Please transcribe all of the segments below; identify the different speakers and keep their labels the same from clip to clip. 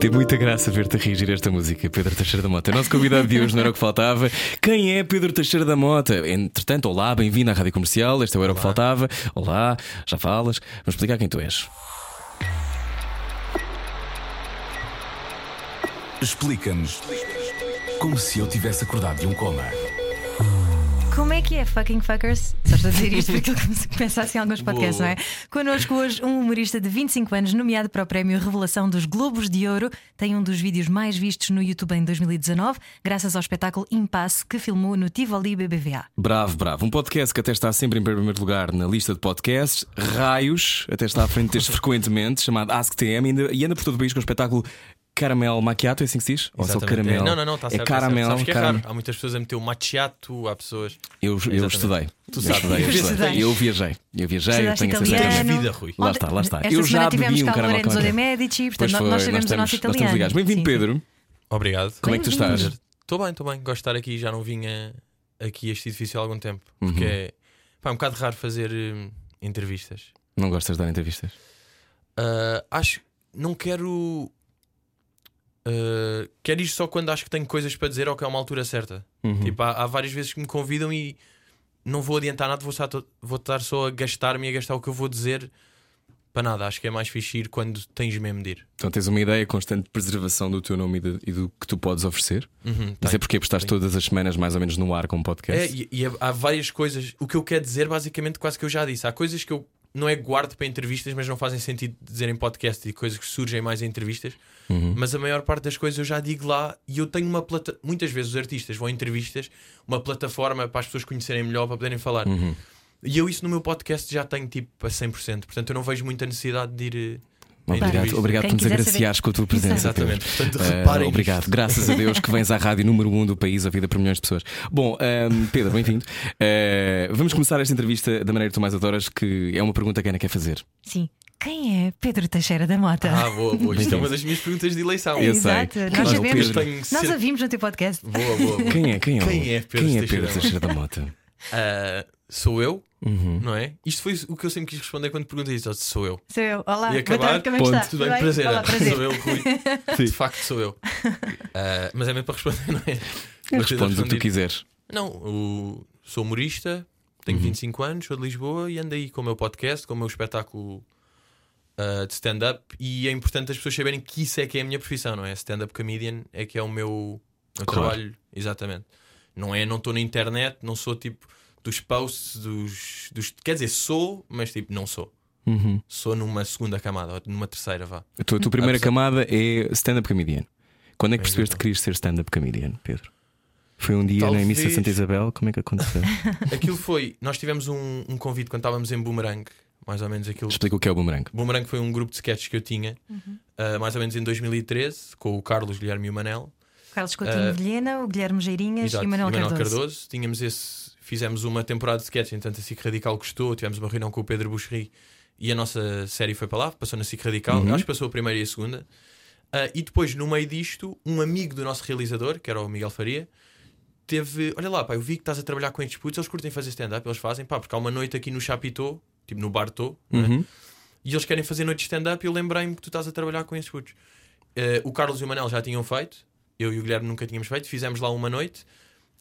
Speaker 1: Tem muita graça ver-te a reagir a esta música, Pedro Teixeira da Mota. Nosso convidado de hoje não era o que faltava. Quem é Pedro Teixeira da Mota? Entretanto, olá, bem-vindo à Rádio Comercial. Este é o Era o que Faltava. Olá, já falas. Vamos explicar quem tu és.
Speaker 2: Explica-nos como se eu tivesse acordado de um coma.
Speaker 3: Como é que é, fucking fuckers? Só estou a dizer isto porque ele começa assim alguns podcasts, não é? Connosco hoje um humorista de 25 anos, nomeado para o prémio Revelação dos Globos de Ouro. Tem um dos vídeos mais vistos no YouTube em 2019, graças ao espetáculo Impasse que filmou no Tivoli BBVA.
Speaker 1: Bravo, bravo. Um podcast que até está sempre em primeiro lugar na lista de podcasts. Raios, até está à frente deste frequentemente, chamado AskTM, e ainda- e anda por todo o país com o espetáculo Caramel Macchiato, é assim que se diz? Ou só
Speaker 4: Exatamente.
Speaker 1: caramel?
Speaker 4: Não, não, não, está certo.
Speaker 1: É
Speaker 4: tá certo.
Speaker 1: caramel.
Speaker 4: Sabes que é
Speaker 1: caram-
Speaker 4: raro. Há muitas pessoas a meter o machiato, há pessoas.
Speaker 1: Eu, eu
Speaker 4: Exatamente.
Speaker 1: estudei.
Speaker 4: Tu
Speaker 1: eu
Speaker 4: sabes.
Speaker 1: estudei, eu estudei.
Speaker 3: Estudaste.
Speaker 1: Eu viajei. Eu viajei, eu
Speaker 3: Estudaste
Speaker 1: tenho essa
Speaker 3: italiano.
Speaker 1: certeza.
Speaker 4: Tens vida, Rui.
Speaker 1: Lá está, lá está.
Speaker 3: Esta
Speaker 1: Eu
Speaker 3: semana
Speaker 1: já
Speaker 3: tivemos
Speaker 1: bebi um
Speaker 3: cá o
Speaker 1: caramel
Speaker 3: Lorenzo
Speaker 1: com-
Speaker 3: de Medici, portanto,
Speaker 1: Pois
Speaker 3: nós,
Speaker 1: foi,
Speaker 3: nós sabemos
Speaker 1: estamos,
Speaker 3: o nosso
Speaker 1: nós
Speaker 3: italiano.
Speaker 1: estamos ligados. Bem-vindo,
Speaker 3: Sim, sim.
Speaker 1: Pedro.
Speaker 4: Obrigado.
Speaker 1: Como é que tu
Speaker 3: Bem-vindo.
Speaker 1: estás?
Speaker 4: Estou bem, estou bem. Gosto de estar aqui. Já não vinha aqui a este edifício há algum tempo.
Speaker 1: Uhum.
Speaker 4: Porque é, pá, é um bocado raro fazer hum, entrevistas.
Speaker 1: Não gostas de dar entrevistas?
Speaker 4: Ah, acho. Não quero. ah, quero isto só quando acho que tenho coisas para dizer ou que é uma altura certa.
Speaker 1: Uhum.
Speaker 4: Tipo, há, há várias vezes que me convidam e não vou adiantar nada, vou estar, to- vou estar só a gastar-me e a gastar o que eu vou dizer para nada. Acho que é mais fixe ir quando tens mesmo de ir.
Speaker 1: Então tens uma ideia constante de preservação do teu nome e, de- e do que tu podes oferecer.
Speaker 4: Uhum,
Speaker 1: Não sei porquê, porque estás todas as semanas mais ou menos no ar com um
Speaker 4: É,
Speaker 1: podcast.
Speaker 4: e, e há várias coisas. O que eu quero dizer, basicamente, quase que eu já disse. Há coisas que eu não é guardo para entrevistas, mas não fazem sentido dizer em podcast e coisas que surgem mais em entrevistas.
Speaker 1: Uhum.
Speaker 4: Mas a maior parte das coisas eu já digo lá e eu tenho uma plataforma. Muitas vezes os artistas vão em entrevistas, uma plataforma para as pessoas conhecerem melhor, para poderem falar.
Speaker 1: Uhum.
Speaker 4: E eu isso no meu podcast já tenho tipo a 100%. Portanto, eu não vejo muita necessidade de ir. eh, em
Speaker 1: Obrigado,
Speaker 4: entrevistas.
Speaker 1: obrigado
Speaker 3: Quem
Speaker 1: por nos
Speaker 3: quiser
Speaker 1: agraciares com a tua presença.
Speaker 4: Exatamente.
Speaker 1: Pedro.
Speaker 4: Portanto,
Speaker 1: Eh,
Speaker 4: reparem.
Speaker 1: obrigado,
Speaker 4: nisto.
Speaker 1: graças a Deus que vens à rádio número 1 um do país, ouvida por milhões de pessoas. Bom, ahm, Pedro, bem-vindo. Eh, vamos começar esta entrevista da maneira que tu mais adoras, que é uma pergunta que a Ana quer fazer.
Speaker 3: Sim. Quem é Pedro Teixeira da Mota?
Speaker 4: Ah, boa, boa. Isto é uma das minhas perguntas de eleição.
Speaker 1: Eu
Speaker 3: Exato,
Speaker 1: sei.
Speaker 3: nós
Speaker 1: Claro,
Speaker 3: sabemos.
Speaker 1: Pedro.
Speaker 4: tenho
Speaker 3: Nós
Speaker 4: cer-
Speaker 3: a vimos no teu podcast.
Speaker 4: Boa, boa, boa.
Speaker 1: Quem é? Quem é? o-
Speaker 4: Quem é Pedro
Speaker 1: quem é
Speaker 4: Teixeira
Speaker 1: Pedro
Speaker 4: da Mota?
Speaker 1: Teixeira da Mota? Uhum.
Speaker 4: Ah, sou eu, não é? Isto foi o que eu sempre quis responder quando perguntei isto. Eu disse, Sou eu.
Speaker 3: Sou eu. Olá,
Speaker 4: e
Speaker 3: boa
Speaker 4: acabar,
Speaker 3: tarde, como é que está?
Speaker 4: tudo bem? Prazer.
Speaker 3: Olá, prazer.
Speaker 4: Sou eu, Rui. De facto, sou eu. Ah, mas é mesmo para responder, não é? Mas tens a
Speaker 1: Respondes o que tu
Speaker 4: responder.
Speaker 1: quiseres.
Speaker 4: Não, o- sou humorista, tenho 25 anos, sou de Lisboa e ando aí com o meu podcast, com o meu espetáculo ah, de stand-up. E é importante as pessoas saberem que isso é que é a minha profissão, não é? Stand-up comedian é que é o meu, meu
Speaker 1: Claro.
Speaker 4: trabalho, exatamente. Não é, não estou na internet, não sou tipo dos posts, dos, dos. Quer dizer, sou, mas tipo, não sou. Sou numa segunda camada, ou numa terceira, vá.
Speaker 1: Uhum. A tua, a tua primeira
Speaker 4: Apesar-
Speaker 1: camada é stand-up comedian. Quando é que percebeste que querias ser stand-up comedian, Pedro? Foi um dia na
Speaker 4: Talvez-
Speaker 1: emissão Santa Isabel? Como é que aconteceu?
Speaker 4: Aquilo foi. Nós tivemos um, um convite quando estávamos em Boomerang, mais ou menos aquilo.
Speaker 1: Explica o que é o boomerang.
Speaker 4: Boomerang foi um grupo de sketches que eu tinha,
Speaker 3: Uhum.
Speaker 4: ah, mais ou menos em 2013, com o Carlos Guilherme e o Manel.
Speaker 3: Carlos Coutinho
Speaker 4: Ah,
Speaker 3: de Vilhena, o Guilherme Geirinhas
Speaker 4: Exato,
Speaker 3: e o Manuel Cardoso.
Speaker 4: Tínhamos esse, fizemos uma temporada de sketches, entanto a SIC Radical gostou, tivemos uma reunião com o Pedro Buxerri e a nossa série foi para lá, passou na SIC Radical, acho que passou a primeira e a segunda. Ah, e depois, no meio disto, um amigo do nosso realizador, que era o Miguel Faria, teve. Olha lá, pá, eu vi que estás a trabalhar com estes putos, eles curtem fazer stand-up, eles fazem, pá, porque há uma noite aqui no Chapitô, tipo no Bartô,
Speaker 1: Uhum.
Speaker 4: não é? e eles querem fazer noite de stand-up e eu lembrei-me que tu estás a trabalhar com esses putos. Eh, o Carlos e o Manel já tinham feito, eu e o Guilherme nunca tínhamos feito, fizemos lá uma noite.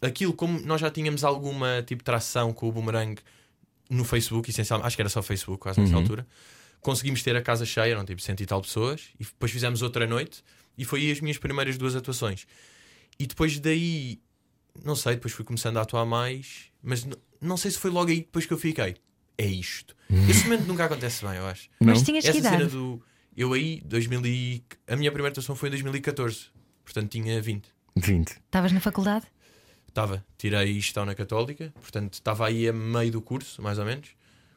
Speaker 4: Aquilo, como nós já tínhamos alguma tipo tração com o boomerang no Facebook, essencialmente, acho que era só Facebook quase nessa altura, conseguimos ter a casa cheia, eram tipo cento e tal pessoas, e depois fizemos outra noite, e foi aí as minhas primeiras duas atuações. E depois daí, não sei, depois fui começando a atuar mais, mas n- não sei se foi logo aí depois que eu fiquei. É isto. Esse momento nunca acontece bem, eu acho.
Speaker 3: Mas
Speaker 1: Não?
Speaker 3: tinhas que
Speaker 4: Essa cena
Speaker 3: idade.
Speaker 4: do. Eu aí, 2000 e- a minha primeira atuação foi em 2014, portanto tinha 20.
Speaker 1: 20.
Speaker 3: Estavas na faculdade?
Speaker 4: Estava, tirei gestão na Católica, portanto estava aí a meio do curso, mais ou menos.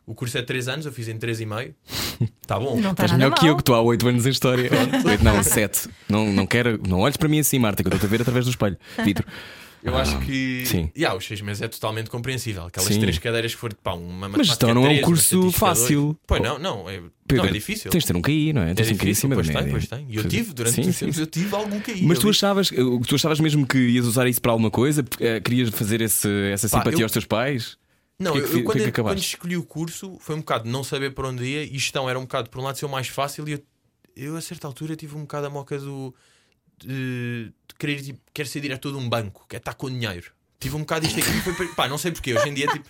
Speaker 4: O curso é 3 anos, eu fiz em 3 e meio.
Speaker 1: Tá
Speaker 4: Está bom.
Speaker 3: Não tá. está
Speaker 1: Estás
Speaker 3: nada
Speaker 1: melhor
Speaker 3: mal.
Speaker 1: que eu, que estou há 8 anos em história. Oito, não, 7. Não, não quero. Não olhes para mim assim, Marta, que eu estou a ver através do espelho. Vidro.
Speaker 4: Eu acho que.
Speaker 1: sim.
Speaker 4: Yeah, os seis meses é totalmente compreensível. Aquelas
Speaker 1: Sim.
Speaker 4: três cadeiras que for de pá, uma
Speaker 1: Mas
Speaker 4: matemática
Speaker 1: então não é um
Speaker 4: três, uma
Speaker 1: curso
Speaker 4: estatística dois.
Speaker 1: fácil.
Speaker 4: Pois não, não. É,
Speaker 1: Pedro,
Speaker 4: não, é difícil.
Speaker 1: Tens de ter um KI, não é?
Speaker 4: é
Speaker 1: Tens um KI
Speaker 4: difícil,
Speaker 1: acima da
Speaker 4: pois
Speaker 1: média.
Speaker 4: tem, pois tem. E eu
Speaker 1: Pois-
Speaker 4: tive durante
Speaker 1: Sim,
Speaker 4: os
Speaker 1: sim,
Speaker 4: tempos,
Speaker 1: sim.
Speaker 4: eu tive algum caí.
Speaker 1: Mas
Speaker 4: eu
Speaker 1: tu
Speaker 4: disse,
Speaker 1: achavas, o que tu achavas mesmo que ias usar isso para alguma coisa? Porque, eh, Querias fazer esse- essa
Speaker 4: Pá,
Speaker 1: simpatia
Speaker 4: eu-
Speaker 1: aos teus pais?
Speaker 4: Não,
Speaker 1: Porquê
Speaker 4: eu,
Speaker 1: que fi- porquê
Speaker 4: eu quando,
Speaker 1: que
Speaker 4: eu- quando
Speaker 1: acabaste?
Speaker 4: escolhi o curso foi um bocado de não saber para onde ia e gestão era um bocado, por um lado, ser o mais fácil e eu, eu a certa altura tive um bocado a moca do. de, de querer tipo, quero ser diretor de um banco, quer estar com dinheiro. Tive um bocado isto aqui, foi, para- pá, não sei porquê, hoje em dia tipo.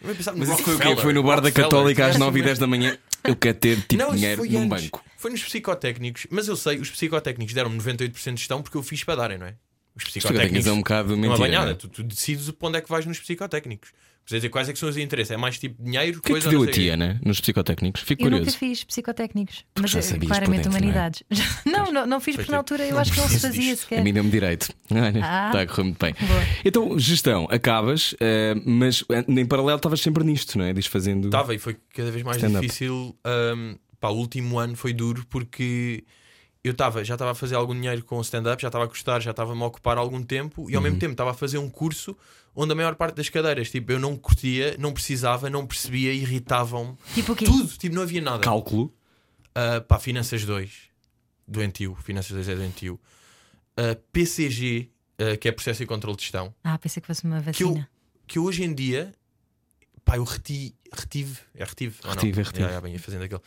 Speaker 4: eu ia pensar no
Speaker 1: Mas isso foi o quê?
Speaker 4: Rockefeller,
Speaker 1: Foi no bar da
Speaker 4: Rockefeller.
Speaker 1: Católica às
Speaker 4: Sim,
Speaker 1: 9 e
Speaker 4: mas-
Speaker 1: 10 da manhã. Eu quero ter tipo
Speaker 4: isso
Speaker 1: dinheiro
Speaker 4: foi
Speaker 1: num
Speaker 4: antes.
Speaker 1: banco.
Speaker 4: Foi nos psicotécnicos, mas eu sei, os psicotécnicos deram-me 98% de gestão porque eu fiz para darem, não é? Os
Speaker 1: Isto que
Speaker 4: psicotécnicos
Speaker 1: é um bocado
Speaker 4: não
Speaker 1: mentira.
Speaker 4: é banhada,
Speaker 1: né?
Speaker 4: tu, tu decides para onde é que vais nos psicotécnicos. Quer dizer, quais é que são os interesses? É mais tipo dinheiro,
Speaker 1: O que é que
Speaker 4: coisa
Speaker 1: te deu
Speaker 4: ou
Speaker 1: a
Speaker 4: não sei
Speaker 1: ti, Ana, nos psicotécnicos? Fico
Speaker 3: Eu nunca
Speaker 1: curioso.
Speaker 3: fiz psicotécnicos,
Speaker 1: Porque
Speaker 3: mas
Speaker 1: já
Speaker 3: eh,
Speaker 1: sabias por
Speaker 3: claramente
Speaker 1: dentro, não é?
Speaker 3: humanidades. Não, não, não fiz
Speaker 4: Foi
Speaker 3: porque na
Speaker 4: tipo,
Speaker 3: altura eu
Speaker 4: não
Speaker 3: acho que não se
Speaker 4: preciso
Speaker 3: fazia
Speaker 4: disto.
Speaker 1: A
Speaker 3: sequer.
Speaker 1: mim deu-me direito. Olha,
Speaker 3: Ah.
Speaker 1: Está a correr muito bem.
Speaker 3: Boa.
Speaker 1: Então, gestão, acabas, eh, mas eh, em paralelo estavas sempre nisto, não é? Desfazendo.
Speaker 4: Estava e foi cada vez mais
Speaker 1: Stand-up.
Speaker 4: difícil. Ahm, pá, o último ano foi duro porque eu estava, já estava a fazer algum dinheiro com o stand-up, já estava a gostar, já estava-me a ocupar algum tempo e ao
Speaker 1: Uhum.
Speaker 4: mesmo tempo estava a fazer um curso onde a maior parte das cadeiras, tipo, eu não curtia, não precisava, não percebia, irritavam-me.
Speaker 3: Tipo o quê?
Speaker 4: Tudo, tipo, não havia nada.
Speaker 1: Cálculo.
Speaker 4: Uh, pá, Finanças 2, doentio, Finanças 2 é doentio. Uh, PCG, uh, que é Processo e Controle de Gestão,
Speaker 3: Ah, pensei que fosse uma
Speaker 4: que eu,
Speaker 3: vacina.
Speaker 4: que eu hoje em dia, pá, eu reti, retive, é retive, ou não?
Speaker 1: Retive, é retive.
Speaker 4: Já, já, bem, ia fazendo aquele.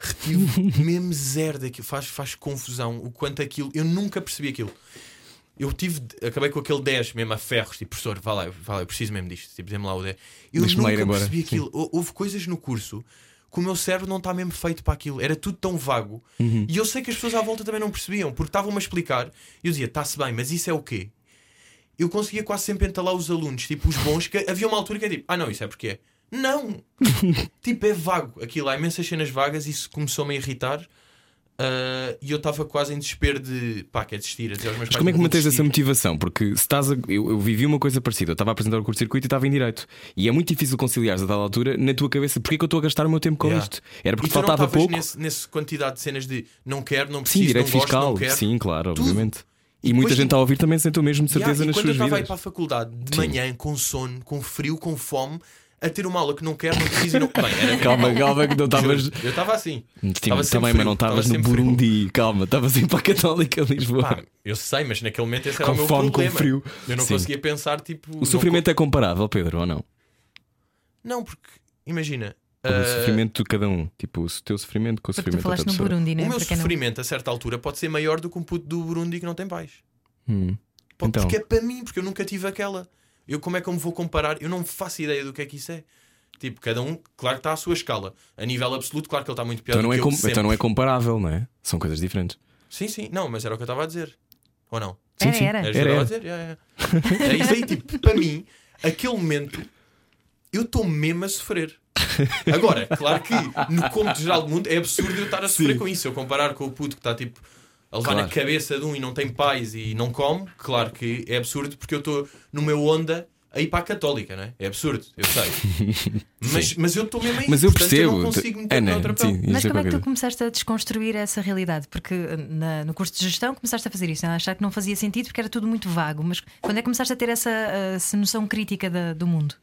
Speaker 4: Retive mesmo zero daquilo, faz, faz confusão o quanto aquilo, eu nunca percebi aquilo. Eu tive, acabei com aquele 10 mesmo a ferros, tipo, professor, vá lá, vá lá, eu preciso mesmo disto, tipo, dê-me lá o 10. Eu
Speaker 1: Deixa-me lá ir
Speaker 4: nunca
Speaker 1: embora,
Speaker 4: percebi aquilo. Hou- Houve coisas no curso que o meu cérebro não está mesmo feito para aquilo, era tudo tão vago.
Speaker 1: Uhum.
Speaker 4: E eu sei que as pessoas à volta também não percebiam, porque estavam-me a explicar. E eu dizia, está-se bem, mas isso é o quê? Eu conseguia quase sempre entalar os alunos, tipo os bons, que havia uma altura que é tipo, ah não, isso é porque é. Não! tipo, é vago aquilo, há imensas cenas vagas, isso começou-me a irritar. ah, e eu estava quase em desespero de pá, quer desistir, a dizer aos
Speaker 1: Mas
Speaker 4: meus pais,
Speaker 1: como é que
Speaker 4: "Vou
Speaker 1: mantens
Speaker 4: desistir."
Speaker 1: essa motivação? Porque se estás a- eu, eu vivi uma coisa parecida. Eu estava a apresentar o curto-circuito e estava em direito. E é muito difícil conciliar a tal altura na tua cabeça. Porquê que eu estou a gastar o meu tempo com
Speaker 4: Yeah.
Speaker 1: isto? Era porque
Speaker 4: e tu não
Speaker 1: faltava
Speaker 4: estavas
Speaker 1: pouco.
Speaker 4: Nesse, nessa quantidade de cenas de não quero, não preciso,
Speaker 1: Sim, direito
Speaker 4: não gosto,
Speaker 1: fiscal.
Speaker 4: não quero.
Speaker 1: Sim, claro,
Speaker 4: Tudo.
Speaker 1: obviamente. E,
Speaker 4: E
Speaker 1: muita
Speaker 4: depois-
Speaker 1: gente está a ouvir também sentou mesmo de
Speaker 4: Yeah,
Speaker 1: certeza
Speaker 4: e
Speaker 1: nas
Speaker 4: quando eu
Speaker 1: suas
Speaker 4: estava a ir
Speaker 1: vidas.
Speaker 4: para a faculdade de manhã, com sono, com frio, com fome, a ter uma aula que não quero, não preciso e não. Bem, era mesmo.
Speaker 1: Calma, calma, que não estavas.
Speaker 4: Eu estava assim.
Speaker 1: Tinha-
Speaker 4: Estava sempre
Speaker 1: Também, mas
Speaker 4: frio,
Speaker 1: não estavas
Speaker 4: estava
Speaker 1: no
Speaker 4: sempre frio.
Speaker 1: Burundi. Calma, estavas indo para a Católica de Lisboa.
Speaker 4: Pá, eu sei, mas naquele momento esse era
Speaker 1: Com
Speaker 4: o meu
Speaker 1: fome, com
Speaker 4: problema.
Speaker 1: frio.
Speaker 4: Eu não
Speaker 1: Sim.
Speaker 4: conseguia pensar, tipo.
Speaker 1: o sofrimento é comparável, Pedro, ou não?
Speaker 4: Não, não, porque, imagina.
Speaker 1: O
Speaker 4: ah,
Speaker 1: sofrimento de cada um. Tipo, o teu sofrimento com o
Speaker 3: Porque
Speaker 1: sofrimento
Speaker 3: tu
Speaker 1: da
Speaker 3: falaste
Speaker 1: outra
Speaker 3: no
Speaker 1: pessoa.
Speaker 3: Burundi, não
Speaker 4: o
Speaker 3: é?
Speaker 4: meu
Speaker 3: Porque não-
Speaker 4: sofrimento, a certa altura, pode ser maior do que um puto do Burundi que não tem pais.
Speaker 1: Hum.
Speaker 4: Pô,
Speaker 1: Então.
Speaker 4: Porque é para mim, porque eu nunca tive aquela. Eu como é que eu me vou comparar? Eu não faço ideia do que é que isso é. Tipo, cada um, claro que está à sua escala. A nível absoluto, claro que ele está muito pior
Speaker 1: Então
Speaker 4: do
Speaker 1: não,
Speaker 4: que
Speaker 1: é
Speaker 4: eu
Speaker 1: com-
Speaker 4: de sempre.
Speaker 1: então não é comparável, não é? São coisas diferentes.
Speaker 4: Sim, sim, não, mas era o que eu estava a dizer. Ou não?
Speaker 3: Era,
Speaker 1: sim.
Speaker 3: era.
Speaker 4: Era, isso
Speaker 1: Era,
Speaker 4: que eu
Speaker 1: era.
Speaker 4: estava É a dizer? Yeah, yeah. Era isso aí, tipo, para mim, aquele momento, eu estou mesmo a sofrer. Agora, claro que no conto geral do mundo é absurdo eu estar a sofrer com isso. Eu comparar com o puto que está tipo a levar
Speaker 1: Claro.
Speaker 4: na cabeça de um e não tem pais e não come, claro que é absurdo porque eu estou no meu onda a ir para a católica, não é? É absurdo, eu sei. mas, mas eu estou mesmo aí,
Speaker 1: Mas eu
Speaker 4: portanto,
Speaker 1: percebo.
Speaker 4: não consigo meter
Speaker 1: Ana,
Speaker 4: na outra pele.
Speaker 1: sim, ia
Speaker 3: Mas
Speaker 1: dizer
Speaker 3: como é que
Speaker 1: qualquer
Speaker 3: tu
Speaker 1: coisa.
Speaker 3: começaste a desconstruir essa realidade? Porque eh, na- no curso de gestão começaste a fazer isso, a achar que não fazia sentido porque era tudo muito vago. Mas quando é que começaste a ter essa, eh, essa noção crítica da- do mundo?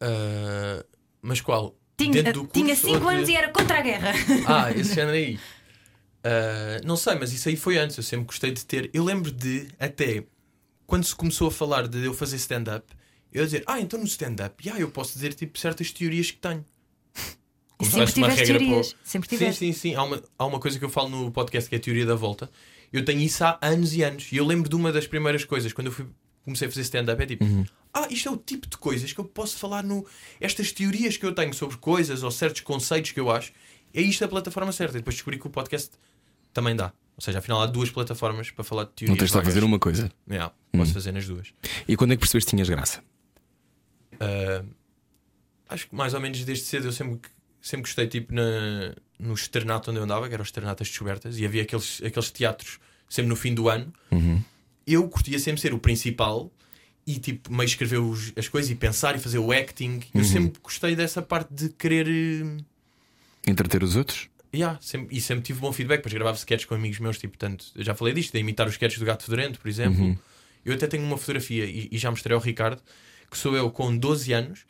Speaker 4: Ah, mas qual?
Speaker 3: Tinha,
Speaker 4: Dentro do
Speaker 3: tinha
Speaker 4: curso ou
Speaker 3: 5
Speaker 4: de-
Speaker 3: anos e era contra a guerra.
Speaker 4: Ah, esse género aí. Ah, não sei, mas isso aí foi antes. Eu sempre gostei de ter. Eu lembro de, até quando se começou a falar de eu fazer stand-up, eu dizer, ah, então no stand-up, yeah, eu posso dizer tipo certas teorias que tenho.
Speaker 3: E
Speaker 4: Como se
Speaker 3: sempre
Speaker 4: tivesse uma
Speaker 3: tiveste
Speaker 4: regra para o-
Speaker 3: teorias. Sempre
Speaker 4: Sim,
Speaker 3: tiveste.
Speaker 4: sim, sim. Há uma, há uma coisa que eu falo no podcast que é a teoria da volta. Eu tenho isso há anos e anos. E eu lembro de uma das primeiras coisas, quando eu fui- comecei a fazer stand-up, é tipo:
Speaker 1: Uhum.
Speaker 4: Ah, isto é o tipo de coisas que eu posso falar no. Estas teorias que eu tenho sobre coisas ou certos conceitos que eu acho, é isto a plataforma certa. E depois descobri que o podcast também dá. Ou seja, afinal há duas plataformas para falar de
Speaker 1: Não
Speaker 4: teorias.
Speaker 1: tens só a
Speaker 4: vagas.
Speaker 1: fazer uma Uhum. coisa.
Speaker 4: Yeah, posso fazer nas duas.
Speaker 1: E quando é que percebeste que tinhas graça?
Speaker 4: Ah, acho que mais ou menos desde cedo eu sempre, sempre gostei tipo na, no externato onde eu andava, que eram os externatas descobertas, e havia aqueles, aqueles teatros sempre no fim do ano. Eu curtia sempre ser o principal e tipo meio escrever os- as coisas e pensar e fazer o acting. Eu sempre gostei dessa parte de querer. eh,
Speaker 1: Entreter os outros?
Speaker 4: Yeah, sempre- e sempre tive bom feedback, depois gravava sketches com amigos meus, tipo, tanto, eu já falei disto, de imitar os sketches do Gato Fedorento, por exemplo. Eu até tenho uma fotografia, e, e já mostrei ao Ricardo, que sou eu com 12 anos,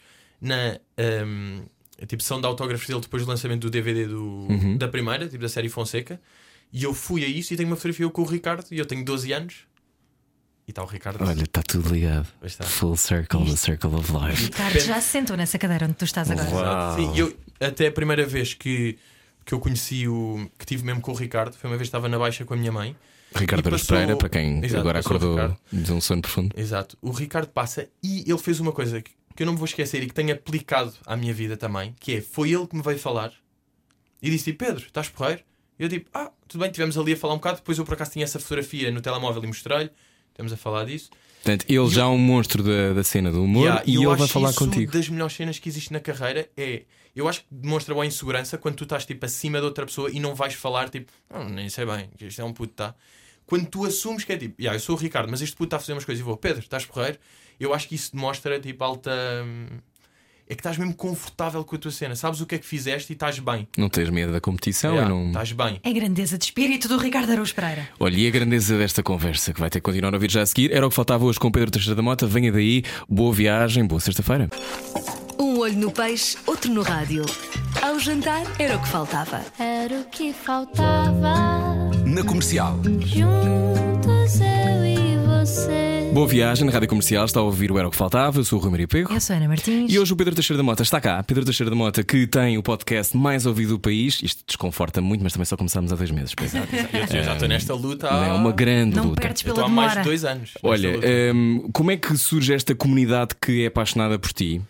Speaker 4: na ehm, tipo, sessão de autógrafos dele depois do lançamento do DVD do, da primeira, tipo, da série Fonseca. E eu fui a isso e tenho uma fotografia eu com o Ricardo, e eu tenho 12 anos. E está o Ricardo.
Speaker 1: Olha, está tudo ligado.
Speaker 4: Pois está.
Speaker 1: Full circle, the circle of life.
Speaker 3: Ricardo já se sentou nessa cadeira onde tu estás agora.
Speaker 1: Uau.
Speaker 4: Sim, eu até a primeira vez que, que eu conheci o. que tive mesmo com o Ricardo, foi uma vez que estava na baixa com a minha mãe.
Speaker 1: Ricardo
Speaker 4: E
Speaker 1: Aros
Speaker 4: passou-
Speaker 1: Pereira, para quem
Speaker 4: Exato,
Speaker 1: agora
Speaker 4: passou o
Speaker 1: acordou
Speaker 4: Ricardo.
Speaker 1: de um sono profundo.
Speaker 4: Exato. O Ricardo passa e ele fez uma coisa que que eu não me vou esquecer e que tenho aplicado à minha vida também, que é, foi ele que me veio falar e disse, tipo, Pedro, estás porreiro? E eu tipo, ah, tudo bem, estivemos ali a falar um bocado, depois eu por acaso tinha essa fotografia no telemóvel e mostrei-lhe, estamos a falar disso.
Speaker 1: Portanto, ele já é um monstro da, da cena do humor
Speaker 4: Yeah,
Speaker 1: e ele
Speaker 4: eu
Speaker 1: vai
Speaker 4: acho
Speaker 1: falar
Speaker 4: isso
Speaker 1: contigo.
Speaker 4: das melhores cenas que existe na carreira é. Eu acho que demonstra boa insegurança quando tu estás tipo acima de outra pessoa e não vais falar tipo, não, nem sei bem, que isto é um puto, tá? Quando tu assumes que é tipo, yeah, eu sou o Ricardo, mas este puto está a fazer umas coisas e vou, Pedro, estás porreiro? Eu acho que isso demonstra tipo alta. hum, É que estás mesmo confortável com a tua cena, sabes o que é que fizeste e estás bem.
Speaker 1: Não tens medo da competição?
Speaker 4: Yeah,
Speaker 1: eu não...
Speaker 4: Estás bem.
Speaker 3: É a grandeza de espírito do Ricardo Araújo Pereira.
Speaker 1: Olha, e a grandeza desta conversa que vai ter que continuar a ouvir já a seguir era o que faltava hoje com o Pedro Teixeira da Mota. Venha daí, boa viagem, boa sexta-feira.
Speaker 5: Um olho no peixe, outro no rádio. Ao jantar era o que faltava.
Speaker 6: Era o que faltava.
Speaker 2: Na comercial.
Speaker 6: Juntos eu e você.
Speaker 1: Boa viagem na Rádio Comercial, está a ouvir o Era o que Faltava. Eu sou o Rui Maria Pego.
Speaker 3: Eu sou a Ana Martins.
Speaker 1: E hoje o Pedro Teixeira da Mota está cá. Pedro Teixeira da Mota, que tem o podcast mais ouvido do país. Isto desconforta muito, mas também só começámos há dois meses. Pois é.
Speaker 4: Eu, eu já estou nesta luta há,
Speaker 1: é uma grande
Speaker 3: Ah, Não
Speaker 1: luta.
Speaker 3: perdes
Speaker 4: eu estou
Speaker 3: pela
Speaker 4: há mais
Speaker 3: demora.
Speaker 4: de dois anos. nesta
Speaker 1: Olha,
Speaker 4: luta.
Speaker 1: hum, como é que surge esta comunidade que é apaixonada por ti?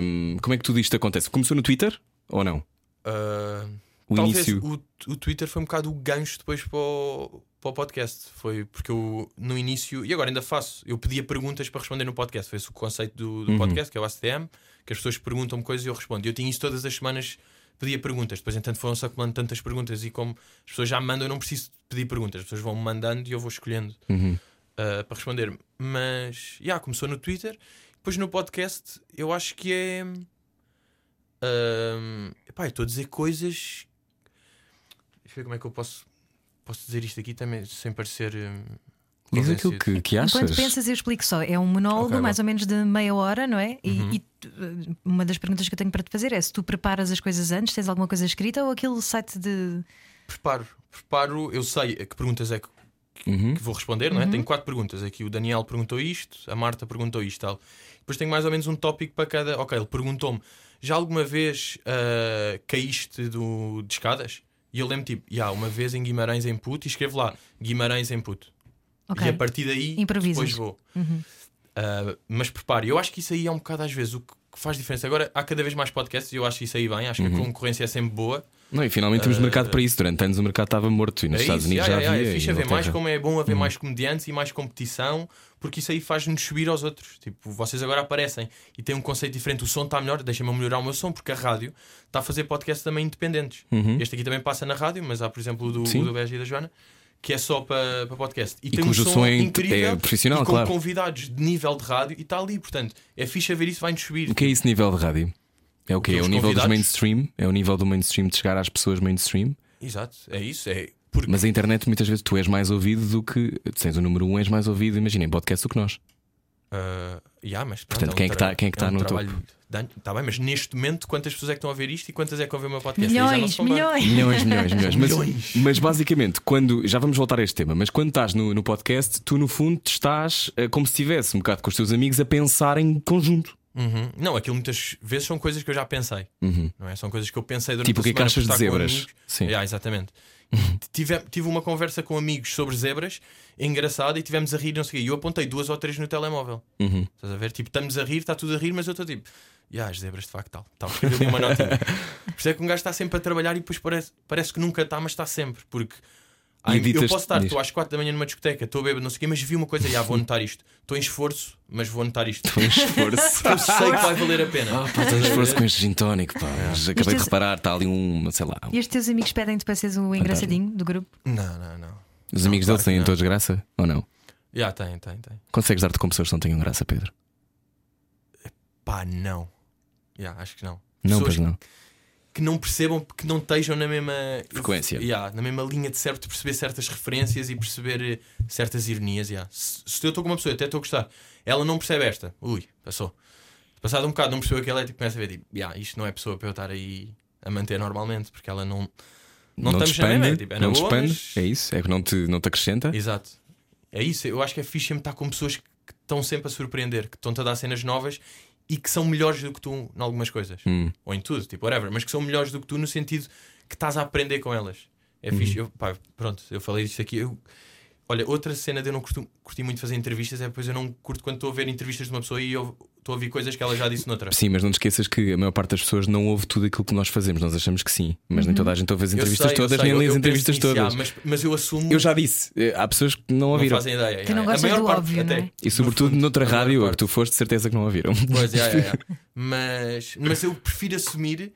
Speaker 1: Hum, como é que tudo isto acontece? Começou no Twitter ou não?
Speaker 4: Ah,
Speaker 1: O
Speaker 4: Talvez
Speaker 1: início.
Speaker 4: O, o Twitter foi um bocado o gancho depois para o, para o podcast. Foi porque eu, no início, e agora ainda faço, eu pedia perguntas para responder no podcast. Foi esse o conceito do,
Speaker 1: Uhum.
Speaker 4: do podcast, que é o ACTM, que as pessoas perguntam-me coisas e eu respondo. Eu tinha isso todas as semanas, pedia perguntas. Depois, entanto, foram-se acumulando tantas perguntas e como as pessoas já me mandam, eu não preciso pedir perguntas. As pessoas vão-me mandando e eu vou escolhendo
Speaker 1: Uhum.
Speaker 4: ah, para responder. Mas, já, começou no Twitter. Depois no podcast, eu acho que é. Ahm, epá, eu estou a dizer coisas. Deixa eu ver como é que eu posso, posso dizer isto aqui também sem parecer. hum,
Speaker 1: Diz aquilo que, que
Speaker 3: Enquanto
Speaker 1: achas.
Speaker 3: pensas, eu explico só. É um monólogo
Speaker 4: Ok, Uhum. bom.
Speaker 3: mais ou menos de meia hora, não é? E, e tu, eh, uma das perguntas que eu tenho para te fazer é se tu preparas as coisas antes, tens alguma coisa escrita ou aquele site de.
Speaker 4: Preparo, preparo, eu sei a que perguntas é que, que-
Speaker 1: Uhum.
Speaker 4: que vou responder, não é? Tenho quatro perguntas aqui. O Daniel perguntou isto, a Marta perguntou isto, tal. Depois tenho mais ou menos um tópico para cada. Ok, ele perguntou-me: já alguma vez ah, caíste do, de escadas? E eu lembro tipo, já, uma vez em Guimarães em Puto, e escrevo lá, Guimarães em Puto.
Speaker 3: Ok.
Speaker 4: E a partir daí
Speaker 3: Improvisas. Uhum.
Speaker 4: depois vou. Ah, mas prepare, eu acho que isso aí é um bocado às vezes o que que faz diferença. Agora há cada vez mais podcasts e eu acho isso aí bem, acho que a concorrência é sempre boa.
Speaker 1: Não, e finalmente temos mercado para isso. Durante anos o mercado estava morto e nos
Speaker 4: Eh, é
Speaker 1: Estados
Speaker 4: isso,
Speaker 1: Unidos
Speaker 4: yeah,
Speaker 1: já
Speaker 4: yeah,
Speaker 1: havia.
Speaker 4: é
Speaker 1: e Hum.
Speaker 4: fixe haver mais,
Speaker 1: Inglaterra.
Speaker 4: como é bom haver mais comediantes e mais competição, porque isso aí faz-nos subir aos outros. Tipo, vocês agora aparecem e têm um conceito diferente, o som está melhor, deixa-me melhorar o meu som, porque a rádio está a fazer podcasts também independentes. Este aqui também passa na rádio, mas há, por exemplo, o do,
Speaker 1: Uhum. Sim.
Speaker 4: o do Beja e da Joana. Que é só para, para podcast. E, tem um
Speaker 1: cujo
Speaker 4: som,
Speaker 1: som é in-
Speaker 4: incrível
Speaker 1: é profissional,
Speaker 4: e com
Speaker 1: claro.
Speaker 4: convidados de nível de rádio e está ali. Portanto, é fixe ver isso, vai-nos subir.
Speaker 1: O que é esse nível de rádio? É o quê?
Speaker 4: Que
Speaker 1: É o
Speaker 4: os
Speaker 1: nível dos
Speaker 4: convidados-
Speaker 1: mainstream? É o nível do mainstream de chegar às pessoas mainstream?
Speaker 4: Exato, é isso. É porque
Speaker 1: Mas a internet muitas vezes tu és mais ouvido do que. Sendo o número um, és mais ouvido, imagina, em podcast do que nós.
Speaker 4: Ah, yeah, mas pronto,
Speaker 1: Portanto,
Speaker 4: é um
Speaker 1: quem é que
Speaker 4: tra-
Speaker 1: tá- quem é que
Speaker 4: um
Speaker 1: tá no
Speaker 4: trabalho de anos. Tá bem, mas neste momento, quantas pessoas é que estão a ver isto e quantas é que vão ver o meu podcast? Aí já não se
Speaker 3: Milhões,
Speaker 4: compara.
Speaker 1: Milhões,
Speaker 3: milhões.
Speaker 1: milhões, milhões. Mas, mas basicamente, quando. Já vamos voltar a este tema, mas quando estás no, no podcast, tu no fundo estás eh, como se estivesse um bocado com os teus amigos a pensar em conjunto.
Speaker 4: Uhum. Não, aquilo muitas vezes são coisas que eu já pensei. Não é? São coisas que eu pensei durante
Speaker 1: Uhum. Tipo,
Speaker 4: a
Speaker 1: o que é que
Speaker 4: semana
Speaker 1: achas
Speaker 4: por
Speaker 1: de
Speaker 4: estar com
Speaker 1: zebras?
Speaker 4: amigos.
Speaker 1: Sim. Uhum.
Speaker 4: Yeah, exatamente. tive, tive uma conversa com amigos sobre zebras, engraçada, e tivemos a rir, não sei o quê. E eu apontei duas ou três no telemóvel.
Speaker 1: Uhum.
Speaker 4: Estás a ver? Tipo, estamos a rir, está tudo a rir, mas eu estou tipo, yeah, as zebras de facto tal. Tal, escrevi ali uma notinha. Por isso é que um gajo está sempre a trabalhar e depois parece, parece que nunca está, mas está sempre. Porque ai,
Speaker 1: editas-
Speaker 4: eu posso estar,
Speaker 1: diz.
Speaker 4: estou às quatro da manhã numa discoteca, estou a beber, não sei o quê, mas vi uma coisa, yeah, vou anotar isto. Estou em esforço, mas vou anotar isto.
Speaker 1: um Esforço. um
Speaker 4: Eu sei que vai valer a pena.
Speaker 1: Ah, Esforço com este gin tónico,
Speaker 4: É.
Speaker 1: pá. Acabei de
Speaker 3: tens-
Speaker 1: reparar, está ali um, sei lá.
Speaker 3: E os teus amigos pedem-te para seres o engraçadinho do grupo?
Speaker 4: Não, não, não.
Speaker 1: Os amigos dele
Speaker 4: claro que
Speaker 1: têm
Speaker 4: não.
Speaker 1: todos graça ou não?
Speaker 4: Já tem, tem, tem.
Speaker 1: Consegues dar-te com pessoas que não tenham graça, Pedro?
Speaker 4: Pá, não. Já, acho que não.
Speaker 1: Não,
Speaker 4: Pessoas
Speaker 1: pois não.
Speaker 4: que não percebam, que não estejam na mesma
Speaker 1: Frequência.
Speaker 4: Yeah, na mesma linha de certo, de perceber certas referências e perceber eh, certas ironias. yeah. Se, se eu estou com uma pessoa, até estou a gostar, ela não percebe esta, ui, passou. Passado um bocado, não percebeu aquela, é tipo, começa a ver, tipo, yeah, isto não é pessoa para eu estar aí a manter normalmente, porque ela não. Não,
Speaker 1: te
Speaker 4: estamos na mesma,
Speaker 1: expande,
Speaker 4: tipo, é na
Speaker 1: não te
Speaker 4: boa,
Speaker 1: expande,
Speaker 4: mas-
Speaker 1: é isso, é que não te, não te acrescenta.
Speaker 4: Exato. É isso. Eu acho que é fixe sempre estar com pessoas que estão sempre a surpreender, que estão-te a dar cenas novas e que são melhores do que tu em algumas coisas.
Speaker 1: Hum.
Speaker 4: Ou em tudo, tipo, whatever. Mas que são melhores do que tu no sentido que estás a aprender com elas. É
Speaker 1: Hum.
Speaker 4: fixe. Eu, pá, pronto, eu falei disto aqui. Eu- olha, outra cena de eu não costumo, curti muito fazer entrevistas é depois eu não curto quando estou a ver entrevistas de uma pessoa e eu estou a ouvir coisas que ela já disse noutra.
Speaker 1: Sim, mas não te esqueças que a maior parte das pessoas não ouve tudo aquilo que nós fazemos. Nós achamos que sim, mas nem toda a gente ouve as
Speaker 4: Uhum. Eu
Speaker 1: entrevistas
Speaker 4: sei, eu
Speaker 1: todas,
Speaker 4: sei,
Speaker 1: nem
Speaker 4: eu-
Speaker 1: lê as
Speaker 4: eu penso
Speaker 1: entrevistas
Speaker 4: nisso,
Speaker 1: todas.
Speaker 4: já, mas, mas eu assumo.
Speaker 1: Eu já disse, eh, há pessoas que não
Speaker 4: não
Speaker 1: ouviram.
Speaker 4: fazem ideia.
Speaker 3: Que não
Speaker 4: já,
Speaker 3: gostas
Speaker 4: a maior
Speaker 3: do
Speaker 4: parte,
Speaker 3: óbvio,
Speaker 4: até,
Speaker 3: não é?
Speaker 1: E sobretudo
Speaker 4: no fundo,
Speaker 1: noutra
Speaker 4: a maior
Speaker 1: rádio, a que
Speaker 4: parte.
Speaker 1: tu foste, de certeza que não ouviram.
Speaker 4: Pois, é, é, é. Mas, mas eu prefiro assumir.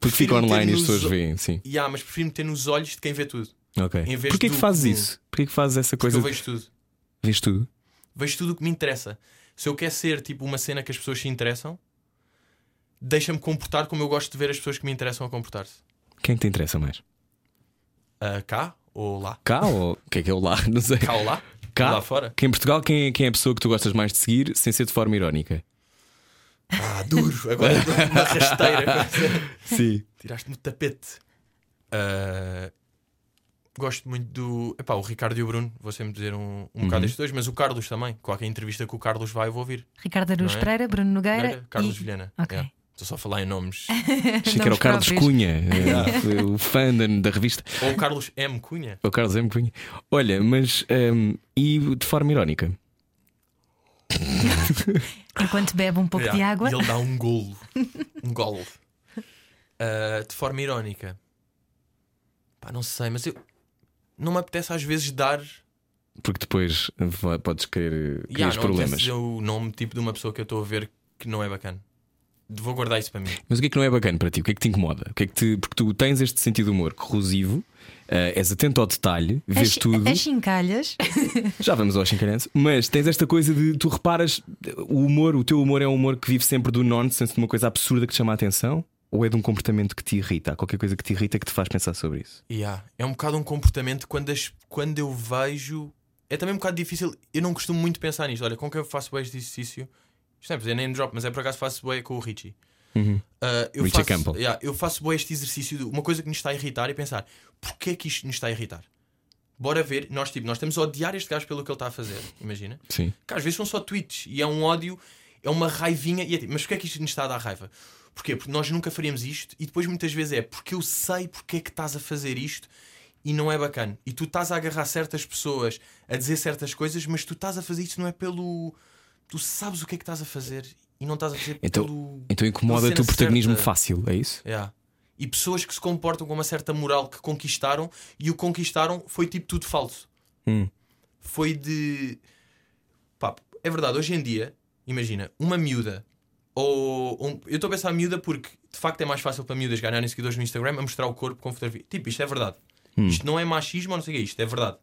Speaker 1: Porque fica
Speaker 4: prefiro
Speaker 1: online e
Speaker 4: meter
Speaker 1: as pessoas
Speaker 4: nos-
Speaker 1: veem, sim.
Speaker 4: Yeah, mas prefiro meter nos olhos de quem vê tudo.
Speaker 1: Ok.
Speaker 4: Em vez
Speaker 1: Porquê é
Speaker 4: do-
Speaker 1: que fazes
Speaker 4: do-
Speaker 1: isso? Porquê que fazes essa
Speaker 4: Porque
Speaker 1: coisa?
Speaker 4: eu
Speaker 1: de-
Speaker 4: vejo tudo.
Speaker 1: Vês tudo?
Speaker 4: Vejo tudo o que me interessa. Se eu quero ser tipo uma cena que as pessoas se interessam, deixa-me comportar como eu gosto de ver as pessoas que me interessam a comportar-se.
Speaker 1: Quem é te interessa mais?
Speaker 4: Ah, cá ou lá?
Speaker 1: Cá ou. O que é que é o lá? Não sei.
Speaker 4: Cá ou lá?
Speaker 1: Cá?
Speaker 4: Lá fora?
Speaker 1: Quem em Portugal, quem, quem é a pessoa que tu gostas mais de seguir, sem ser de forma irónica?
Speaker 4: Ah, duro! Agora uma rasteira.
Speaker 1: Sim.
Speaker 4: Tiraste-me o tapete. Ah, gosto muito do. Epá, o Ricardo e o Bruno, vou sempre dizer um, um bocado estes dois, mas o Carlos também. Qualquer entrevista que o Carlos vai, eu vou ouvir.
Speaker 3: Ricardo Aruz
Speaker 4: Não é?
Speaker 3: Pereira, Bruno Nogueira.
Speaker 4: Pereira, Carlos É.
Speaker 3: e...
Speaker 4: Vilhena.
Speaker 3: Ok.
Speaker 4: Yeah. Estou só a falar em nomes.
Speaker 1: Achei que era o
Speaker 3: Nomes
Speaker 1: Carlos
Speaker 3: próprios.
Speaker 1: Cunha, eh, o fã da, da revista. É
Speaker 4: Ou o Carlos M. Cunha.
Speaker 1: O Carlos M. Cunha. Olha, mas. ehm, e de forma irónica?
Speaker 3: Enquanto bebe um pouco de
Speaker 4: Yeah.
Speaker 3: água.
Speaker 4: E ele dá um golo. um golo. Ah, de forma irónica. Pá, não sei, mas eu. Não me apetece às vezes dar.
Speaker 1: Porque depois eh, va- podes querer criar
Speaker 4: Yeah, não me apetece
Speaker 1: problemas.
Speaker 4: dizer o nome tipo de uma pessoa que eu estou a ver que não é bacana. Vou guardar isso para mim.
Speaker 1: Mas o que é que não é bacana para ti? O que é que te incomoda? O que é que te... Porque tu tens este sentido de humor corrosivo, eh, és atento ao detalhe, vês
Speaker 3: As-
Speaker 1: tudo.
Speaker 3: As chincalhas.
Speaker 1: Já vamos ao Xincarense, mas tens esta coisa de tu reparas o humor, o teu humor é um humor que vive sempre do nonsense, de uma coisa absurda que te chama a atenção, ou é de um comportamento que te irrita? Há qualquer coisa que te irrita que te faz pensar sobre isso.
Speaker 4: Yeah. É um bocado um comportamento quando, as- quando eu vejo. É também um bocado difícil. Eu não costumo muito pensar nisto. Olha, com quem eu faço bem este exercício? Isto não é para dizer name drop, mas é por acaso faço bem com o Richie. Ah, eu
Speaker 1: Uhum. Richie
Speaker 4: faço,
Speaker 1: Campbell.
Speaker 4: yeah, eu faço bem este exercício de uma coisa que nos está a irritar e pensar: porquê é que isto nos está a irritar? Bora ver, nós, tipo, nós estamos a odiar este gajo pelo que ele está a fazer. Imagina.
Speaker 1: Sim.
Speaker 4: Que às vezes são só tweets e é um ódio, é uma raivinha. E é tipo, mas porquê é que isto nos está a dar raiva? Porquê? Porque nós nunca faríamos isto e depois muitas vezes é porque eu sei porque é que estás a fazer isto e não é bacana. E tu estás a agarrar certas pessoas a dizer certas coisas, mas tu estás a fazer isto não é pelo. Tu sabes o que é que estás a fazer e não estás a fazer
Speaker 1: Então-
Speaker 4: pelo.
Speaker 1: Então incomoda-te
Speaker 4: cena
Speaker 1: o protagonismo
Speaker 4: certa.
Speaker 1: fácil, é isso?
Speaker 4: Yeah. E pessoas que se comportam com uma certa moral que conquistaram e o conquistaram foi tipo tudo falso.
Speaker 1: Hum.
Speaker 4: Foi de. Pá, é verdade, hoje em dia, imagina, uma miúda. Ou, um- eu estou a pensar miúda porque de facto é mais fácil para miúdas ganharem seguidores no Instagram a mostrar o corpo com fotografia. Tipo, isto é verdade.
Speaker 1: Hum.
Speaker 4: Isto não é machismo ou não sei o que, isto é verdade.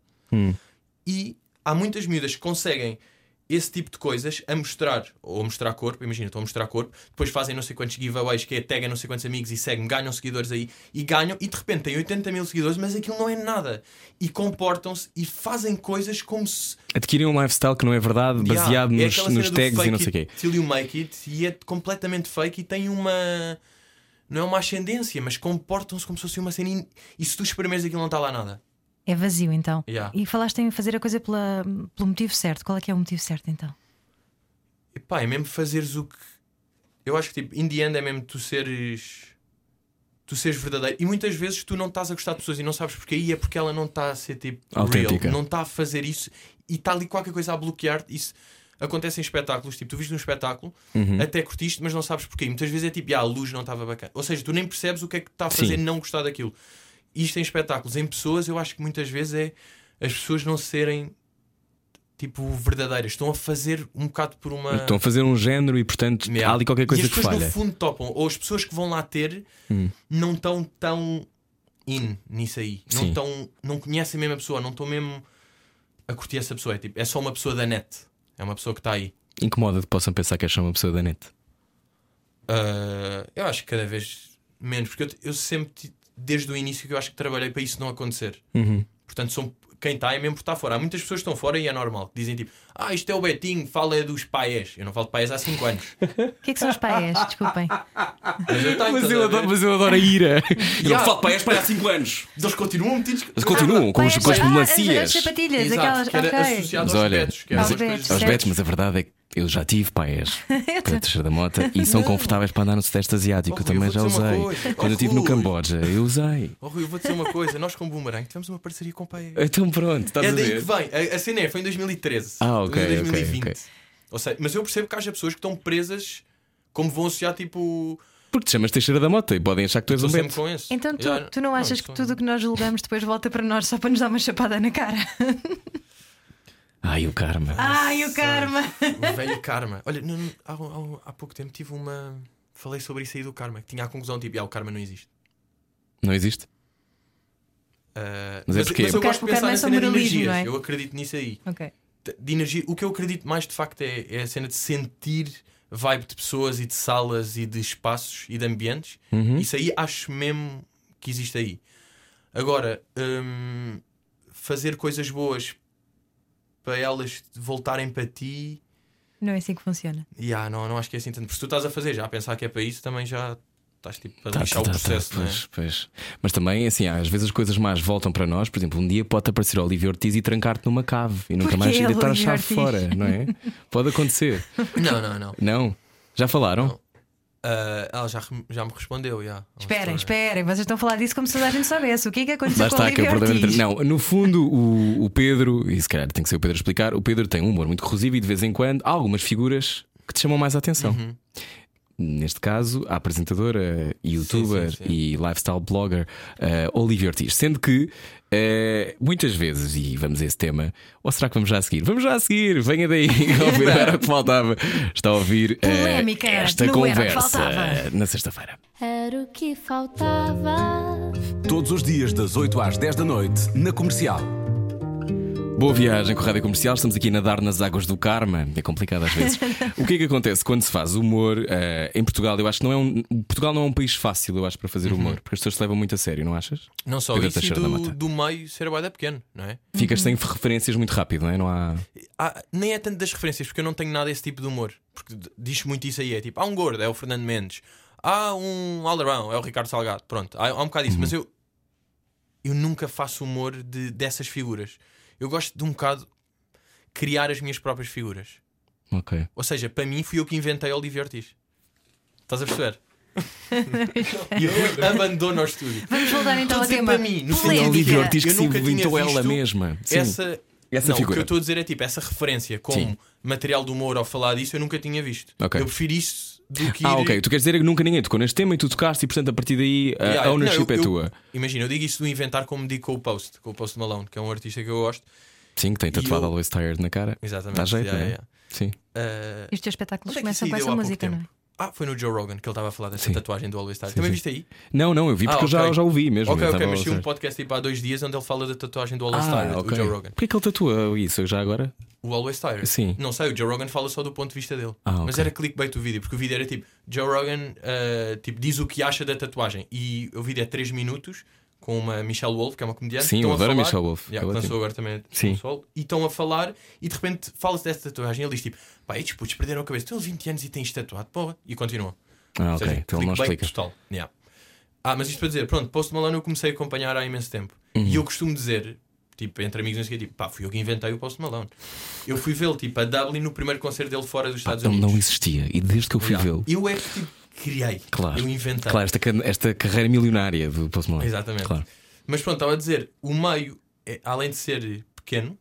Speaker 4: E há muitas miúdas que conseguem esse tipo de coisas a mostrar, ou a mostrar corpo, imagina, estou a mostrar corpo, depois fazem não sei quantos giveaways, que é tagam não sei quantos amigos e seguem, ganham seguidores aí e ganham, e de repente têm 80 mil seguidores, mas aquilo não é nada. E comportam-se e fazem coisas como se.
Speaker 1: Adquirem um lifestyle que não é verdade, baseado
Speaker 4: Yeah, é
Speaker 1: nos,
Speaker 4: aquela
Speaker 1: nos
Speaker 4: cena do
Speaker 1: tags
Speaker 4: fake
Speaker 1: e não sei o
Speaker 4: it
Speaker 1: quê.
Speaker 4: Till you make it, e é completamente fake e tem uma. Não é uma ascendência, mas comportam-se como se fosse uma cena. in- E se tu experimentes aquilo, não está lá nada.
Speaker 3: É vazio então.
Speaker 4: Yeah.
Speaker 3: E falaste em fazer a coisa pela- pelo motivo certo. Qual é que é o motivo certo então?
Speaker 4: Epá, é mesmo fazeres o que. Eu acho que tipo, in the end é mesmo tu seres. Tu seres verdadeiro. E muitas vezes tu não estás a gostar de pessoas e não sabes porque aí é porque ela não está a ser tipo
Speaker 1: Autêntica.
Speaker 4: real, não está a fazer isso e está ali qualquer coisa a bloquear-te. Isso acontece em espetáculos. Tipo, tu viste um espetáculo,
Speaker 1: Uhum.
Speaker 4: até curtiste, mas não sabes porquê. E muitas vezes é tipo, ah, a luz não estava bacana. Ou seja, tu nem percebes o que é que te está a fazer
Speaker 1: Sim.
Speaker 4: não gostar daquilo. Isto em espetáculos. Em pessoas, eu acho que muitas vezes é as pessoas não serem tipo verdadeiras. Estão a fazer um bocado por uma.
Speaker 1: Estão a fazer um género e, portanto,
Speaker 4: Yeah.
Speaker 1: há ali qualquer coisa
Speaker 4: Tipo, e as
Speaker 1: que
Speaker 4: pessoas
Speaker 1: falha. Hum.
Speaker 4: no fundo topam, ou as pessoas que vão lá ter não estão tão in nisso aí,
Speaker 1: Sim.
Speaker 4: não, tão, não conhecem mesmo a pessoa, não estão mesmo a curtir essa pessoa. É, tipo, é só uma pessoa da net, é uma pessoa que está aí.
Speaker 1: Incomoda-te, possam pensar que és só uma pessoa da net.
Speaker 4: Ah, eu acho que cada vez menos, porque eu, eu sempre, ti- desde o início, que eu acho que trabalhei para isso não acontecer.
Speaker 1: Uhum.
Speaker 4: Portanto, são, quem está é mesmo por estar fora. Há muitas pessoas que estão fora e é normal. que Dizem tipo, ah, isto é o Betinho, fala é dos paiés. Eu não falo de paiés há 5 anos.
Speaker 3: O que é que são os paiés? Desculpem.
Speaker 4: Mas eu, tenho,
Speaker 1: Mas
Speaker 4: estás
Speaker 1: eu,
Speaker 4: a ver?
Speaker 1: adoro, mas eu adoro a ira.
Speaker 4: Eu não falo
Speaker 1: para esta há 5 anos.
Speaker 4: Eles continuam metidos.
Speaker 1: Eles continuam com as, com as
Speaker 3: Ah, As, as
Speaker 1: melancias.
Speaker 3: sapatilhas,
Speaker 4: Exato,
Speaker 3: aquelas.
Speaker 4: que era
Speaker 3: Ok.
Speaker 4: associado
Speaker 1: Mas
Speaker 4: aos
Speaker 1: olha,
Speaker 4: betos, que era
Speaker 3: aos
Speaker 4: uma coisa- assim.
Speaker 3: betos,
Speaker 1: Aos
Speaker 3: Certo.
Speaker 1: betos, mas a verdade é que eu já tive paiés para Teixeira da Mota e são confortáveis para andar no Sudeste Asiático.
Speaker 4: Oh,
Speaker 1: eu
Speaker 4: Rui,
Speaker 1: também
Speaker 4: eu
Speaker 1: já
Speaker 4: vou dizer uma
Speaker 1: usei.
Speaker 4: coisa.
Speaker 1: Quando eu
Speaker 4: Oh,
Speaker 1: estive no
Speaker 4: Rui.
Speaker 1: Cambodja, eu usei.
Speaker 3: é-
Speaker 4: Oh, Rui, eu vou dizer uma coisa. Nós com o Boomerang tivemos uma parceria com o Paia.
Speaker 1: Então pronto, estás
Speaker 4: É
Speaker 1: a
Speaker 4: daí que
Speaker 1: ver?
Speaker 4: vem. A, a cena é, foi em 2013.
Speaker 1: Ah, ok,
Speaker 4: Em
Speaker 1: ok,
Speaker 4: 2020.
Speaker 1: ok.
Speaker 4: Ou seja, mas eu percebo que haja pessoas que estão presas, como vão associar, tipo.
Speaker 1: Porque te chamas Teixeira da Mota e podem achar que tu és um
Speaker 4: Estou sempre
Speaker 1: beto.
Speaker 4: com esse.
Speaker 3: Então tu,
Speaker 4: Yeah,
Speaker 3: tu não achas que
Speaker 4: sou-
Speaker 3: tudo o que nós julgamos depois volta para nós só para nos dar uma chapada na cara?
Speaker 1: Ai, o karma.
Speaker 3: Ai, o karma!
Speaker 4: O velho karma. Olha, não- não, há, há- há pouco tempo tive uma. Falei sobre isso aí do karma. Que tinha a conclusão tipo, ah, o karma não existe.
Speaker 1: Não existe?
Speaker 4: Ah,
Speaker 1: Mas é porquê?
Speaker 4: eu
Speaker 3: Porque
Speaker 4: gosto
Speaker 3: o
Speaker 4: de pensar
Speaker 3: karma é
Speaker 4: na
Speaker 3: só
Speaker 4: cena de
Speaker 3: moralismo,
Speaker 4: energias.
Speaker 3: não é?
Speaker 4: Eu acredito nisso aí.
Speaker 3: Ok.
Speaker 4: de- de energia. O que eu acredito mais de facto é, é a cena de sentir vibe de pessoas e de salas e de espaços e de ambientes.
Speaker 1: Uhum.
Speaker 4: Isso aí acho mesmo que existe aí. Agora, hum, fazer coisas boas para elas voltarem para ti,
Speaker 3: Não é assim que funciona.
Speaker 4: yeah, não, não acho que é assim tanto. Porque se tu estás a fazer já a pensar que é para isso, também já estás tipo a
Speaker 1: Tá,
Speaker 4: lixar
Speaker 1: tá,
Speaker 4: o
Speaker 1: tá,
Speaker 4: processo,
Speaker 1: tá,
Speaker 4: não é?
Speaker 1: pois, pois. Mas também, assim, às vezes as coisas más voltam para nós. Por exemplo, um dia pode aparecer Olivia Ortiz e trancar-te numa cave e nunca
Speaker 3: Porquê
Speaker 1: mais
Speaker 3: a
Speaker 1: deitar a
Speaker 3: Olivia
Speaker 1: chave
Speaker 3: Ortiz?
Speaker 1: fora, não é? Pode acontecer.
Speaker 4: Não, não, não.
Speaker 1: Não? Já falaram?
Speaker 4: Não. Ah, ela já, re- já me respondeu, já. Uma
Speaker 3: Esperem,
Speaker 4: história.
Speaker 3: esperem, vocês estão a falar disso como se toda a gente soubesse. O que é que aconteceu
Speaker 1: Lá
Speaker 3: com
Speaker 1: está,
Speaker 3: a
Speaker 1: que é o
Speaker 3: Olivia
Speaker 1: problema
Speaker 3: Ortiz?
Speaker 1: entre- Não, no fundo, o, o Pedro, e se calhar tem que ser o Pedro a explicar, o Pedro tem um humor muito corrosivo e de vez em quando há algumas figuras que te chamam mais a atenção. Neste caso, a apresentadora, youtuber
Speaker 4: Uhum. sim, sim.
Speaker 1: e lifestyle blogger eh, Olivia Ortiz. Sendo que eh, muitas vezes, e vamos a esse tema, ou será que vamos já a seguir? Vamos já a seguir, venha daí, ouvir era o que faltava. Está a ouvir eh,
Speaker 3: Polémica,
Speaker 1: esta
Speaker 3: não era o que
Speaker 1: conversa
Speaker 3: faltava.
Speaker 1: na sexta-feira.
Speaker 6: Era o que faltava.
Speaker 2: Todos os dias, das 8 às 10 da noite, na comercial.
Speaker 1: Boa viagem com a Rádio Comercial, estamos aqui a nadar nas águas do karma, é complicado às vezes. o que é que acontece quando se faz humor eh, em Portugal? Eu acho que não é um, Portugal não é um país fácil, eu acho, para
Speaker 4: Uhum.
Speaker 1: fazer humor, porque as pessoas se levam muito a sério, não achas?
Speaker 4: Não só
Speaker 1: Pedro
Speaker 4: isso, e
Speaker 1: Teixeira da
Speaker 4: do,
Speaker 1: Mota.
Speaker 4: do meio ser a boeda pequeno, não é?
Speaker 1: Ficas sem referências muito rápido, não é? Não há.
Speaker 4: Há- nem é tanto das referências, porque eu não tenho nada desse tipo de humor. Porque d- diz muito isso aí: é tipo, há um gordo, é o Fernando Mendes, há um aldrabão, é o Ricardo Salgado. Pronto, há, há um bocado disso, mas eu, eu nunca faço humor de, dessas figuras. Eu gosto de um bocado criar as minhas próprias figuras.
Speaker 1: Ok.
Speaker 4: Ou seja, para mim fui eu que inventei a Olivia Ortiz. Estás a perceber? e eu abandono o estúdio.
Speaker 3: Vamos voltar então
Speaker 4: Estou a
Speaker 3: ao
Speaker 4: dizer
Speaker 3: tema.
Speaker 4: para mim, no fundo,
Speaker 3: Polémica.
Speaker 1: Olivia Ortiz que
Speaker 4: Eu
Speaker 1: se
Speaker 4: nunca tinha
Speaker 1: inventou ela
Speaker 4: visto
Speaker 1: mesma. Sim.
Speaker 4: Essa,
Speaker 1: Essa
Speaker 4: não,
Speaker 1: figura.
Speaker 4: O que eu estou a dizer é tipo, essa referência como
Speaker 1: Sim.
Speaker 4: material de humor ao falar disso eu nunca tinha visto.
Speaker 1: Ok.
Speaker 4: Eu prefiro isso do que.
Speaker 1: Ah,
Speaker 4: ir-
Speaker 1: ok. Tu queres dizer que nunca ninguém tocou neste tema e tu tocaste e portanto a partir daí a-
Speaker 4: Yeah,
Speaker 1: a
Speaker 4: eu-
Speaker 1: ownership
Speaker 4: não, eu-
Speaker 1: é
Speaker 4: eu-
Speaker 1: tua.
Speaker 4: Imagina, eu digo isso do inventar como digo com o Post, com o Post Malone, que é um artista que eu gosto.
Speaker 1: Sim, que tem tatuado
Speaker 4: eu-
Speaker 1: Always Tired na cara.
Speaker 4: Exatamente.
Speaker 1: Dá jeito,
Speaker 4: Yeah,
Speaker 1: não é?
Speaker 4: yeah,
Speaker 1: Sim.
Speaker 4: yeah. Ah,
Speaker 3: E os teus espetáculos
Speaker 4: onde é que isso
Speaker 3: começam
Speaker 4: aí
Speaker 3: com
Speaker 4: deu
Speaker 3: essa
Speaker 4: há pouco
Speaker 3: música, não é?
Speaker 4: tempo? Ah, foi no Joe Rogan que ele estava a falar dessa
Speaker 1: Sim.
Speaker 4: tatuagem do Always Star. Também
Speaker 1: sim.
Speaker 4: viste aí?
Speaker 1: Não, não, eu vi
Speaker 4: Ah,
Speaker 1: porque eu já,
Speaker 4: ok.
Speaker 1: já ouvi mesmo.
Speaker 4: ok,
Speaker 1: eu
Speaker 4: ok,
Speaker 1: estava
Speaker 4: mas
Speaker 1: a
Speaker 4: tinha um
Speaker 1: dizer.
Speaker 4: podcast tipo há dois dias onde ele fala da tatuagem do Always
Speaker 1: Ah,
Speaker 4: Star,
Speaker 1: ok.
Speaker 4: é do Joe Rogan.
Speaker 1: Porquê que ele tatua isso eu já agora?
Speaker 4: O Always Tired.
Speaker 1: Sim.
Speaker 4: Não sei, o Joe Rogan fala só do ponto de vista dele.
Speaker 1: Ah, ok.
Speaker 4: Mas era clickbait o vídeo, porque o vídeo era tipo: Joe Rogan ah, tipo, diz o que acha da tatuagem. E o vídeo é 3 minutos com uma Michelle Wolf, que é uma comediante.
Speaker 1: Sim,
Speaker 4: estão
Speaker 1: eu adoro
Speaker 4: a
Speaker 1: a
Speaker 4: falar,
Speaker 1: Michelle Wolf.
Speaker 4: Yeah,
Speaker 1: É
Speaker 4: que
Speaker 1: ótimo.
Speaker 4: lançou agora também.
Speaker 1: Sim.
Speaker 4: com Sol. E estão a falar e de repente fala-se dessa tatuagem. Ele diz tipo: pá, estes putos perderam a cabeça. Estão 20 anos e têm isto tatuado, porra. E continuam.
Speaker 1: Ah,
Speaker 4: Ou
Speaker 1: ok.
Speaker 4: seja,
Speaker 1: Então não
Speaker 4: clickbait
Speaker 1: explica.
Speaker 4: total. Yeah. Ah, mas isto para dizer, pronto, Post Malone eu comecei a acompanhar há imenso tempo.
Speaker 1: Uhum.
Speaker 4: E eu costumo dizer, tipo, entre amigos, não sei o quê, tipo, pá, fui eu que inventei o Post Malone. Eu fui vê-lo, tipo, a Dublin no primeiro concerto dele fora dos Estados
Speaker 1: Ele
Speaker 4: Unidos.
Speaker 1: Então não existia. E desde que eu fui
Speaker 4: Yeah.
Speaker 1: vê-lo.
Speaker 4: Eu é que, tipo, criei.
Speaker 1: Claro.
Speaker 4: Eu inventei.
Speaker 1: Claro, esta, ca- esta carreira milionária do Post Malone.
Speaker 4: Exatamente.
Speaker 1: Claro.
Speaker 4: Mas pronto, estava a dizer, o meio, é, além de ser pequeno,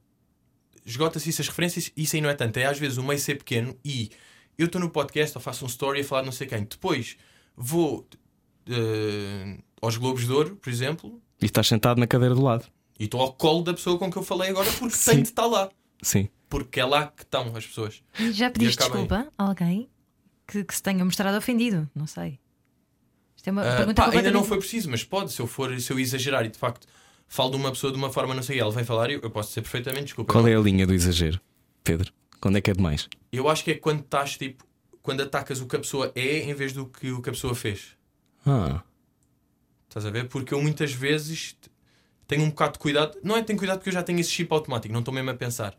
Speaker 4: esgota-se isso as referências, isso aí não é tanto. É às vezes o meio ser pequeno e eu estou no podcast ou faço um story a falar de não sei quem. Depois vou eh, aos Globos de Ouro, por exemplo,
Speaker 1: E estás sentado na cadeira do lado.
Speaker 4: e estou ao colo da pessoa com que eu falei agora porque
Speaker 1: Sim.
Speaker 4: tem de estar lá.
Speaker 1: Sim.
Speaker 4: Porque é lá que estão as pessoas.
Speaker 3: E já pediste
Speaker 4: acaba aí.
Speaker 3: desculpa a alguém que, que se tenha mostrado ofendido? Não sei. Isto é uma
Speaker 4: Ah,
Speaker 3: pergunta
Speaker 4: pá, ainda
Speaker 3: completamente-
Speaker 4: não foi preciso, mas pode, se eu for, se eu exagerar e de facto falo de uma pessoa de uma forma, não sei, ela vem falar, eu, eu posso dizer perfeitamente, desculpa.
Speaker 1: Qual é a linha do exagero, Pedro? Quando é que é demais?
Speaker 4: Eu acho que é quando estás tipo. Quando atacas o que a pessoa é em vez do que o que a pessoa fez.
Speaker 1: Ah,
Speaker 4: Estás a ver? Porque eu muitas vezes tenho um bocado de cuidado. Não é que tenho cuidado porque eu já tenho esse chip automático, não estou mesmo a pensar.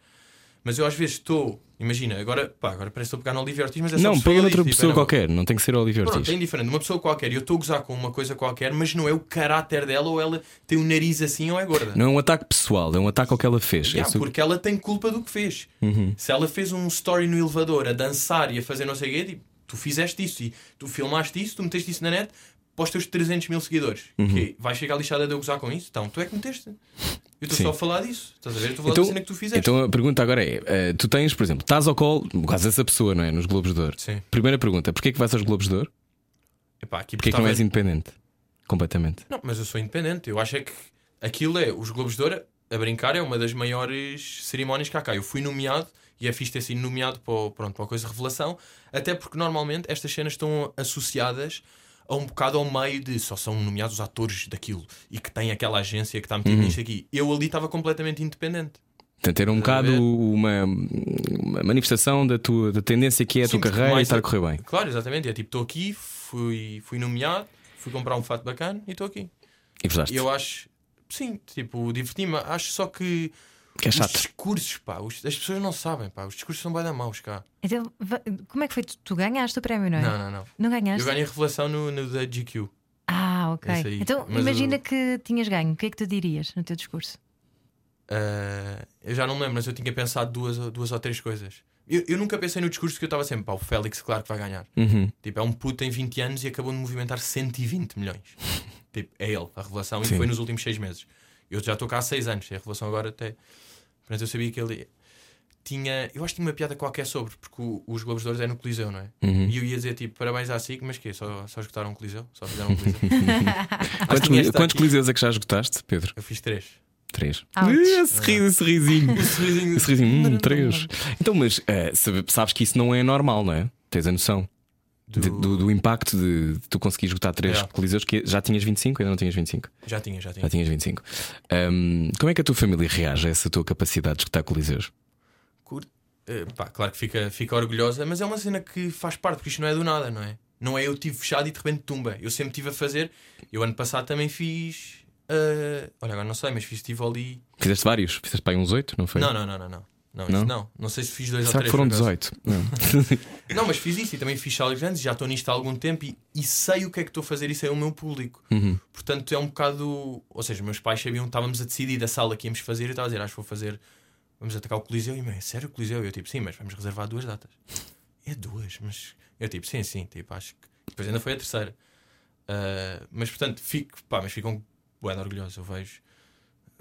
Speaker 4: Mas eu às vezes estou, imagina, agora, pá, agora parece que estou a pegar no Olivia Ortiz, mas essa
Speaker 1: Não,
Speaker 4: pessoa
Speaker 1: pega
Speaker 4: ali,
Speaker 1: outra
Speaker 4: tipo,
Speaker 1: pessoa
Speaker 4: era-
Speaker 1: qualquer, não tem que ser Olivia
Speaker 4: Pronto, é
Speaker 1: Ortiz.
Speaker 4: indiferente, uma pessoa qualquer. Eu estou a gozar com uma coisa qualquer, mas não é o caráter dela, ou ela tem o nariz assim, ou é gorda.
Speaker 1: Não é um ataque pessoal, é Uhum. um ataque ao que ela fez.
Speaker 4: Yeah,
Speaker 1: Isso-
Speaker 4: Porque ela tem culpa do que fez. Se ela fez um story no elevador a dançar e a fazer não sei o quê, tipo, tu fizeste isso e tu filmaste isso, tu meteste isso na net para os teus 300 mil seguidores.
Speaker 1: Uhum.
Speaker 4: Que vai chegar lixada de eu gozar com isso? Então, tu é que meteste. Eu estou
Speaker 1: Sim.
Speaker 4: só a falar disso. Estás a ver? Eu Estou a falar da cena que tu fizeste.
Speaker 1: então a pergunta agora é: eh, tu tens, por exemplo, estás ao colo, no caso dessa pessoa, não é? Nos Globos de Ouro.
Speaker 4: Sim.
Speaker 1: Primeira pergunta: porquê é que vais aos Globos de Ouro?
Speaker 4: Epá, aqui
Speaker 1: Porquê é que não
Speaker 4: estava-
Speaker 1: és independente? Completamente.
Speaker 4: Não, mas eu sou independente. Eu acho é que aquilo é. Os Globos de Ouro, a brincar, é uma das maiores cerimónias que há cá. Eu fui nomeado e é fixe ter sido nomeado para, o- pronto, para a coisa de revelação, até porque normalmente estas cenas estão associadas a um bocado ao meio de só são nomeados os atores daquilo e que tem aquela agência que está metida nisto aqui. Eu ali estava completamente independente.
Speaker 1: Portanto, era um
Speaker 4: Estás a ver?
Speaker 1: bocado uma, uma manifestação da tua da tendência que é a
Speaker 4: Sim,
Speaker 1: tua carreira e
Speaker 4: mais-
Speaker 1: estar a correr bem.
Speaker 4: Claro, exatamente. É tipo, estou aqui, fui, fui nomeado, fui comprar um fato bacana e estou aqui.
Speaker 1: E gostaste.
Speaker 4: E eu acho, sim, tipo, diverti-me. Acho só que
Speaker 1: Que é
Speaker 4: Os
Speaker 1: chato.
Speaker 4: discursos, pá, os- as pessoas não sabem, pá, os discursos são bem da maus cá.
Speaker 3: Então, va- como é que foi? Tu, tu ganhaste o prémio, não é?
Speaker 4: Não, não, não.
Speaker 3: Não ganhaste?
Speaker 4: Eu ganhei
Speaker 1: é.
Speaker 4: revelação no, no da GQ.
Speaker 3: Ah, ok.
Speaker 4: Esse aí.
Speaker 3: Então,
Speaker 4: Mas
Speaker 3: imagina
Speaker 4: eu-
Speaker 3: que tinhas ganho. O que é que tu dirias no teu discurso?
Speaker 4: Ah, eu já não me lembro, mas eu tinha pensado duas, ou- duas ou três coisas. Eu, eu nunca pensei no discurso que eu estava sempre, pá, o Félix, claro que vai ganhar.
Speaker 1: Uhum.
Speaker 4: Tipo, é um puto em 20 anos e acabou de movimentar 120 milhões. tipo, é ele, a revelação,
Speaker 1: Sim.
Speaker 4: e foi nos últimos seis meses. Eu já estou cá há seis anos, é a revelação agora até. Portanto, eu sabia que ele tinha. Eu acho que tinha uma piada qualquer sobre, porque o- os Globos de Ouro é no Coliseu, não é?
Speaker 1: Uhum.
Speaker 4: E eu ia dizer tipo, parabéns à SIC, mas quê? Só, só escutaram o Coliseu? Só fizeram o Coliseu? Acho que
Speaker 1: Quantos,
Speaker 4: tinha esta
Speaker 1: quantos
Speaker 4: aqui.
Speaker 1: coliseus é que já esgotaste, Pedro?
Speaker 4: Eu fiz três.
Speaker 1: Três.
Speaker 3: Ouch.
Speaker 1: Esse riso, esse risinho.
Speaker 4: Esse risinho-
Speaker 1: Esse risinho, hum, três. Então, mas eh, sabe- sabes que isso não é normal, não é? Tens a noção de- do, do impacto de, de tu conseguir esgotar três
Speaker 4: Yeah.
Speaker 1: coliseus que já tinhas 25, ainda não tinhas 25.
Speaker 4: Já tinha, já
Speaker 1: Já
Speaker 4: tinha.
Speaker 1: tinhas 25. Ahm, como é que a tua família reage a essa tua capacidade de esgotar coliseus?
Speaker 4: Cur- Eh, pá, claro que fica, fica orgulhosa, mas é uma cena que faz parte, porque isto não é do nada, não é? Não é eu tive fechado e de repente tumba. Eu sempre tive a fazer. Eu ano passado também fiz. eh, olha, agora não sei, mas fiz Tivoli.
Speaker 1: Fizeste vários? Fizeste para aí uns 8, não foi?
Speaker 4: Não, não, não, não, não. Não, isso
Speaker 1: Não?
Speaker 4: não? não. sei se fiz dois ou
Speaker 1: Será
Speaker 4: três.
Speaker 1: que foram
Speaker 4: por acaso.
Speaker 1: 18? Não.
Speaker 4: Não, mas fiz isso e também fiz salas grandes, já estou nisto há algum tempo e, e sei o que é que estou a fazer e sei o meu público.
Speaker 1: Uhum.
Speaker 4: Portanto, é um bocado. Ou seja, meus pais sabiam, estávamos a decidir da sala que íamos fazer e eu estava a dizer, acho que vou fazer. Vamos atacar o Coliseu. E meu, é sério o Coliseu? E eu tipo, sim, mas vamos reservar duas datas. É duas, mas. Eu tipo, sim, sim, tipo, acho que. Depois ainda foi a terceira. Ah, mas portanto, fico, pá, mas ficam bué de orgulhosos, eu vejo.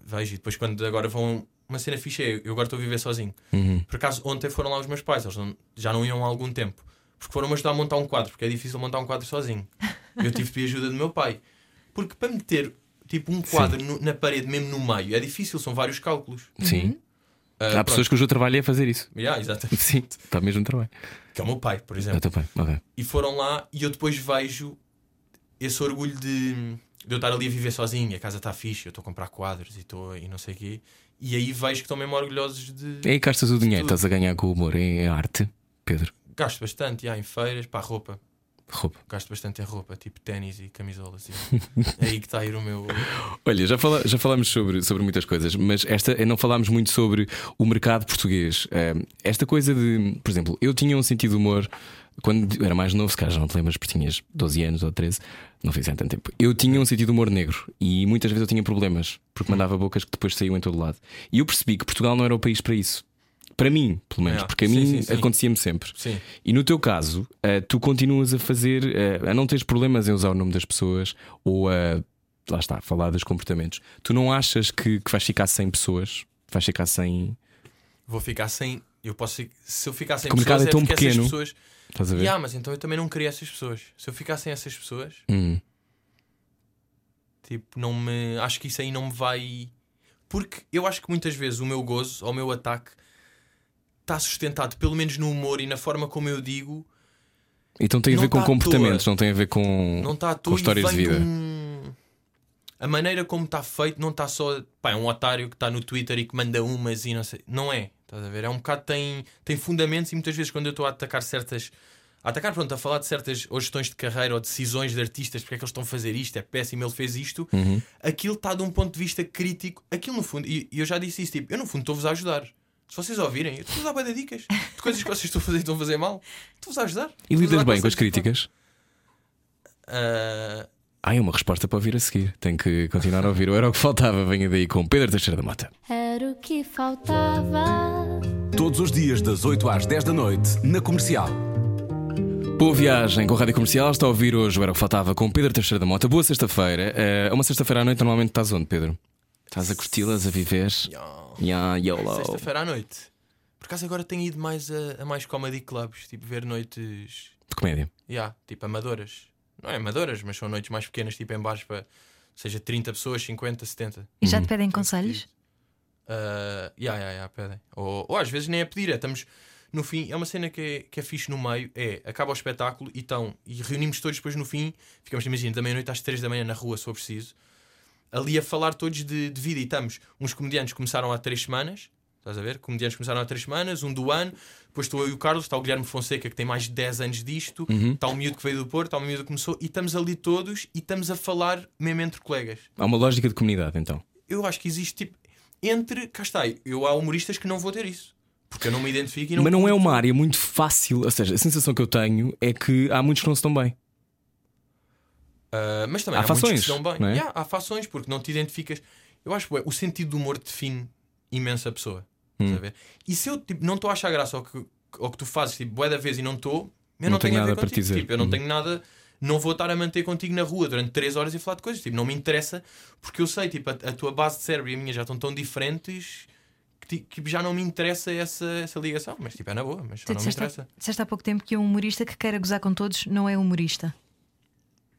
Speaker 4: Vejo e depois quando agora vão. Uma cena fixe é, eu agora estou a viver sozinho.
Speaker 1: Uhum.
Speaker 4: Por acaso, ontem foram lá os meus pais, eles não- já não iam há algum tempo. Porque foram-me ajudar a montar um quadro, porque é difícil montar um quadro sozinho. Eu tive de pedir ajuda do meu pai. Porque para meter tipo um quadro no- na parede, mesmo no meio, é difícil, são vários cálculos.
Speaker 1: Sim.
Speaker 4: Ah,
Speaker 1: Há
Speaker 4: pronto.
Speaker 1: pessoas cujo trabalho é fazer isso.
Speaker 4: Yeah, exatamente.
Speaker 1: Sim, está mesmo trabalho.
Speaker 4: Que é o meu pai, por
Speaker 1: Eu
Speaker 4: exemplo.
Speaker 1: também, ok.
Speaker 4: E foram lá e eu depois vejo esse orgulho de, de eu estar ali a viver sozinho, a casa está fixe, eu estou a comprar quadros e estou e não sei o quê. E aí vejo que estão mesmo orgulhosos de.
Speaker 1: É aí que gastas o dinheiro,
Speaker 4: Tudo.
Speaker 1: estás a ganhar com o humor, é, é arte, Pedro.
Speaker 4: Gasto bastante, yeah, em feiras, para roupa.
Speaker 1: Roupa.
Speaker 4: Gasto bastante em roupa, tipo ténis e camisolas. e- é aí que está a ir o meu.
Speaker 1: Olha, já, fala- já falámos sobre, sobre muitas coisas, mas esta eh, não falámos muito sobre o mercado português. Ahm, esta coisa de, por exemplo, eu tinha um sentido de humor quando era mais novo, se calhar já não te lembras, porque tinhas 12 anos ou 13, não fiz há tanto tempo. Eu tinha um sentido de humor negro e muitas vezes eu tinha problemas, porque mandava bocas que depois saíam em todo lado. E eu percebi que Portugal não era o país para isso. Para mim, pelo menos,
Speaker 4: É,
Speaker 1: porque a
Speaker 4: sim,
Speaker 1: mim
Speaker 4: sim, sim.
Speaker 1: acontecia-me sempre.
Speaker 4: Sim.
Speaker 1: E no teu caso, eh, tu continuas a fazer, eh, a não teres problemas em usar o nome das pessoas ou a, lá está, falar dos comportamentos. Tu não achas que, que vais ficar sem pessoas? Vais ficar sem.
Speaker 4: Vou ficar sem. Eu posso. fi- Se eu ficar sem
Speaker 1: Porque o mercado
Speaker 4: pessoas,
Speaker 1: é tão
Speaker 4: porque
Speaker 1: pequeno.
Speaker 4: essas pessoas.
Speaker 1: Estás a ver?
Speaker 4: Yeah, mas então eu também não queria essas pessoas. Se eu ficar sem essas pessoas,
Speaker 1: Hum.
Speaker 4: Tipo, não me. Acho que isso aí não me vai. Porque eu acho que muitas vezes o meu gozo ou o meu ataque está sustentado, pelo menos no humor e na forma como eu digo,
Speaker 1: Então tem a
Speaker 4: Não
Speaker 1: ver com
Speaker 4: tá à
Speaker 1: comportamentos,
Speaker 4: toa.
Speaker 1: não tem a ver com,
Speaker 4: não está à
Speaker 1: Hum.
Speaker 4: toa
Speaker 1: com
Speaker 4: e
Speaker 1: histórias de
Speaker 4: vem
Speaker 1: vida.
Speaker 4: um- A maneira como está feito não está só. Pá, é um otário que está no Twitter e que manda umas e não sei. Não é. Estás a ver? É um bocado. Tem, tem fundamentos e muitas vezes quando eu estou a atacar certas. a atacar, pronto, a falar de certas ou gestões de carreira ou decisões de artistas, porque é que eles estão a fazer isto, é péssimo, ele fez isto.
Speaker 1: Uhum.
Speaker 4: Aquilo está de um ponto de vista crítico. Aquilo, no fundo, e e eu já disse isso, tipo, eu no fundo estou-vos a ajudar. Se vocês ouvirem, eu estou a dar bué de dicas de coisas que vocês estão a fazer e estão a fazer mal. Estou-vos a
Speaker 1: E
Speaker 4: ajudar. Estou-vos a
Speaker 1: lidas
Speaker 4: dar
Speaker 1: bem com as
Speaker 4: conselhos.
Speaker 1: críticas?
Speaker 4: Ah,
Speaker 1: Ah, é uma resposta para ouvir a seguir. Tenho que continuar a ouvir. O Era o que faltava. Venha daí com Pedro Teixeira da Mota.
Speaker 6: Era o que faltava.
Speaker 2: Todos os dias, das 8 às 10 da noite, na comercial.
Speaker 1: Boa viagem com a Rádio Comercial. Está a ouvir hoje o Era o que faltava com Pedro Teixeira da Mota. Boa sexta-feira. Eh, É uma sexta-feira à noite. Normalmente estás onde, Pedro? Estás a curti-las, a viver? Yeah, YOLO.
Speaker 4: Sexta-feira à noite. Por acaso agora tenho ido mais a, a mais comedy clubs, tipo ver noites,
Speaker 1: De comédia.
Speaker 4: yeah, tipo amadoras. Não é amadoras, mas são noites mais pequenas, tipo em baixo para seja 30 pessoas, 50, 70.
Speaker 3: E já te pedem conselhos?
Speaker 4: Uh, yeah, yeah, yeah, pedem. Ou, ou às vezes nem é pedir, é, estamos no fim. É uma cena que é, que é fixe no meio: é acaba o espetáculo e, tão, e reunimos todos depois no fim. Ficamos, imagina, da meia-noite às três da manhã na rua, se for preciso, ali a falar todos de, de vida. E estamos, uns comediantes começaram há três semanas. Estás a ver? Comediantes começaram há três semanas, um do ano, depois estou eu e o Carlos, está o Guilherme Fonseca que tem mais de 10 anos disto, está o miúdo que veio do Porto, está o miúdo que começou, e estamos ali todos e estamos a falar mesmo entre colegas
Speaker 1: Há uma lógica de comunidade, então.
Speaker 4: eu acho que existe tipo entre cá está, eu há humoristas que não vou ter isso porque eu não me identifico e não,
Speaker 1: Mas não é uma área muito fácil. Ou seja, a sensação que eu tenho é que há muitos que não se dão bem.
Speaker 4: Ah, mas também
Speaker 1: Há
Speaker 4: há, muitos que
Speaker 1: fações,
Speaker 4: se dão bem
Speaker 1: não é?
Speaker 4: Yeah, há fações porque não te identificas eu acho que o sentido do humor define imensa pessoa
Speaker 1: Hum.
Speaker 4: estás a ver? e se eu tipo, não estou a achar graça ao que, ao que tu fazes tipo bué da vez e não estou eu não,
Speaker 1: Não
Speaker 4: tenho,
Speaker 1: tenho
Speaker 4: a ver
Speaker 1: nada para te
Speaker 4: contigo.
Speaker 1: dizer.
Speaker 4: Tipo, eu não
Speaker 1: Hum.
Speaker 4: tenho nada não vou estar a manter contigo na rua durante 3 horas e falar de coisas tipo não me interessa porque eu sei tipo a, a tua base de cérebro e a minha já estão tão diferentes que, ti- que já não me interessa essa, essa ligação mas tipo é na boa mas só
Speaker 3: Tu
Speaker 4: não me
Speaker 3: disseste,
Speaker 4: interessa
Speaker 3: disseste há pouco tempo que um humorista que queira gozar com todos não é humorista.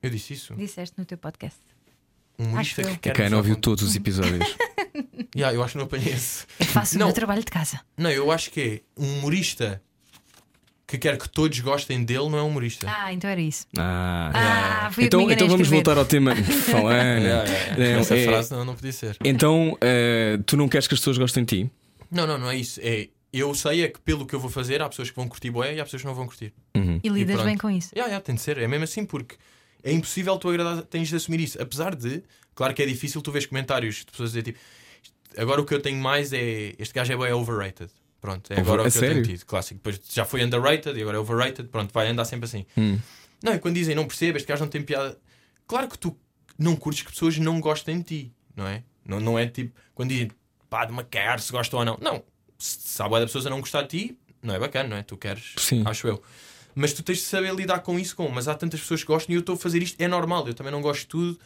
Speaker 4: eu disse isso
Speaker 3: Disseste no teu podcast.
Speaker 4: um humorista
Speaker 3: Acho eu.
Speaker 4: que
Speaker 1: É
Speaker 4: quer
Speaker 1: quem não
Speaker 4: gozar
Speaker 1: ouviu
Speaker 4: com-
Speaker 1: todos os episódios.
Speaker 4: Yeah, eu acho que não apanhei esse
Speaker 3: Eu faço o
Speaker 4: Não.
Speaker 3: meu trabalho de casa.
Speaker 4: Não, eu acho que é um humorista que quer que todos gostem dele não é um humorista.
Speaker 3: Ah, então era isso.
Speaker 1: Ah,
Speaker 3: Ah, fui eu que
Speaker 1: então
Speaker 3: me enganei
Speaker 1: então
Speaker 3: a
Speaker 1: vamos
Speaker 3: escrever.
Speaker 1: voltar ao tema. Fala, Ana. Não,
Speaker 4: Essa
Speaker 1: é-
Speaker 4: frase não, não podia ser.
Speaker 1: Então, eh, tu não queres que as pessoas gostem de ti?
Speaker 4: Não, não, não é isso. É, eu sei é que pelo que eu vou fazer há pessoas que vão curtir boé e há pessoas que não vão curtir.
Speaker 3: E lidas
Speaker 4: pronto.
Speaker 3: bem com isso.
Speaker 4: Ya, ya, tem de ser. É mesmo assim porque é impossível tu agradar, tens de assumir isso. Apesar de, claro que é difícil tu vês comentários de pessoas a dizer tipo agora o que eu tenho mais é este gajo é bem overrated. Pronto, é
Speaker 1: Over-
Speaker 4: agora
Speaker 1: a
Speaker 4: o que eu
Speaker 1: sério?
Speaker 4: tenho tido. Clássico. Depois já foi underrated e agora é overrated. Pronto, vai andar sempre assim.
Speaker 1: Hum.
Speaker 4: Não, e quando dizem não percebo, este gajo não tem piada. Claro que tu não curtes que pessoas não gostem de ti, não é? Não, não é tipo quando dizem pá, de uma quer se gostam ou não. Não, se se há boa de pessoas a não gostar de ti, não é bacana, não é? Tu queres,
Speaker 1: Sim.
Speaker 4: acho eu. Mas tu tens de saber lidar com isso, com. Mas há tantas pessoas que gostam e eu estou a fazer isto, é normal, eu também não gosto de tudo.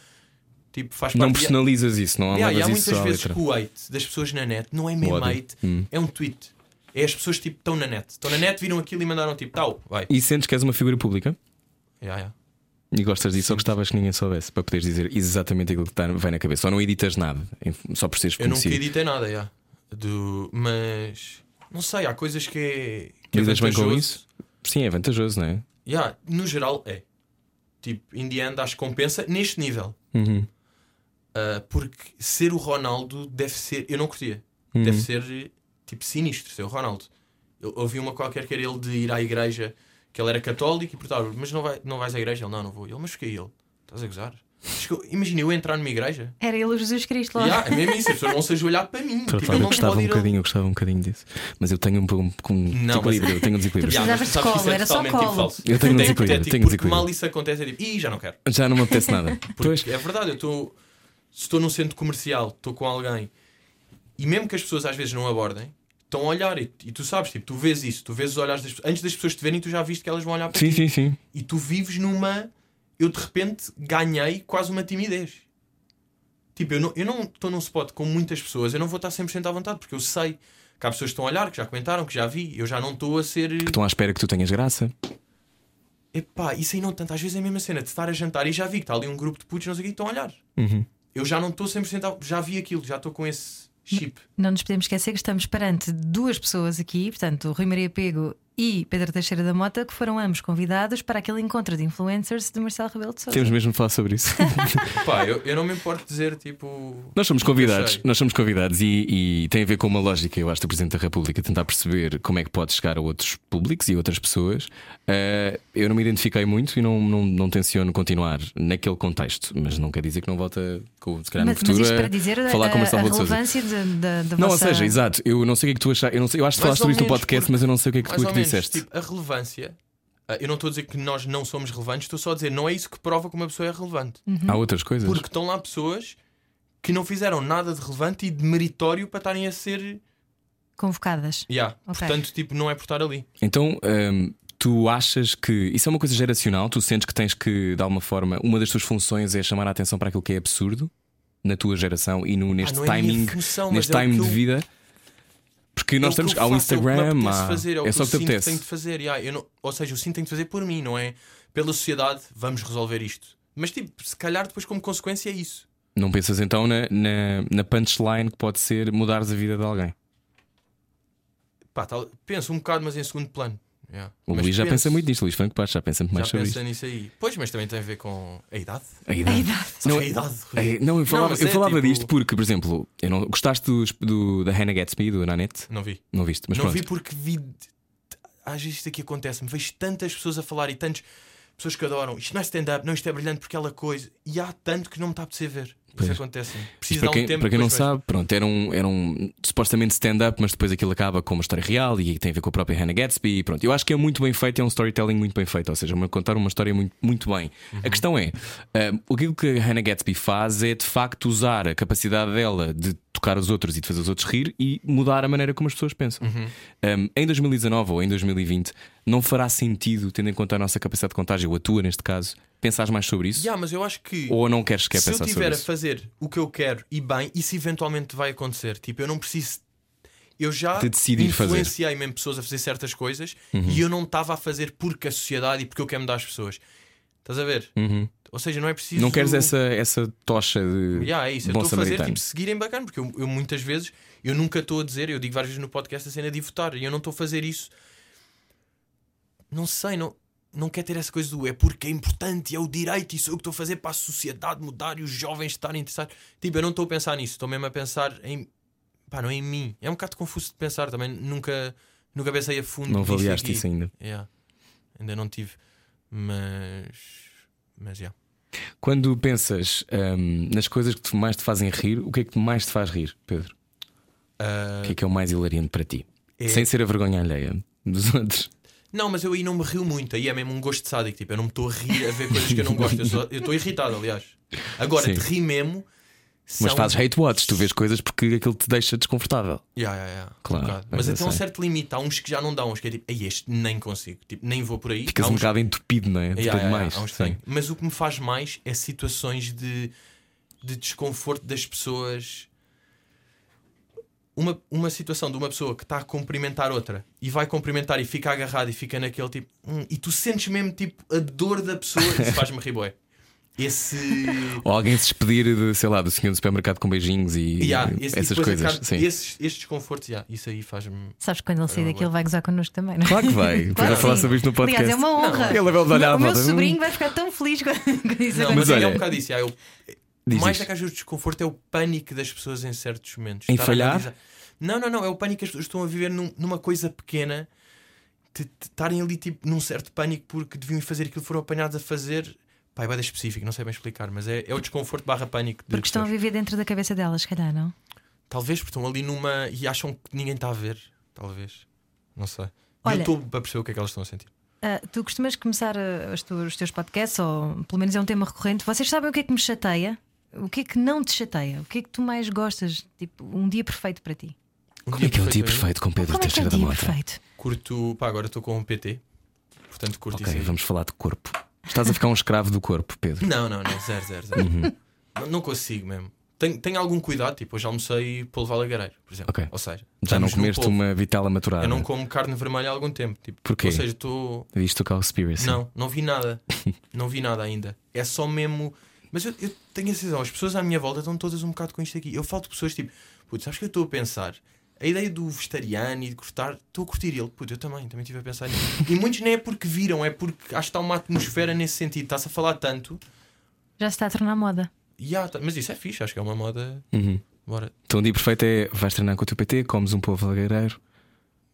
Speaker 4: Tipo, faz
Speaker 1: Não
Speaker 4: parte. E-
Speaker 1: personalizas isso, não há
Speaker 4: Yeah, e há
Speaker 1: levas isso
Speaker 4: muitas
Speaker 1: à
Speaker 4: vezes
Speaker 1: letra.
Speaker 4: que o hate das pessoas na net não é meme
Speaker 1: Ódio. Hum.
Speaker 4: hate, é um tweet. É as pessoas tipo estão na net. Estão na net, viram aquilo e mandaram tipo tal, vai.
Speaker 1: E sentes que és uma figura pública?
Speaker 4: Yeah, yeah.
Speaker 1: E gostas disso ou gostavas que ninguém soubesse para poderes dizer exatamente aquilo que está, vai na cabeça? Ou não editas nada, em- só por seres
Speaker 4: Eu nunca
Speaker 1: conhecido.
Speaker 4: editei nada, já. Do... mas não sei, há coisas que é. Que é
Speaker 1: Lidas bem com
Speaker 4: vantajoso.
Speaker 1: isso? Sim, é vantajoso, não é?
Speaker 4: Já, no geral é. Tipo, in the end acho que compensa neste nível.
Speaker 1: Uhum,
Speaker 4: Ah, porque ser o Ronaldo deve ser. Eu não curtia.
Speaker 1: uhum.
Speaker 4: Deve ser tipo sinistro ser o Ronaldo. Eu ouvi uma qualquer que era ele de ir à igreja, que ele era católico e portanto, mas não, vai, não vais à igreja? Ele, não, não vou. Ele, mas fiquei ele. Estás a gozar? Acho que eu- Imagina eu entrar numa igreja.
Speaker 3: Era ele o Jesus Cristo logo.
Speaker 4: Já, é mesmo isso, as pessoas vão se ajoelhar para mim.
Speaker 1: Por outro
Speaker 4: Tipo, ele
Speaker 1: lado, eu
Speaker 4: não
Speaker 1: gostava
Speaker 4: pode
Speaker 1: um
Speaker 4: ir ali.
Speaker 1: bocadinho, eu gostava um bocadinho disso. Mas eu tenho um, um, um
Speaker 4: Não,
Speaker 1: desequilíbrio,
Speaker 4: mas-
Speaker 1: eu tenho um desequilíbrio.
Speaker 4: Já, mas
Speaker 3: Precisavas de
Speaker 4: sabes que isso
Speaker 3: colo,
Speaker 4: é
Speaker 3: era só
Speaker 4: totalmente
Speaker 3: colo.
Speaker 4: tipo falso.
Speaker 1: Eu tenho um
Speaker 4: É
Speaker 1: desequilíbrio,
Speaker 4: hipotético,
Speaker 1: tenho um
Speaker 4: Porque mal
Speaker 1: desequilíbrio.
Speaker 4: isso acontece é tipo, ih, já não quero.
Speaker 1: Já não me apetece nada. Pois,
Speaker 4: Porque é verdade, eu estou. Se estou num centro comercial, estou com alguém e mesmo que as pessoas às vezes não abordem, estão a olhar e, e tu sabes, tipo, tu vês isso, tu vês os olhares das pessoas. Antes das pessoas te verem, tu já viste que elas vão olhar para
Speaker 1: sim,
Speaker 4: ti.
Speaker 1: sim, sim.
Speaker 4: E tu vives numa. Eu de repente ganhei quase uma timidez. Tipo, eu não estou eu não estou num spot com muitas pessoas, eu não vou estar 100% à vontade, porque eu sei que há pessoas que estão a olhar, que já comentaram, que já vi, eu já não estou a ser.
Speaker 1: Que estão à espera que tu tenhas graça.
Speaker 4: Epá, isso aí não tanto. Às vezes é a mesma cena de estar a jantar e já vi que está ali um grupo de putos, não sei o que, estão a olhar.
Speaker 1: Uhum.
Speaker 4: Eu já não estou 100%. ao- Já vi aquilo, já estou com esse chip.
Speaker 3: Não nos podemos esquecer que estamos perante duas pessoas aqui, portanto, o Rui Maria Pego e Pedro Teixeira da Mota, que foram ambos convidados para aquele encontro de influencers de Marcelo Rebelo de Sousa.
Speaker 1: Temos mesmo de falar sobre isso.
Speaker 4: Pá, eu, eu não me importo dizer tipo.
Speaker 1: Nós somos convidados,
Speaker 4: Achei.
Speaker 1: nós somos convidados e, e tem a ver com uma lógica, eu acho, do Presidente da República, tentar perceber como é que pode chegar a outros públicos e outras pessoas. Eh, eu não me identifiquei muito e não, não, não tenciono continuar naquele contexto, mas não quer dizer que não volta, com, se calhar
Speaker 3: Mas,
Speaker 1: no futuro,
Speaker 3: mas isto
Speaker 1: a
Speaker 3: para dizer a,
Speaker 1: é falar com o
Speaker 3: a-
Speaker 1: Marcelo
Speaker 3: a
Speaker 1: Rebelo de Sousa.
Speaker 3: relevância da, da, da
Speaker 1: Não,
Speaker 3: vossa...
Speaker 1: ou seja, exato, eu não sei o que é que tu achaste, eu, não sei- eu acho que
Speaker 4: Mais
Speaker 1: falaste sobre
Speaker 4: ou
Speaker 1: isto no
Speaker 4: menos,
Speaker 1: podcast,
Speaker 4: porque-
Speaker 1: mas eu não sei o que é que tu
Speaker 4: Mais
Speaker 1: é
Speaker 4: ou
Speaker 1: que
Speaker 4: menos,
Speaker 1: disseste.
Speaker 4: tipo, a relevância. ah, Eu não estou a dizer que nós não somos relevantes, estou só a dizer, não é isso que prova que uma pessoa é relevante.
Speaker 1: Há outras coisas.
Speaker 4: Porque estão lá pessoas que não fizeram nada de relevante e de meritório para estarem a ser.
Speaker 3: Convocadas.
Speaker 4: Yeah.
Speaker 3: Ok.
Speaker 4: Portanto, tipo, não é por estar ali.
Speaker 1: Então, hum, tu achas que isso é uma coisa geracional? Tu sentes que tens que, de alguma forma, uma das tuas funções é chamar a atenção para aquilo que é absurdo na tua geração e no, neste
Speaker 4: não é a minha
Speaker 1: timing,
Speaker 4: função,
Speaker 1: neste
Speaker 4: mas é o
Speaker 1: timing
Speaker 4: que
Speaker 1: de
Speaker 4: eu-
Speaker 1: vida? Porque nós
Speaker 4: é o
Speaker 1: estamos.
Speaker 4: que eu
Speaker 1: Há o
Speaker 4: faço, é o que me
Speaker 1: Instagram,
Speaker 4: apetece
Speaker 1: há-
Speaker 4: fazer, é, o
Speaker 1: é
Speaker 4: que
Speaker 1: só o que te
Speaker 4: eu sinto que
Speaker 1: apetece.
Speaker 4: tenho de fazer. yeah, eu não- Ou seja, eu sinto que tenho de fazer por mim, não é? Pela sociedade, vamos resolver isto. Mas, tipo, se calhar depois, como consequência, é isso.
Speaker 1: Não pensas então na, na, na punchline que pode ser mudares a vida de alguém?
Speaker 4: Pá, tal- penso um bocado, mas em segundo plano. Yeah.
Speaker 1: O
Speaker 4: Mas
Speaker 1: Luís já
Speaker 4: penso,
Speaker 1: pensa muito nisto, Luís Franco Paz já pensa muito
Speaker 4: Já
Speaker 1: mais sobre
Speaker 4: pensa
Speaker 1: isto.
Speaker 4: nisso aí. Pois, mas também tem a ver com a idade.
Speaker 1: A idade.
Speaker 4: Não, a idade. Rui.
Speaker 1: É, não, eu falava,
Speaker 4: mas
Speaker 1: eu
Speaker 4: é,
Speaker 1: falava
Speaker 4: tipo-
Speaker 1: disto porque, por exemplo, eu não, gostaste do, do- da Hannah Gatsby, do Nanette?
Speaker 4: Não vi.
Speaker 1: Não viste, é- mas
Speaker 4: não
Speaker 1: pronto.
Speaker 4: vi porque vi. Às vezes isto aqui acontece-me. Vejo tantas pessoas a falar e tantas pessoas que adoram. Isto não é stand-up, não, isto é brilhante porque ela coisa. E há tanto que não me está a apetecer ver.
Speaker 1: Pois.
Speaker 4: Isso acontece. Preciso
Speaker 1: Para
Speaker 4: dar um
Speaker 1: quem,
Speaker 4: tempo
Speaker 1: para quem não
Speaker 4: depois vejo.
Speaker 1: sabe, pronto, era um, era um supostamente stand-up, mas depois aquilo acaba com uma história real e tem a ver com a própria Hannah Gatsby. e Pronto, eu acho que é muito bem feito, é um storytelling muito bem feito, ou seja, uma- contar uma história muito, muito bem.
Speaker 4: Uhum.
Speaker 1: A questão é: o aquilo que a Hannah Gatsby faz é de facto usar a capacidade dela de tocar os outros e de fazer os outros rir e mudar a maneira como as pessoas pensam.
Speaker 4: Uhum.
Speaker 1: Um, em 2019 ou em 2020, não fará sentido, tendo em conta a nossa capacidade de contágio, ou a tua neste caso, pensares mais sobre isso?
Speaker 4: Yeah, mas eu acho que.
Speaker 1: Ou não queres sequer
Speaker 4: se eu
Speaker 1: pensar sobre
Speaker 4: tiver a
Speaker 1: isso?
Speaker 4: fazer o que eu quero e bem, isso eventualmente vai acontecer. Tipo, eu não preciso. Eu já
Speaker 1: De decidir fazer. Uhum.
Speaker 4: influenciei mesmo pessoas a fazer certas coisas e eu não estava a fazer porque a sociedade e porque eu quero mudar as pessoas. Estás a ver? Ou seja, não é preciso.
Speaker 1: Uhum. Não queres essa, essa tocha de.
Speaker 4: Yeah, é isso. Eu
Speaker 1: bom
Speaker 4: estou a fazer
Speaker 1: samaritano.
Speaker 4: tipo seguirem bacana, porque eu, eu muitas vezes eu nunca estou a dizer, eu digo várias vezes no podcast a cena de ir votar e eu não estou a fazer isso. Não sei, não, não quer ter essa coisa do é porque é importante, é o direito, isso é o que estou a fazer para a sociedade mudar e os jovens estarem interessados. Tipo, eu não estou a pensar nisso, estou mesmo a pensar em. pá, não é em mim. É um bocado confuso de pensar também, nunca, nunca pensei a fundo.
Speaker 1: Não
Speaker 4: nisso
Speaker 1: avaliaste
Speaker 4: um aqui.
Speaker 1: isso ainda.
Speaker 4: Yeah. Ainda não tive, mas. mas já.
Speaker 1: Quando pensas hum, nas coisas que te- mais te fazem rir, o que é que mais te faz rir, Pedro? O que é que é o mais hilariante para ti?
Speaker 4: É.
Speaker 1: Sem ser a vergonha alheia dos outros.
Speaker 4: Não, mas eu aí não me rio muito, aí é mesmo um gosto de sádico, tipo, eu não me estou a rir a ver coisas que eu não gosto, eu só- eu estou irritado, aliás. Agora,
Speaker 1: Sim.
Speaker 4: de rir mesmo.
Speaker 1: Mas
Speaker 4: são-
Speaker 1: fazes hate watch, tu vês coisas porque aquilo te deixa desconfortável.
Speaker 4: Ya, ya, ya, um
Speaker 1: Claro, é
Speaker 4: bocado.
Speaker 1: mas
Speaker 4: Mas
Speaker 1: eu
Speaker 4: até um
Speaker 1: sei.
Speaker 4: certo limite, há uns que já não dão, uns que é tipo, "Ei, este nem consigo, tipo, nem vou por aí.
Speaker 1: Ficas
Speaker 4: Há
Speaker 1: um
Speaker 4: uns-
Speaker 1: bocado entupido, não é?
Speaker 4: Ya,
Speaker 1: Depois
Speaker 4: ya, ya,
Speaker 1: demais.
Speaker 4: há uns que
Speaker 1: Sim.
Speaker 4: têm. um Mas o que me faz mais é situações de, de desconforto das pessoas. Uma, uma situação de uma pessoa que está a cumprimentar outra e vai cumprimentar e fica agarrado e fica naquele tipo. "Hum", e tu sentes mesmo tipo a dor da pessoa. Isso faz-me rir, bué. Esse.
Speaker 1: Ou alguém se despedir de, sei lá, do senhor do supermercado com beijinhos e
Speaker 4: Yeah,
Speaker 1: e
Speaker 4: esse
Speaker 1: essas
Speaker 4: tipo de
Speaker 1: coisas.
Speaker 4: acaba-
Speaker 1: Sim.
Speaker 4: Esses, estes desconfortos, yeah, isso aí faz-me.
Speaker 3: Sabes que quando ele sair daqui, ele vai gozar connosco também, não é?
Speaker 1: Claro que vai. Depois vai
Speaker 3: que
Speaker 1: falar
Speaker 3: sim.
Speaker 1: sobre isto no podcast.
Speaker 3: Aliás, é uma honra.
Speaker 1: Ele vai olhar à
Speaker 3: o meu
Speaker 1: volta.
Speaker 3: sobrinho vai ficar tão feliz com com isso.
Speaker 4: Não,
Speaker 3: agora.
Speaker 4: mas,
Speaker 1: Mas
Speaker 4: aí é
Speaker 1: olha,
Speaker 4: um bocado isso. yeah, eu-
Speaker 1: Diz
Speaker 4: mais
Speaker 1: isto.
Speaker 4: da que às vezes o desconforto é o pânico das pessoas em certos momentos.
Speaker 1: Em
Speaker 4: Estar a
Speaker 1: falhar?
Speaker 4: analisar- Não, não, não. É o pânico que as pessoas estão a viver num- numa coisa pequena, de de estarem ali tipo, num certo pânico porque deviam ir fazer aquilo que foram apanhados a fazer. Pai, vai dar específico, não sei bem explicar, mas é, é o desconforto barra pânico. de
Speaker 3: Porque estão a
Speaker 4: pessoas.
Speaker 3: viver dentro da cabeça delas, se calhar, não?
Speaker 4: Talvez porque estão ali numa. e acham que ninguém está a ver. Talvez. Não sei.
Speaker 3: Olha-
Speaker 4: Eu estou a perceber o que é que elas estão a sentir.
Speaker 3: Ah, tu costumas começar ah, as tuas- os teus podcasts, ou pelo menos é um tema recorrente. Vocês sabem o que é que me chateia? O que é que não te chateia? O que é que tu mais gostas? Tipo, um dia perfeito para ti.
Speaker 4: Um
Speaker 1: Como é que é o dia
Speaker 4: perfeito para mim.
Speaker 1: perfeito com Pedro
Speaker 3: Como é que é o
Speaker 1: Teixeira da
Speaker 3: dia
Speaker 1: Mota?
Speaker 3: perfeito?
Speaker 4: Curto. Pá, agora estou com um PT. Portanto, curto
Speaker 1: Ok,
Speaker 4: isso. aí.
Speaker 1: vamos falar de corpo. Estás a ficar um escravo do corpo, Pedro.
Speaker 4: Não, não, não, zero, zero, zero.
Speaker 1: Uhum.
Speaker 4: não, não consigo mesmo. Tenho, tenho algum cuidado, tipo, hoje almocei polvo alagareiro, por exemplo.
Speaker 1: Ok.
Speaker 4: Ou seja,
Speaker 1: Já não
Speaker 4: estamos no
Speaker 1: comeste
Speaker 4: polvo.
Speaker 1: uma vitela maturada.
Speaker 4: Eu não como carne vermelha há algum tempo. Tipo,
Speaker 1: Porquê?
Speaker 4: Ou seja, estou.
Speaker 1: Viste o Cowspiracy?
Speaker 4: Não, não vi nada. não vi nada ainda. É só mesmo. Mas eu, eu tenho a sensação, as pessoas à minha volta estão todas um bocado com isto aqui. Eu falo de pessoas tipo, putz, sabes que eu estou a pensar? a ideia do vegetariano e de cortar, estou a curtir E ele. Puto, eu também, também estive a pensar nisso. E muitos nem é porque viram, é porque acho que está uma atmosfera nesse sentido. Está-se a falar tanto.
Speaker 3: Já se está a tornar moda.
Speaker 4: E há, mas isso é fixe, acho que é uma moda. Bora.
Speaker 1: Então, o dia perfeito é vais treinar com o teu PT, comes um povo lagareiro.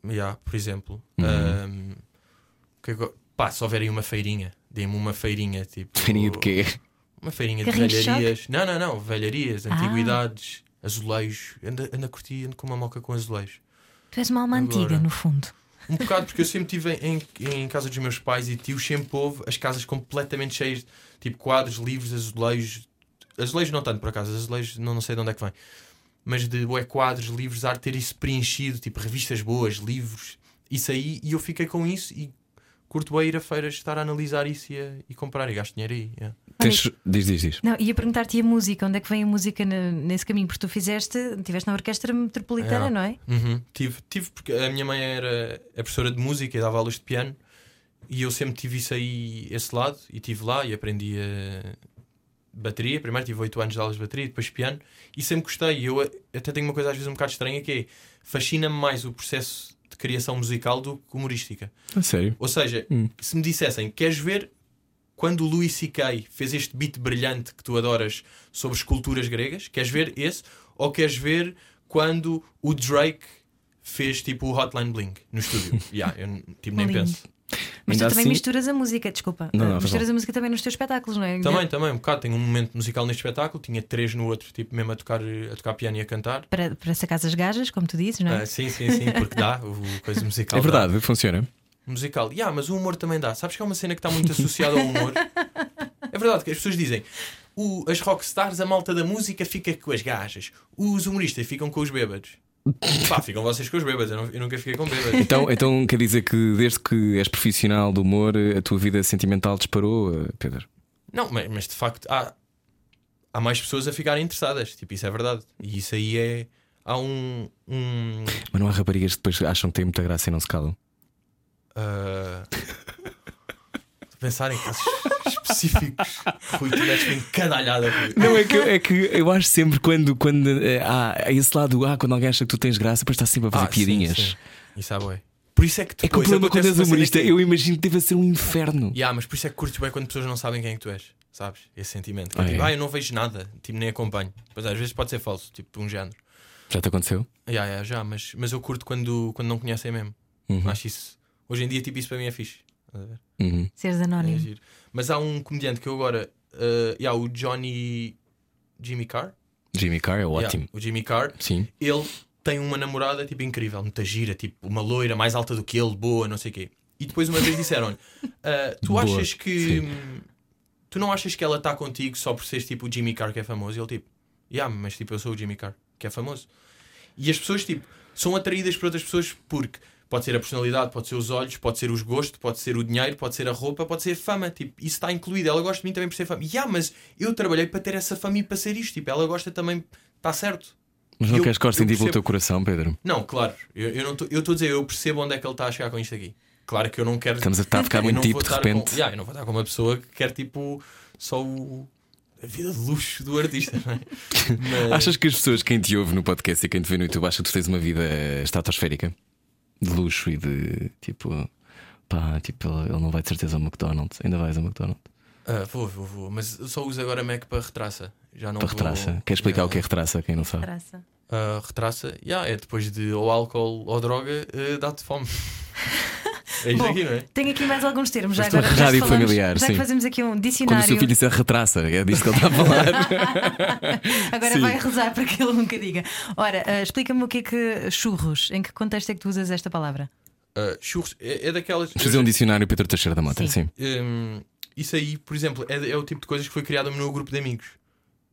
Speaker 4: Yeah, por exemplo.
Speaker 1: Uhum.
Speaker 4: Ahm, que agora- pá, se houver aí uma feirinha, dê-me uma feirinha tipo.
Speaker 1: Treininho de quê?
Speaker 4: Uma feirinha
Speaker 3: Carrinhos
Speaker 4: de
Speaker 3: de
Speaker 4: velharias. Não, não, não. Velharias, antiguidades, azulejos. Anda, anda a curtir, anda com uma moca com azulejos.
Speaker 3: Tu és uma alma
Speaker 4: Agora.
Speaker 3: antiga, no fundo.
Speaker 4: Um bocado, porque eu sempre tive em, em- em casa dos meus pais e tios, sempre houve as casas completamente cheias de tipo quadros, livros, azulejos. Azulejos não tanto, por acaso, azulejos não, não sei de onde é que vem. Mas de bué, quadros, livros, arte, ter isso preenchido, tipo revistas boas, livros, isso aí. E eu fiquei com isso e curto bem ir a feiras, estar a analisar isso e, a- e comprar. E gasto dinheiro aí. yeah.
Speaker 1: Tens... Diz, diz, diz.
Speaker 3: Não, ia perguntar-te e a música, onde é que vem a música ne- nesse caminho? Porque tu fizeste, estiveste na Orquestra Metropolitana,
Speaker 4: É.
Speaker 3: não é?
Speaker 4: Uhum. Tive, tive, porque a minha mãe era a professora de música e dava aulas de piano e eu sempre tive isso aí, esse lado, e tive lá e aprendi a bateria. Primeiro tive 8 anos de aulas de bateria, depois piano, e sempre gostei. E Eu eh, até tenho uma coisa às vezes um bocado estranha que é fascina-me mais o processo de criação musical do que humorística.
Speaker 1: A sério.
Speaker 4: Ou seja,
Speaker 1: Hum.
Speaker 4: se me dissessem, queres ver quando o Louis C.K. fez este beat brilhante que tu adoras sobre esculturas gregas? Queres ver esse? Ou queres ver quando o Drake fez tipo o Hotline Bling no estúdio? yeah, eu tipo, nem
Speaker 3: Lindo.
Speaker 4: penso.
Speaker 3: Mas
Speaker 1: Ainda
Speaker 3: tu também
Speaker 1: assim-
Speaker 3: misturas a música, desculpa. Ah,
Speaker 1: Não, não, faz
Speaker 3: misturas
Speaker 1: mal.
Speaker 3: a música também nos teus espetáculos, não é?
Speaker 4: Também, também, um bocado. Tenho um momento musical neste espetáculo, tinha três no outro, tipo mesmo a tocar, a tocar piano e a cantar.
Speaker 3: Para, para sacar as gajas, como tu dizes, não é?
Speaker 4: Ah, sim, sim, sim, porque dá, o coisa musical.
Speaker 1: É
Speaker 4: dá.
Speaker 1: verdade, funciona.
Speaker 4: musical. Yeah, mas o humor também dá. Sabes que é uma cena que está muito associada ao humor? É verdade que as pessoas dizem o, as rockstars, a malta da música fica com as gajas, os humoristas ficam com os bêbados. Pá, ficam vocês com os bêbados, eu, não- eu nunca fiquei com bêbados.
Speaker 1: Então, então quer dizer que desde que és profissional do humor, a tua vida sentimental disparou, eh, Pedro?
Speaker 4: Não, mas, mas de facto há, há mais pessoas a ficarem interessadas. Tipo, isso é verdade. E isso aí é. Há um. um
Speaker 1: Mas não há raparigas que depois acham que têm muita graça e não se calam.
Speaker 4: ah, Estou a pensar em casos específicos. Rui, tu metes-me encadalhada. Rui.
Speaker 1: Não, é que, é que eu acho sempre quando, quando eh, há esse lado, ah, quando alguém acha que tu tens graça, depois está sempre a fazer
Speaker 4: Ah, sim,
Speaker 1: piadinhas.
Speaker 4: sim. Isso é bué. Por isso é que
Speaker 1: É que o
Speaker 4: depois
Speaker 1: problema quando
Speaker 4: acontece
Speaker 1: és
Speaker 4: uma cena
Speaker 1: humorista,
Speaker 4: que- é-
Speaker 1: eu imagino que deve ser um inferno.
Speaker 4: Yeah, mas por isso é que curtes bem quando pessoas não sabem quem é que tu és, sabes? Esse sentimento. Que é
Speaker 1: Ah,
Speaker 4: tipo,
Speaker 1: é?
Speaker 4: ah, eu não vejo nada, tipo, nem acompanho. Mas às vezes pode ser falso, tipo, um género.
Speaker 1: Já te aconteceu?
Speaker 4: Yeah, yeah, já, mas, mas eu curto quando, quando não conhecem mesmo. Acho isso. Hoje em dia, tipo, isso para mim é fixe. Estás a ver?
Speaker 1: Uhum.
Speaker 3: Seres
Speaker 4: É
Speaker 3: anónimo.
Speaker 4: giro. Mas há um comediante que eu agora. eh, yeah, o Johnny. Jimmy Carr.
Speaker 1: Jimmy Carr é
Speaker 4: Yeah,
Speaker 1: ótimo.
Speaker 4: o Jimmy Carr.
Speaker 1: Sim.
Speaker 4: ele tem uma namorada tipo incrível, muita gira, tipo uma loira mais alta do que ele, boa, não sei o quê. E depois uma vez disseram-lhe: "Ah, Tu
Speaker 1: Boa,
Speaker 4: achas que.
Speaker 1: sim.
Speaker 4: hum, Tu não achas que ela está contigo só por seres tipo o Jimmy Carr que é famoso? E ele tipo: Yeah, mas tipo eu sou o Jimmy Carr que é famoso. E as pessoas tipo são atraídas por outras pessoas porque pode ser a personalidade, pode ser os olhos, pode ser os gostos, pode ser o dinheiro, pode ser a roupa, pode ser a fama. Tipo, isso está incluído. Ela gosta de mim também por ser fama. Yeah, mas eu trabalhei para ter essa fama e para ser isto. Tipo, ela gosta também. Está certo.
Speaker 1: Mas não
Speaker 4: Eu-
Speaker 1: queres que cortem
Speaker 4: eu
Speaker 1: tipo o
Speaker 4: percebo.
Speaker 1: teu coração, Pedro?
Speaker 4: Não, claro. Eu estou eu não tô- eu tô a dizer, eu percebo onde é que ele está a chegar com isto aqui. Claro que eu não quero.
Speaker 1: Estamos a- tá a ficar
Speaker 4: eu
Speaker 1: muito
Speaker 4: não
Speaker 1: tipo,
Speaker 4: vou
Speaker 1: de
Speaker 4: estar
Speaker 1: repente.
Speaker 4: com- Yeah, eu não vou estar com uma pessoa que quer tipo só o. A vida de luxo do artista, não é? Mas-
Speaker 1: Achas que as pessoas, quem te ouve no podcast e quem te vê no YouTube, acham que tu tens uma vida estratosférica? De luxo e de tipo. Pá, tipo, ele ele não vai de certeza ao McDonald's. Ainda vais ao McDonald's.
Speaker 4: Ah, vou, vou, vou. Mas eu só uso agora Mac para retraça. Já não
Speaker 1: Para
Speaker 4: vou-
Speaker 1: retraça. Quer explicar
Speaker 4: Yeah.
Speaker 1: o que é retraça, quem não sabe?
Speaker 3: Traça.
Speaker 4: Ah, retraça, yeah, é depois de ou álcool ou droga, ah, dá-te fome. é isto
Speaker 3: Bom,
Speaker 4: aqui, não é?
Speaker 3: Tenho aqui mais alguns termos. Já
Speaker 1: Isto é
Speaker 3: agora já,
Speaker 1: rádio
Speaker 3: que falamos-
Speaker 1: familiar,
Speaker 3: já que
Speaker 1: sim.
Speaker 3: fazemos aqui um
Speaker 1: Quando o
Speaker 3: dicionário,
Speaker 1: seu filho disser retraça, é disso que ele está a falar.
Speaker 3: agora
Speaker 1: Sim.
Speaker 3: vai rezar para que ele nunca diga. Ora, ah, explica-me o que é que churros, em que contexto é que tu usas esta palavra?
Speaker 4: Ah, churros, é, é daquelas.
Speaker 1: Vamos fazer um dicionário Pedro Teixeira da Mota,
Speaker 3: Sim.
Speaker 1: sim.
Speaker 4: Hum, isso aí, por exemplo, é, é o tipo de coisas que foi criado no meu grupo de amigos.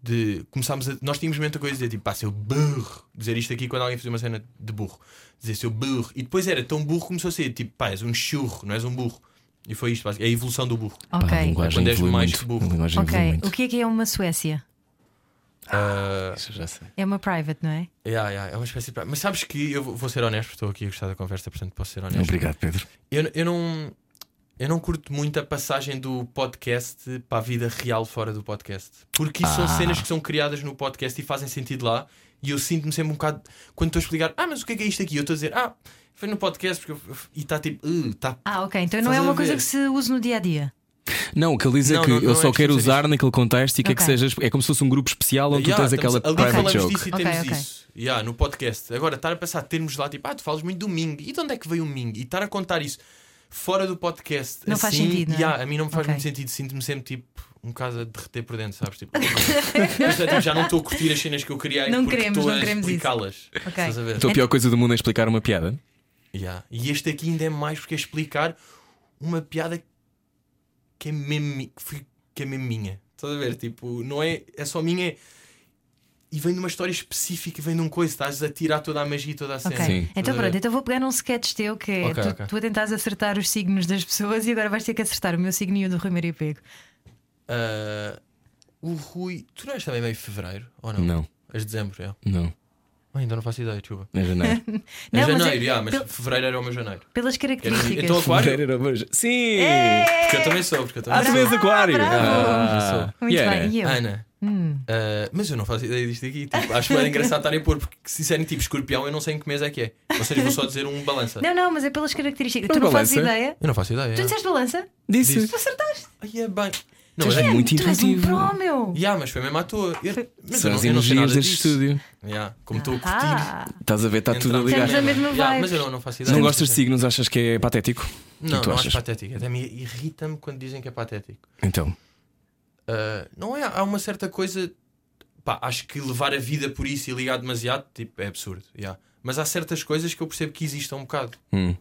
Speaker 4: De começámos a, nós tínhamos muita coisa de dizer tipo, pá, seu burro, dizer isto aqui quando alguém fazia uma cena de burro, dizer seu burro, e depois era tão burro que começou a ser tipo, pá, és um churro, não és um burro. E foi isto, basicamente, é a evolução do burro.
Speaker 1: Pá, a
Speaker 3: ok.
Speaker 1: linguagem
Speaker 4: É Quando és
Speaker 1: evolui
Speaker 4: mais
Speaker 1: muito.
Speaker 4: burro.
Speaker 1: A linguagem evolui
Speaker 3: Ok.
Speaker 1: muito.
Speaker 3: O que é que é uma Suécia?
Speaker 4: Ah,
Speaker 1: Isso eu já sei.
Speaker 3: É uma private, não é?
Speaker 4: yeah, yeah, é uma espécie de... Mas sabes que eu vou vou ser honesto, porque estou aqui a gostar da conversa, portanto posso ser honesto.
Speaker 1: Obrigado, Pedro.
Speaker 4: Eu, eu não. Eu não curto muito a passagem do podcast para a vida real fora do podcast. Porque isso
Speaker 1: Ah.
Speaker 4: são cenas que são criadas no podcast e fazem sentido lá. E eu sinto-me sempre um bocado. Quando estou a explicar, ah, mas o que é que é isto aqui? Eu estou a dizer, ah, foi no podcast. Porque eu- E está tipo, está
Speaker 3: Ah, ok. Então não
Speaker 4: Estás
Speaker 3: é
Speaker 4: a
Speaker 3: uma
Speaker 4: ver?
Speaker 3: coisa que se usa no dia a dia.
Speaker 1: Não, o que ele diz é
Speaker 4: Não,
Speaker 1: que
Speaker 4: não,
Speaker 1: eu
Speaker 4: não
Speaker 1: só
Speaker 4: é
Speaker 1: quero
Speaker 4: preciso ser
Speaker 1: usar naquele contexto e que é que
Speaker 3: Ok.
Speaker 1: sejas. É como se fosse um grupo especial onde
Speaker 4: Yeah,
Speaker 1: tu tens aquela
Speaker 4: estamos- ali
Speaker 1: private
Speaker 4: falamos
Speaker 1: joke.
Speaker 4: disso e
Speaker 3: Ok,
Speaker 4: temos
Speaker 3: ok.
Speaker 4: isso. Yeah, no podcast. Agora, estar a passar termos lá, tipo, ah, tu falas muito do Ming. E de onde é que veio o Ming? E estar a contar isso fora do podcast.
Speaker 3: Não
Speaker 4: assim,
Speaker 3: faz sentido, não é?
Speaker 4: yeah, a mim não me faz
Speaker 3: Ok.
Speaker 4: muito sentido. Sinto-me sempre, tipo, um bocado a derreter por dentro, sabes? Tipo, mas, é, tipo, já não estou a curtir as cenas que eu criei
Speaker 3: Não
Speaker 4: porque
Speaker 3: queremos,
Speaker 4: estou
Speaker 3: não
Speaker 4: a
Speaker 3: queremos isso.
Speaker 4: explicá-las. Estás a ver?
Speaker 1: Então a pior coisa do mundo é explicar uma piada.
Speaker 4: Yeah. E este aqui ainda é mais porque é explicar uma piada que é mesmo, mi- que foi- que é mesmo minha. Estás a ver? Tipo, não é, é só minha. é- E vem de uma história específica, vem de um coisa. Estás a tirar toda a magia e toda a cena.
Speaker 3: Ok.
Speaker 1: Sim.
Speaker 4: Estás
Speaker 3: Então
Speaker 4: a ver?
Speaker 3: pronto, então vou pegar num sketch teu que é
Speaker 4: Ok,
Speaker 3: tu,
Speaker 4: ok.
Speaker 3: tu a tentares acertar os signos das pessoas e agora vais ter que acertar o meu signo e o do Rui Maria Pego.
Speaker 4: Ah, o Rui. Tu não és também meio fevereiro? Ou não?
Speaker 1: Não,
Speaker 4: És dezembro, é.
Speaker 1: não.
Speaker 4: Ah, ainda não faço ideia, chuva.
Speaker 1: É janeiro.
Speaker 4: É
Speaker 3: Não, mas
Speaker 4: janeiro,
Speaker 3: é-
Speaker 4: mas, yeah, mas
Speaker 3: pel-
Speaker 4: fevereiro era o meu janeiro.
Speaker 3: pelas
Speaker 4: Que era-
Speaker 3: características.
Speaker 4: Então aquário?
Speaker 1: Fevereiro era hoje. Sim!
Speaker 4: Porque eu também sou, porque eu também
Speaker 1: Ah,
Speaker 4: sou.
Speaker 1: tu vês aquário!
Speaker 3: É, bravo.
Speaker 1: Ah,
Speaker 3: Muito
Speaker 1: yeah.
Speaker 3: bem, e eu? Hum.
Speaker 4: Ana. Ah, mas eu não faço ideia disto aqui. Tipo, acho que era engraçado estarem a pôr, porque se disserem tipo escorpião, eu não sei em que mês é que é. Ou seja, vou só dizer um balança.
Speaker 3: Não, não, mas é pelas características.
Speaker 4: Então
Speaker 1: Mas
Speaker 3: tu não fazes
Speaker 1: balança?
Speaker 3: ideia?
Speaker 4: Eu não faço ideia.
Speaker 3: Tu disseste balança?
Speaker 1: Disse.
Speaker 4: Disse.
Speaker 3: Acertaste?
Speaker 4: Ai, é bem. Não, mas,
Speaker 1: Mas é
Speaker 4: é...
Speaker 1: muito
Speaker 3: tu és um
Speaker 1: intuitivo.
Speaker 3: pró, meu!
Speaker 4: Yeah, mas foi mesmo à toa. Eu- Mas eu
Speaker 1: São
Speaker 4: não,
Speaker 1: as
Speaker 4: eu não sei
Speaker 1: energias
Speaker 4: nada
Speaker 1: deste
Speaker 4: disso.
Speaker 1: estúdio.
Speaker 4: Yeah, como estou a curtir.
Speaker 3: Ah,
Speaker 1: Estás a ver, está tudo a
Speaker 4: entramos
Speaker 1: ligar.
Speaker 3: Estamos a mesma
Speaker 4: Yeah,
Speaker 3: vibe.
Speaker 4: mas eu não, não faço ideia.
Speaker 1: Não gostas de signos, achas que é patético? O que
Speaker 4: Não,
Speaker 1: tu
Speaker 4: não acho
Speaker 1: achas?
Speaker 4: patético. Até me irrita-me quando dizem que é patético.
Speaker 1: Então,
Speaker 4: Uh, não é? Há uma certa coisa. Pá, acho que levar a vida por isso e ligar demasiado tipo, é absurdo. yeah. Mas há certas coisas que eu percebo que existem um bocado.
Speaker 1: Hum.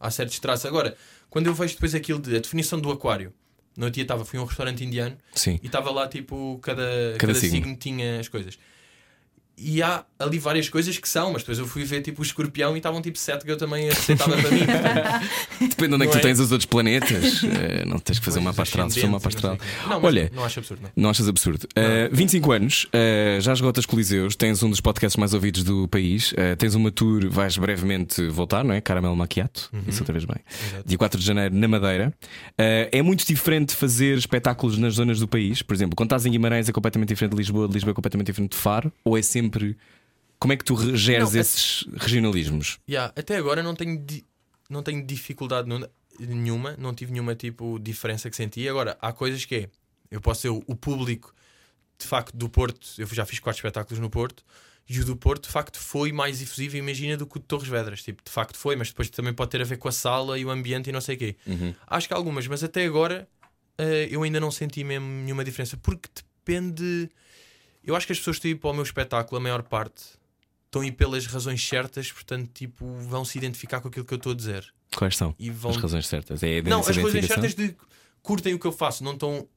Speaker 4: Há certos traços. Agora, quando eu vejo depois aquilo de a definição do aquário, no outro dia estava, fui a um restaurante indiano
Speaker 1: sim.
Speaker 4: e estava lá tipo, cada, cada,
Speaker 1: signo.
Speaker 4: signo. tinha as coisas. E há ali várias coisas que são, mas depois eu fui ver tipo o escorpião e estavam tipo sete que eu também aceitava para mim.
Speaker 1: Depende de onde é que
Speaker 4: Não
Speaker 1: tu
Speaker 4: é?
Speaker 1: tens os outros planetas. Eh, não tens que fazer uma pastral. Se for uma pastral.
Speaker 4: Não, mas
Speaker 1: Olha,
Speaker 4: não acho absurdo, não.
Speaker 1: Não achas absurdo? Uh, 25 anos, uh, já esgotas Coliseus, tens um dos podcasts mais ouvidos do país, uh, tens uma tour, vais brevemente voltar, não é? Caramelo Macchiato,
Speaker 4: Uhum.
Speaker 1: isso outra vez bem. Dia 4 de janeiro, na Madeira. Uh, é muito diferente fazer espetáculos nas zonas do país, por exemplo, quando estás em Guimarães é completamente diferente de Lisboa, de Lisboa é completamente diferente de Faro, ou é sempre. Como é que tu re- geres
Speaker 4: Não, é-
Speaker 1: esses regionalismos?
Speaker 4: Yeah, até agora não tenho, di- não tenho dificuldade nun- nenhuma, não tive nenhuma tipo diferença que senti. Agora, há coisas que é, eu posso ser o, o público de facto do Porto, eu já fiz quatro espetáculos no Porto, e o do Porto de facto foi mais efusivo, imagina, do que o de Torres Vedras. Tipo, de facto foi, mas depois também pode ter a ver com a sala e o ambiente e não sei o quê. Acho que há algumas, mas até agora eh, eu ainda não senti mesmo nenhuma diferença, porque depende. Eu acho que as pessoas que estão a ir para o meu espetáculo, a maior parte, estão a ir pelas razões certas, portanto, tipo, vão se identificar com aquilo que eu estou a dizer.
Speaker 1: Quais são
Speaker 4: E vão...
Speaker 1: as razões certas? É a
Speaker 4: Não, as razões
Speaker 1: identificação?
Speaker 4: certas de curtem o que eu faço, não estão.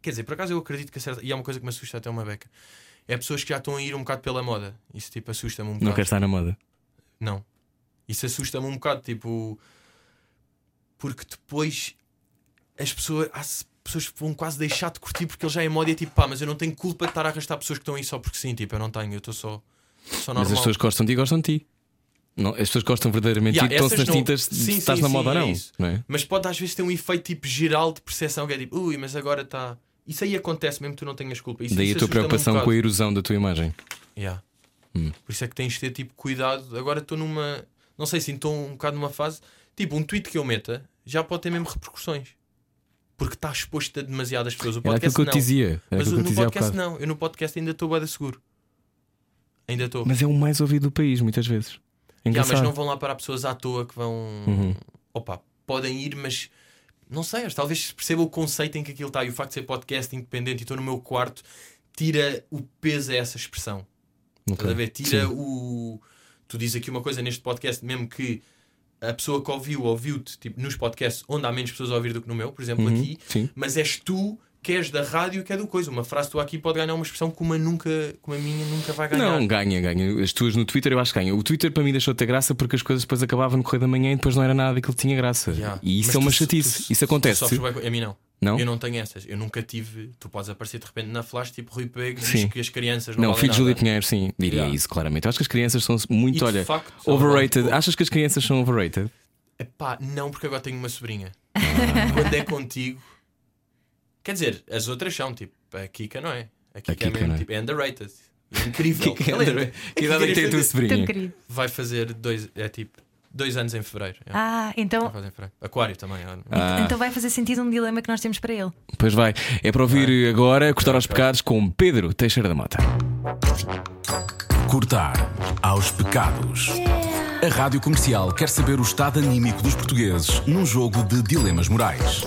Speaker 4: Quer dizer, por acaso eu acredito que acerta. E há uma coisa que me assusta até uma beca: é pessoas que já estão a ir um bocado pela moda. Isso, tipo, assusta-me um bocado.
Speaker 1: Não queres estar na moda?
Speaker 4: Não. Isso assusta-me um bocado, tipo. Porque depois as pessoas. Há se- pessoas que vão quase deixar de curtir porque ele já é moda e é tipo, pá, mas eu não tenho culpa de estar a arrastar pessoas que estão aí só porque sim, tipo, eu não tenho, eu estou só. Só normal.
Speaker 1: Mas as pessoas gostam de ti e gostam de ti. Não, as pessoas gostam verdadeiramente
Speaker 4: Yeah,
Speaker 1: de ti, estão-se nas
Speaker 4: essas não-
Speaker 1: tintas se
Speaker 4: Sim,
Speaker 1: estás
Speaker 4: sim,
Speaker 1: na
Speaker 4: sim,
Speaker 1: moda
Speaker 4: é
Speaker 1: ou não.
Speaker 4: isso.
Speaker 1: não é?
Speaker 4: Mas pode às vezes ter um efeito tipo geral de percepção que é tipo, ui, mas agora está. Isso aí acontece mesmo que tu não tenhas culpa. Isso,
Speaker 1: Daí
Speaker 4: isso
Speaker 1: a tua
Speaker 4: assusta-me um
Speaker 1: preocupação com Hum. a
Speaker 4: bocado.
Speaker 1: erosão da tua imagem.
Speaker 4: Yeah. Por isso é que tens de ter tipo cuidado. Agora estou numa. Não sei se estou um bocado numa fase. Tipo, um tweet que eu meta já pode ter mesmo repercussões. Porque está exposto a demasiadas pessoas. O
Speaker 1: Era aquilo
Speaker 4: podcast
Speaker 1: que eu
Speaker 4: não.
Speaker 1: te dizia. Era aquilo
Speaker 4: Mas o-
Speaker 1: que eu te
Speaker 4: no
Speaker 1: dizia há
Speaker 4: podcast
Speaker 1: bocado.
Speaker 4: não. Eu no podcast ainda estou bué de seguro. Ainda estou.
Speaker 1: Mas é o mais ouvido do país, muitas vezes.
Speaker 4: Yeah,
Speaker 1: Engraçado. Uhum.
Speaker 4: mas não vão lá parar pessoas à toa que vão. Opa, podem ir, mas não sei, acho que talvez perceba o conceito em que aquilo está e o facto de ser podcast independente e estou no meu quarto tira o peso a essa expressão. Estás a ver? Tira o. Tu dizes aqui uma coisa neste podcast, mesmo que a pessoa que ouviu, ouviu-te tipo, nos podcasts onde há menos pessoas a ouvir do que no meu, por exemplo,
Speaker 1: Uhum,
Speaker 4: aqui,
Speaker 1: sim.
Speaker 4: mas és tu que és da rádio que é do coisa. Uma frase tua aqui pode ganhar uma expressão que uma, nunca, que uma minha nunca vai ganhar.
Speaker 1: Não, ganha, ganha. As tuas no Twitter eu acho que ganha. O Twitter para mim deixou de ter graça porque as coisas depois acabavam no correio da manhã e depois não era nada daquilo que tinha graça.
Speaker 4: Yeah.
Speaker 1: E isso
Speaker 4: Mas
Speaker 1: é uma
Speaker 4: tu-
Speaker 1: chatice.
Speaker 4: tu-
Speaker 1: isso
Speaker 4: tu
Speaker 1: acontece.
Speaker 4: sofres bué com- a mim não.
Speaker 1: Não?
Speaker 4: Eu não tenho essas. Eu nunca tive. Tu podes aparecer de repente na flash, tipo Rui Pego, diz
Speaker 1: Sim.
Speaker 4: que as crianças não,
Speaker 1: Não,
Speaker 4: valem
Speaker 1: filho de
Speaker 4: nada.
Speaker 1: Júlio Pinheiro, sim, diria
Speaker 4: Yeah.
Speaker 1: isso claramente. Eu acho que as crianças são muito,
Speaker 4: E de
Speaker 1: olha,
Speaker 4: facto, são
Speaker 1: overrated. Ah.
Speaker 4: overrated.
Speaker 7: É
Speaker 1: Achas que as crianças são overrated?
Speaker 4: Epá, não, porque agora tenho uma sobrinha.
Speaker 1: Ah.
Speaker 8: Quando é contigo. Quer dizer, as outras são, tipo, a Kika não é. A Kika,
Speaker 1: Kika
Speaker 8: é, mesmo,
Speaker 1: não é.
Speaker 8: tipo, é underrated. Incrível.
Speaker 1: Que,
Speaker 8: Ela é-
Speaker 1: que idade é que tem a tua
Speaker 3: Tão
Speaker 1: sobrinha?
Speaker 3: querido.
Speaker 8: Vai fazer dois, é tipo, dois anos em fevereiro. É,
Speaker 3: Ah, então,
Speaker 8: vai fazer em fevereiro. Aquário também. ela-
Speaker 1: Ah.
Speaker 3: então vai fazer sentido um dilema que nós temos para ele.
Speaker 1: Pois vai. É para ouvir agora Cortar aos Pecados com Pedro Teixeira da Mota.
Speaker 2: Cortar aos pecados. A rádio comercial quer saber o estado anímico dos portugueses num jogo de dilemas morais.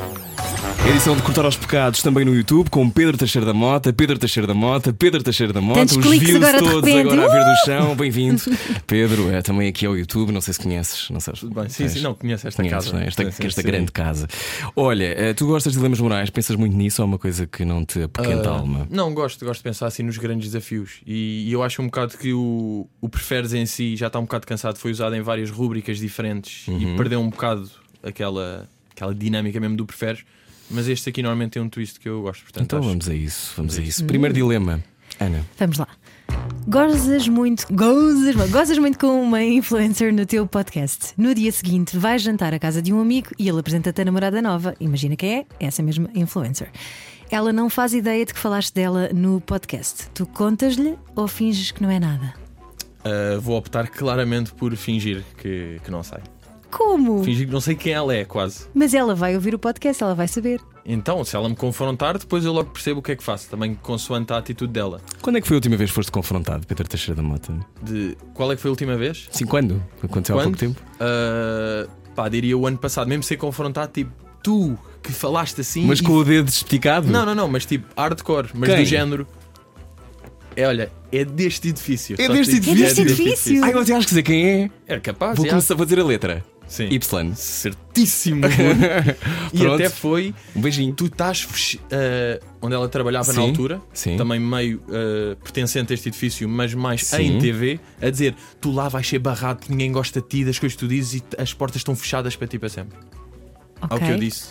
Speaker 1: Edição de Cortar aos Pecados também no YouTube com Pedro Teixeira da Mota, Pedro Teixeira da Mota, Pedro Teixeira da Mota.
Speaker 7: Tantos
Speaker 1: Os
Speaker 7: cliques
Speaker 1: views
Speaker 7: agora de
Speaker 1: todos
Speaker 7: repente. Uh!
Speaker 1: agora a vir do chão. Bem-vindo. Pedro, é, também aqui ao YouTube. Não sei se conheces. Não sabes?
Speaker 4: Bem, sim, sim, não, conheço esta
Speaker 1: Conheces,
Speaker 4: casa.
Speaker 1: não é? Esta,
Speaker 4: Sim, sim,
Speaker 1: esta
Speaker 4: sim.
Speaker 1: grande casa. Olha, eh, tu gostas de dilemas morais? Pensas muito nisso ou é uma coisa que não te apoquenta a
Speaker 4: Ah,
Speaker 1: alma?
Speaker 4: Não, gosto, gosto de pensar assim nos grandes desafios. E, e eu acho um bocado que o, o preferes em si já está um bocado cansado, foi usado em várias rúbricas diferentes
Speaker 1: Uhum.
Speaker 4: e perdeu um bocado aquela, aquela dinâmica mesmo do preferes. Mas este aqui normalmente tem um twist que eu gosto, portanto
Speaker 1: Então
Speaker 4: acho.
Speaker 1: vamos a isso. Vamos a isso. Primeiro dilema. Ana.
Speaker 3: Vamos lá. Gozas muito, gozas, gozas muito com uma influencer no teu podcast. No dia seguinte, vais jantar à casa de um amigo e ele apresenta-te a namorada nova. Imagina quem é, essa mesma influencer. Ela não faz ideia de que falaste dela no podcast. Tu contas-lhe ou finges que não é nada?
Speaker 4: Ah, vou optar claramente por fingir que, que não sei.
Speaker 3: Como?
Speaker 4: Fingir que não sei quem ela é, quase.
Speaker 3: Mas ela vai ouvir o podcast, ela vai saber.
Speaker 1: É
Speaker 4: Então, se ela me confrontar, depois eu logo percebo o que é que faço, também consoante a atitude dela.
Speaker 1: Quando é que foi a última vez que foste confrontado, Pedro Teixeira da Mota?
Speaker 4: De qual é que foi a última vez?
Speaker 1: Sim, quando? Aconteceu Então, há pouco tempo?
Speaker 4: Ah, pá, diria o ano passado, mesmo ser confrontado, tipo, tu que falaste assim.
Speaker 1: Mas
Speaker 4: e-
Speaker 1: com o dedo esticado?
Speaker 4: Não, não, não, mas tipo, hardcore, mas
Speaker 1: Quem?
Speaker 4: do género. É, olha, é deste edifício.
Speaker 1: É
Speaker 4: só
Speaker 1: deste
Speaker 4: te digo.
Speaker 1: edifício? É deste
Speaker 3: edifício?
Speaker 1: Ai, você acha que sei quem é?
Speaker 4: É capaz,
Speaker 1: Vou
Speaker 4: é.
Speaker 1: começar a fazer a letra.
Speaker 4: Sim.
Speaker 1: Y.
Speaker 4: Certíssimo. e
Speaker 1: Pronto.
Speaker 4: até foi,
Speaker 1: Um beijinho.
Speaker 4: tu estás fech- ah, onde ela trabalhava na
Speaker 1: Sim,
Speaker 4: altura,
Speaker 1: sim.
Speaker 4: também meio ah, pertencente a este edifício, mas mais
Speaker 1: Sim.
Speaker 4: em TV, a dizer: tu lá vais ser barrado, ninguém gosta de ti, das coisas que tu dizes e as portas estão fechadas para ti para sempre.
Speaker 3: Ok.
Speaker 4: Ao que eu disse.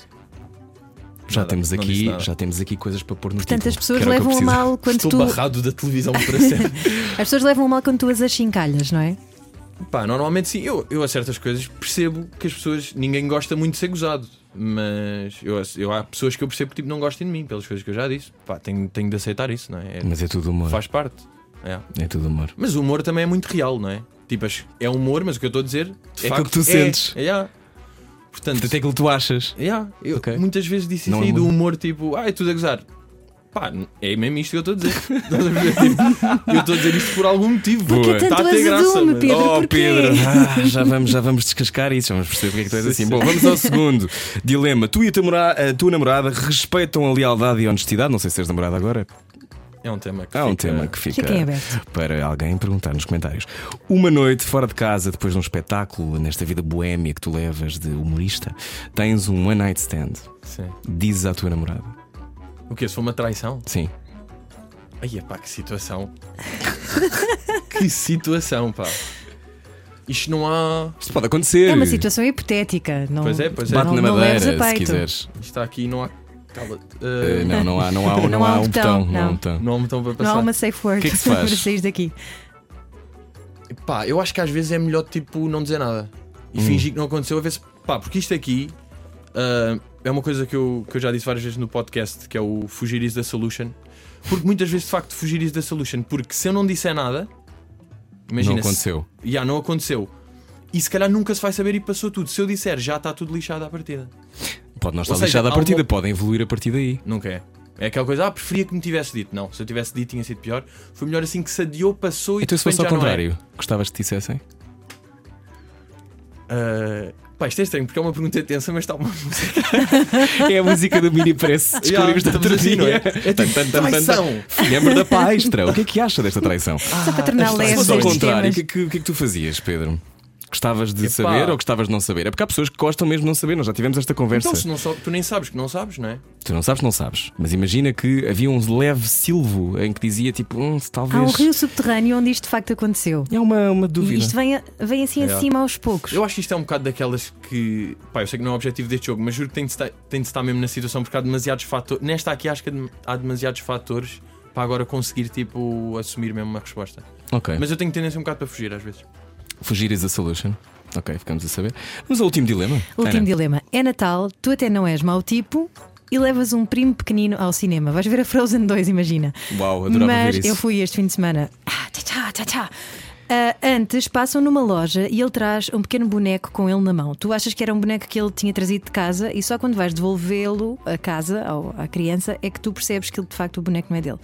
Speaker 1: Já
Speaker 4: Nada,
Speaker 1: temos
Speaker 4: não disse
Speaker 1: aqui,
Speaker 4: nada.
Speaker 1: já temos aqui coisas para pôr no
Speaker 3: Portanto,
Speaker 1: título,
Speaker 3: as pessoas
Speaker 1: tipo, que era o que eu
Speaker 3: levam a
Speaker 1: precisava.
Speaker 3: mal quando
Speaker 4: Estou
Speaker 3: tu.
Speaker 4: barrado da televisão para sempre.
Speaker 3: As pessoas levam a mal quando tu as achincalhas, não é?
Speaker 4: Pá, normalmente sim, eu, eu a certas coisas percebo que as pessoas. Ninguém gosta muito de ser gozado, mas eu, eu- há pessoas que eu percebo que tipo, não gostem de mim, pelas coisas que eu já disse. Pá, tenho, tenho de aceitar isso, não é? É-
Speaker 1: Mas é tudo humor.
Speaker 4: faz parte. É.
Speaker 1: É tudo humor.
Speaker 4: Mas o humor também é muito real, não é? Tipo, as- é humor, mas o que eu estou a dizer de
Speaker 1: É
Speaker 4: facto,
Speaker 1: aquilo que tu sentes.
Speaker 4: É, yeah. Portanto,
Speaker 1: Portanto, é aquilo que tu achas.
Speaker 4: yeah, eu
Speaker 1: Ok.
Speaker 4: muitas vezes disse
Speaker 1: Não
Speaker 4: isso
Speaker 1: é
Speaker 4: aí do
Speaker 1: muito.
Speaker 4: humor, tipo, ah, é tudo a gozar. Pá, é mesmo isto que eu estou a dizer. Estás a ver? Tipo, eu estou a dizer isto por algum motivo.
Speaker 1: Porque
Speaker 4: Está
Speaker 3: tanto
Speaker 4: a ter graça.
Speaker 3: azedume,
Speaker 4: mas-
Speaker 3: Pedro,
Speaker 1: oh,
Speaker 3: porquê?
Speaker 1: Pedro, ah, já, vamos, já vamos descascar isso, já vamos perceber porque é que tu és assim. Bom, vamos ao segundo dilema. Tu e a tua, mora- a tua namorada respeitam a lealdade e a honestidade. Não sei se és namorada agora.
Speaker 4: É um tema que
Speaker 1: Há um
Speaker 4: fica-
Speaker 1: tema que fica
Speaker 3: Fica em aberto.
Speaker 1: para alguém perguntar nos comentários. Uma noite fora de casa, depois de um espetáculo, nesta vida boémia que tu levas de humorista, tens um one night stand.
Speaker 4: Sim.
Speaker 1: Dizes à tua namorada.
Speaker 4: O que? Se foi uma traição?
Speaker 1: Sim.
Speaker 4: Ai, pá, que situação. que situação, pá. Isto não há.
Speaker 1: Isto pode acontecer.
Speaker 3: É uma situação hipotética. Não,
Speaker 4: Eh. Pois é, pois é.
Speaker 1: Bate
Speaker 3: não,
Speaker 1: na
Speaker 3: não
Speaker 1: madeira,
Speaker 3: leves a
Speaker 1: se
Speaker 3: peito.
Speaker 1: quiseres.
Speaker 4: Isto está aqui e não há. Cala.
Speaker 1: Eh,
Speaker 4: eh,
Speaker 1: não, não há, não há, não há um botão. Não. há um botão.
Speaker 4: Não há um botão para
Speaker 3: Não
Speaker 4: passar.
Speaker 3: há uma safe word
Speaker 1: O que é que se faz?
Speaker 3: para sair daqui.
Speaker 4: Pá, eu acho que às vezes é melhor, tipo, não dizer nada.
Speaker 1: Hum.
Speaker 4: E fingir que não aconteceu. A ver se. Pá, porque isto aqui. ah, é uma coisa que eu, que eu já disse várias vezes no podcast, que é o fugir is the solution. Porque muitas vezes, de facto, fugir is the solution. Porque se eu não disser nada. Imagina,
Speaker 1: não
Speaker 4: se-
Speaker 1: aconteceu.
Speaker 4: Já não aconteceu. E se calhar nunca se vai saber e passou tudo. Se eu disser já está tudo lixado à partida.
Speaker 1: Pode não estar
Speaker 4: seja,
Speaker 1: lixada
Speaker 4: há um
Speaker 1: a partida,
Speaker 4: uma-
Speaker 1: podem evoluir a partir daí.
Speaker 4: Nunca é. É aquela coisa, ah, preferia que me tivesse dito. Não, se eu tivesse dito tinha sido pior. Foi melhor assim que se adiou, passou e
Speaker 1: Então,
Speaker 4: de
Speaker 1: se fosse
Speaker 4: repente
Speaker 1: ao
Speaker 4: já não é.
Speaker 1: contrário, gostavas que te dissessem?
Speaker 4: Ah, pá, isto é estranho porque é uma pergunta tensa, mas está uma música.
Speaker 1: É a música do mini press. Descobrimos
Speaker 4: Já,
Speaker 1: da
Speaker 4: estamos
Speaker 1: outro
Speaker 4: assim,
Speaker 1: dia.
Speaker 4: não é? É tipo, traição.
Speaker 1: Lembra da palestra. O que é que acha desta traição?
Speaker 3: Só para tornar
Speaker 1: Se
Speaker 3: leve
Speaker 1: fosse Ah, ao
Speaker 3: estes
Speaker 1: contrário, o
Speaker 3: temas.
Speaker 1: que, é que- o que é que tu fazias, Pedro? Gostavas de saber ou gostavas de não saber? É porque há pessoas que gostam mesmo de não saber, nós já tivemos esta conversa.
Speaker 4: Então, se não soube, tu nem sabes que não sabes, não é?
Speaker 1: Tu não sabes, não sabes. Mas imagina que havia um leve silvo em que dizia tipo, hum, se
Speaker 3: Há um
Speaker 1: talvez.
Speaker 3: rio subterrâneo onde isto de facto aconteceu.
Speaker 1: É uma, uma
Speaker 3: E
Speaker 1: dúvida.
Speaker 3: isto vem, a- vem assim
Speaker 4: Yeah.
Speaker 3: acima aos poucos.
Speaker 4: Eu acho que isto é um bocado daquelas que. Pá, eu sei que não é o objetivo deste jogo, mas juro que tem de estar, tem de estar mesmo na situação porque há demasiados fatores. Nesta aqui acho que há demasiados fatores para agora conseguir, tipo, assumir mesmo uma resposta.
Speaker 1: Ok.
Speaker 4: Mas eu tenho tendência um bocado para fugir às vezes.
Speaker 1: Fugir is a solution. Ok, ficamos a saber. Vamos ao último dilema.
Speaker 3: Último
Speaker 1: Ana.
Speaker 3: dilema. É Natal, tu até não és mau tipo e levas um primo pequenino ao cinema. Vais ver a Frozen 2, imagina.
Speaker 1: Uau, adorava
Speaker 3: Mas
Speaker 1: ver isso.
Speaker 3: eu fui este fim de semana. Ah, tchá, tchá, tchá, tchá. Ah, antes passam numa loja e ele traz um pequeno boneco com ele na mão. Tu achas que era um boneco que ele tinha trazido de casa e só quando vais devolvê-lo a casa, ao, à criança, é que tu percebes que de facto o boneco não é dele.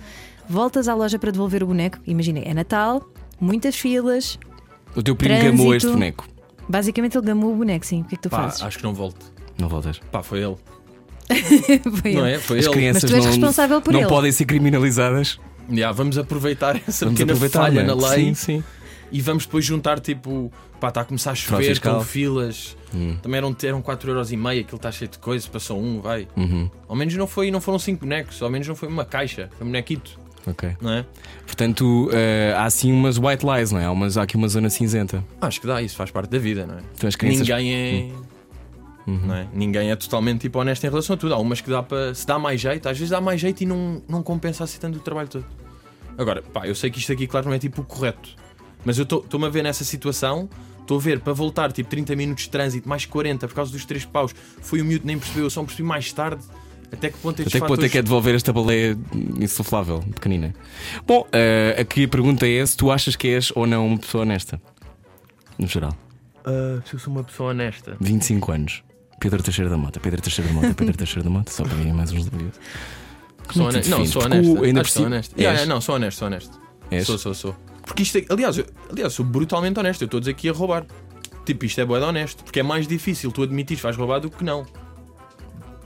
Speaker 3: Voltas à loja para devolver o boneco, imagina, é Natal, muitas filas,
Speaker 1: O teu primo gamou
Speaker 3: Trânsito.
Speaker 1: este boneco.
Speaker 3: basicamente ele gamou o boneco, sim. O que é que tu
Speaker 9: Pá,
Speaker 1: ah,
Speaker 3: fazes?
Speaker 9: acho que não volto.
Speaker 1: Não voltas.
Speaker 9: Pá, foi ele.
Speaker 3: Foi
Speaker 9: Não
Speaker 3: ele.
Speaker 9: é? Foi
Speaker 1: As
Speaker 9: ele.
Speaker 1: crianças
Speaker 3: Mas tu és
Speaker 1: não,
Speaker 3: responsável por
Speaker 1: não
Speaker 3: ele.
Speaker 1: podem ser criminalizadas.
Speaker 9: Ya, vamos aproveitar essa
Speaker 1: Vamos
Speaker 9: pequena
Speaker 1: aproveitar,
Speaker 9: falha
Speaker 1: não
Speaker 9: na
Speaker 1: é?
Speaker 9: lei
Speaker 1: Sim, sim.
Speaker 9: e vamos depois juntar tipo. Pá, está a começar a
Speaker 1: Fraude
Speaker 9: chover
Speaker 1: fiscal.
Speaker 9: com filas. Também eram, eram 4,5€, aquilo está cheio de coisa, passou um, vai. Ao menos não, foi, não foram cinco bonecos, ao menos não foi uma caixa, foi um bonequito,
Speaker 1: Ok.
Speaker 9: não é?
Speaker 1: Portanto, eh, há assim umas white lies, não é? Há, umas, há aqui uma zona cinzenta.
Speaker 9: Acho que dá, isso faz parte da vida, não é?
Speaker 1: Então as crianças. Uhum.
Speaker 9: Ninguém é. Não é? Ninguém é totalmente tipo, honesto em relação a tudo. Há umas que dá para. Se dá mais jeito, às vezes dá mais jeito e não, não compensa assim tanto o trabalho todo. Agora, pá, eu sei que isto aqui, claro, não é tipo o correto. Mas eu estou-me a ver nessa situação. Estou a ver para voltar tipo 30 minutos de trânsito, mais 40 por causa dos três paus. Foi o miúdo, nem percebeu, eu só me percebi mais tarde. Até que ponto é que
Speaker 1: Até que ponto é que é devolver esta baleia insuflável, pequenina? Bom, eh, aqui a pergunta é se tu achas que és ou não uma pessoa honesta. No geral.
Speaker 9: Ah, se eu sou uma pessoa honesta.
Speaker 1: 25 anos. Pedro Teixeira da Mota, Pedro Teixeira da Mota, Pedro Teixeira da Mota, só para virem mais uns devidos.
Speaker 9: Sou
Speaker 1: é que
Speaker 9: honesto.
Speaker 1: te
Speaker 9: Não,
Speaker 1: defines?
Speaker 9: sou
Speaker 1: Porque
Speaker 9: honesto.
Speaker 1: o- ainda
Speaker 9: Acho que sou
Speaker 1: por cima-
Speaker 9: honesto. Yeah,
Speaker 1: És?
Speaker 9: yeah, não, sou honesto, sou honesto.
Speaker 1: És?
Speaker 9: Sou, sou, sou. Porque isto é, aliás, eu, aliás, sou brutalmente honesto. Eu estou aqui a roubar. Tipo, isto é boeda honesto. Porque é mais difícil tu admitires que vais roubar do que não.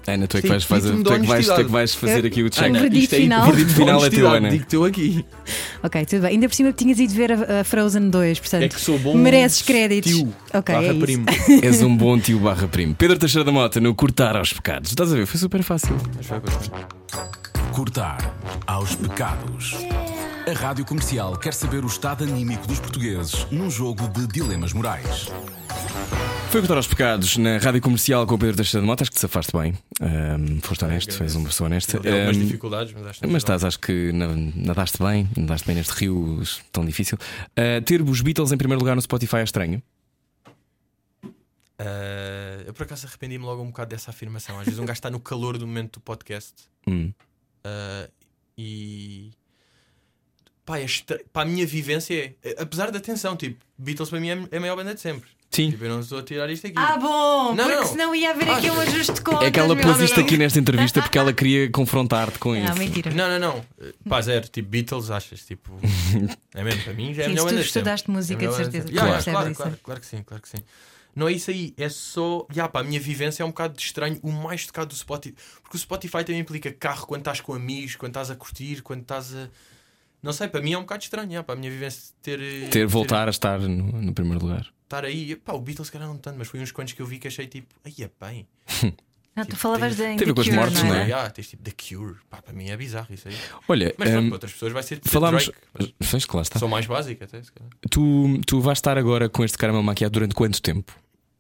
Speaker 1: Ana, tu é que
Speaker 9: Sim,
Speaker 1: vais fazer,
Speaker 9: dito-me de
Speaker 1: tu é que vais, tu é que
Speaker 9: honestidade.
Speaker 1: vais fazer aqui o check.
Speaker 3: Ana, Um Verdito
Speaker 9: isto é
Speaker 3: final.
Speaker 9: verdito
Speaker 1: Final é
Speaker 9: honestidade,
Speaker 1: teu, Ana.
Speaker 9: Digo-te eu
Speaker 4: É
Speaker 9: aqui.
Speaker 3: Ok, tudo bem. Ainda por cima tinhas ido ver a, a Frozen 2, portanto.
Speaker 9: É que sou bom.
Speaker 3: Mereces créditos.
Speaker 9: Tio,
Speaker 3: ok,
Speaker 9: barra
Speaker 3: é isso.
Speaker 9: primo.
Speaker 1: És um bom tio barra primo. Pedro Teixeira da Mota no Cortar aos Pecados. Estás a ver? Foi super fácil.
Speaker 2: Cortar aos pecados. A Rádio Comercial quer saber o estado anímico dos portugueses num jogo de dilemas morais.
Speaker 1: Foi Cortar aos Pecados na rádio comercial com o Pedro Teixeira da Mota. Acho que te safaste bem. Ahm, foste honesto, fez uma pessoa honesta.
Speaker 4: Deu algumas
Speaker 1: Ahm,
Speaker 4: dificuldades, mas acho que
Speaker 1: Hum, mas tá. estás, acho que na- nadaste bem, nadaste bem neste rio tão difícil. Ah, ter os Beatles em primeiro lugar no Spotify é estranho.
Speaker 4: Ah, eu por acaso arrependi-me logo um bocado dessa afirmação. Às vezes um gajo está no calor do momento do podcast
Speaker 1: Hum.
Speaker 4: ah, e. Pá, é estra- pá, a minha vivência é. Apesar da tensão, tipo, Beatles para mim é a maior banda de sempre.
Speaker 1: Sim.
Speaker 4: Tipo, eu não estou a tirar isto aqui.
Speaker 3: Ah, bom!
Speaker 4: Não,
Speaker 3: porque
Speaker 4: não.
Speaker 3: senão ia haver aqui um ajuste de contas.
Speaker 1: É que ela
Speaker 3: meu
Speaker 1: pôs isto
Speaker 3: amigo.
Speaker 1: aqui é nesta entrevista porque ela queria confrontar-te com
Speaker 3: Não,
Speaker 1: isso.
Speaker 3: mentira.
Speaker 4: Não, não, não. Eh, Pá, zero. Tipo, Beatles, achas? Tipo, é mesmo para mim, já é a
Speaker 3: Sim, se
Speaker 4: melhor
Speaker 3: tu
Speaker 4: banda de
Speaker 3: estudaste
Speaker 4: sempre.
Speaker 3: música,
Speaker 4: É a melhor
Speaker 3: de
Speaker 4: banda
Speaker 3: certeza que
Speaker 4: sempre.
Speaker 3: tu percebes
Speaker 4: claro,
Speaker 3: isso.
Speaker 4: claro, claro que sim, claro que sim. Não é isso aí, é só. Ya, pá, a minha vivência é um bocado de estranho, o mais tocado do Spotify. Porque o Spotify também implica carro quando estás com amigos, quando estás a curtir, quando estás a. Não sei, para mim é um bocado estranho, ya, pá, a minha vivência ter. eh,
Speaker 1: Ter voltar a estar no, no primeiro lugar.
Speaker 4: Estar aí. Pá, o Beatles, cara, não tanto, mas foi uns quantos que eu vi que achei tipo, aí é bem.
Speaker 3: Ah, tu falavas de.
Speaker 1: Teve
Speaker 3: de
Speaker 1: com as
Speaker 3: Cure,
Speaker 1: mortes,
Speaker 3: não
Speaker 1: não
Speaker 3: é?
Speaker 1: é?
Speaker 4: Ya, tens tipo The Cure. Pá, para mim é bizarro isso aí.
Speaker 1: Olha,
Speaker 4: Mas pronto,
Speaker 1: ahm,
Speaker 4: para outras pessoas vai ser. tipo,
Speaker 1: falámos.
Speaker 4: Drake, mas
Speaker 1: Fez que lá está.
Speaker 4: Sou mais básico até, se calhar.
Speaker 1: Tu, tu vais estar agora com este caramel maquiado durante quanto tempo?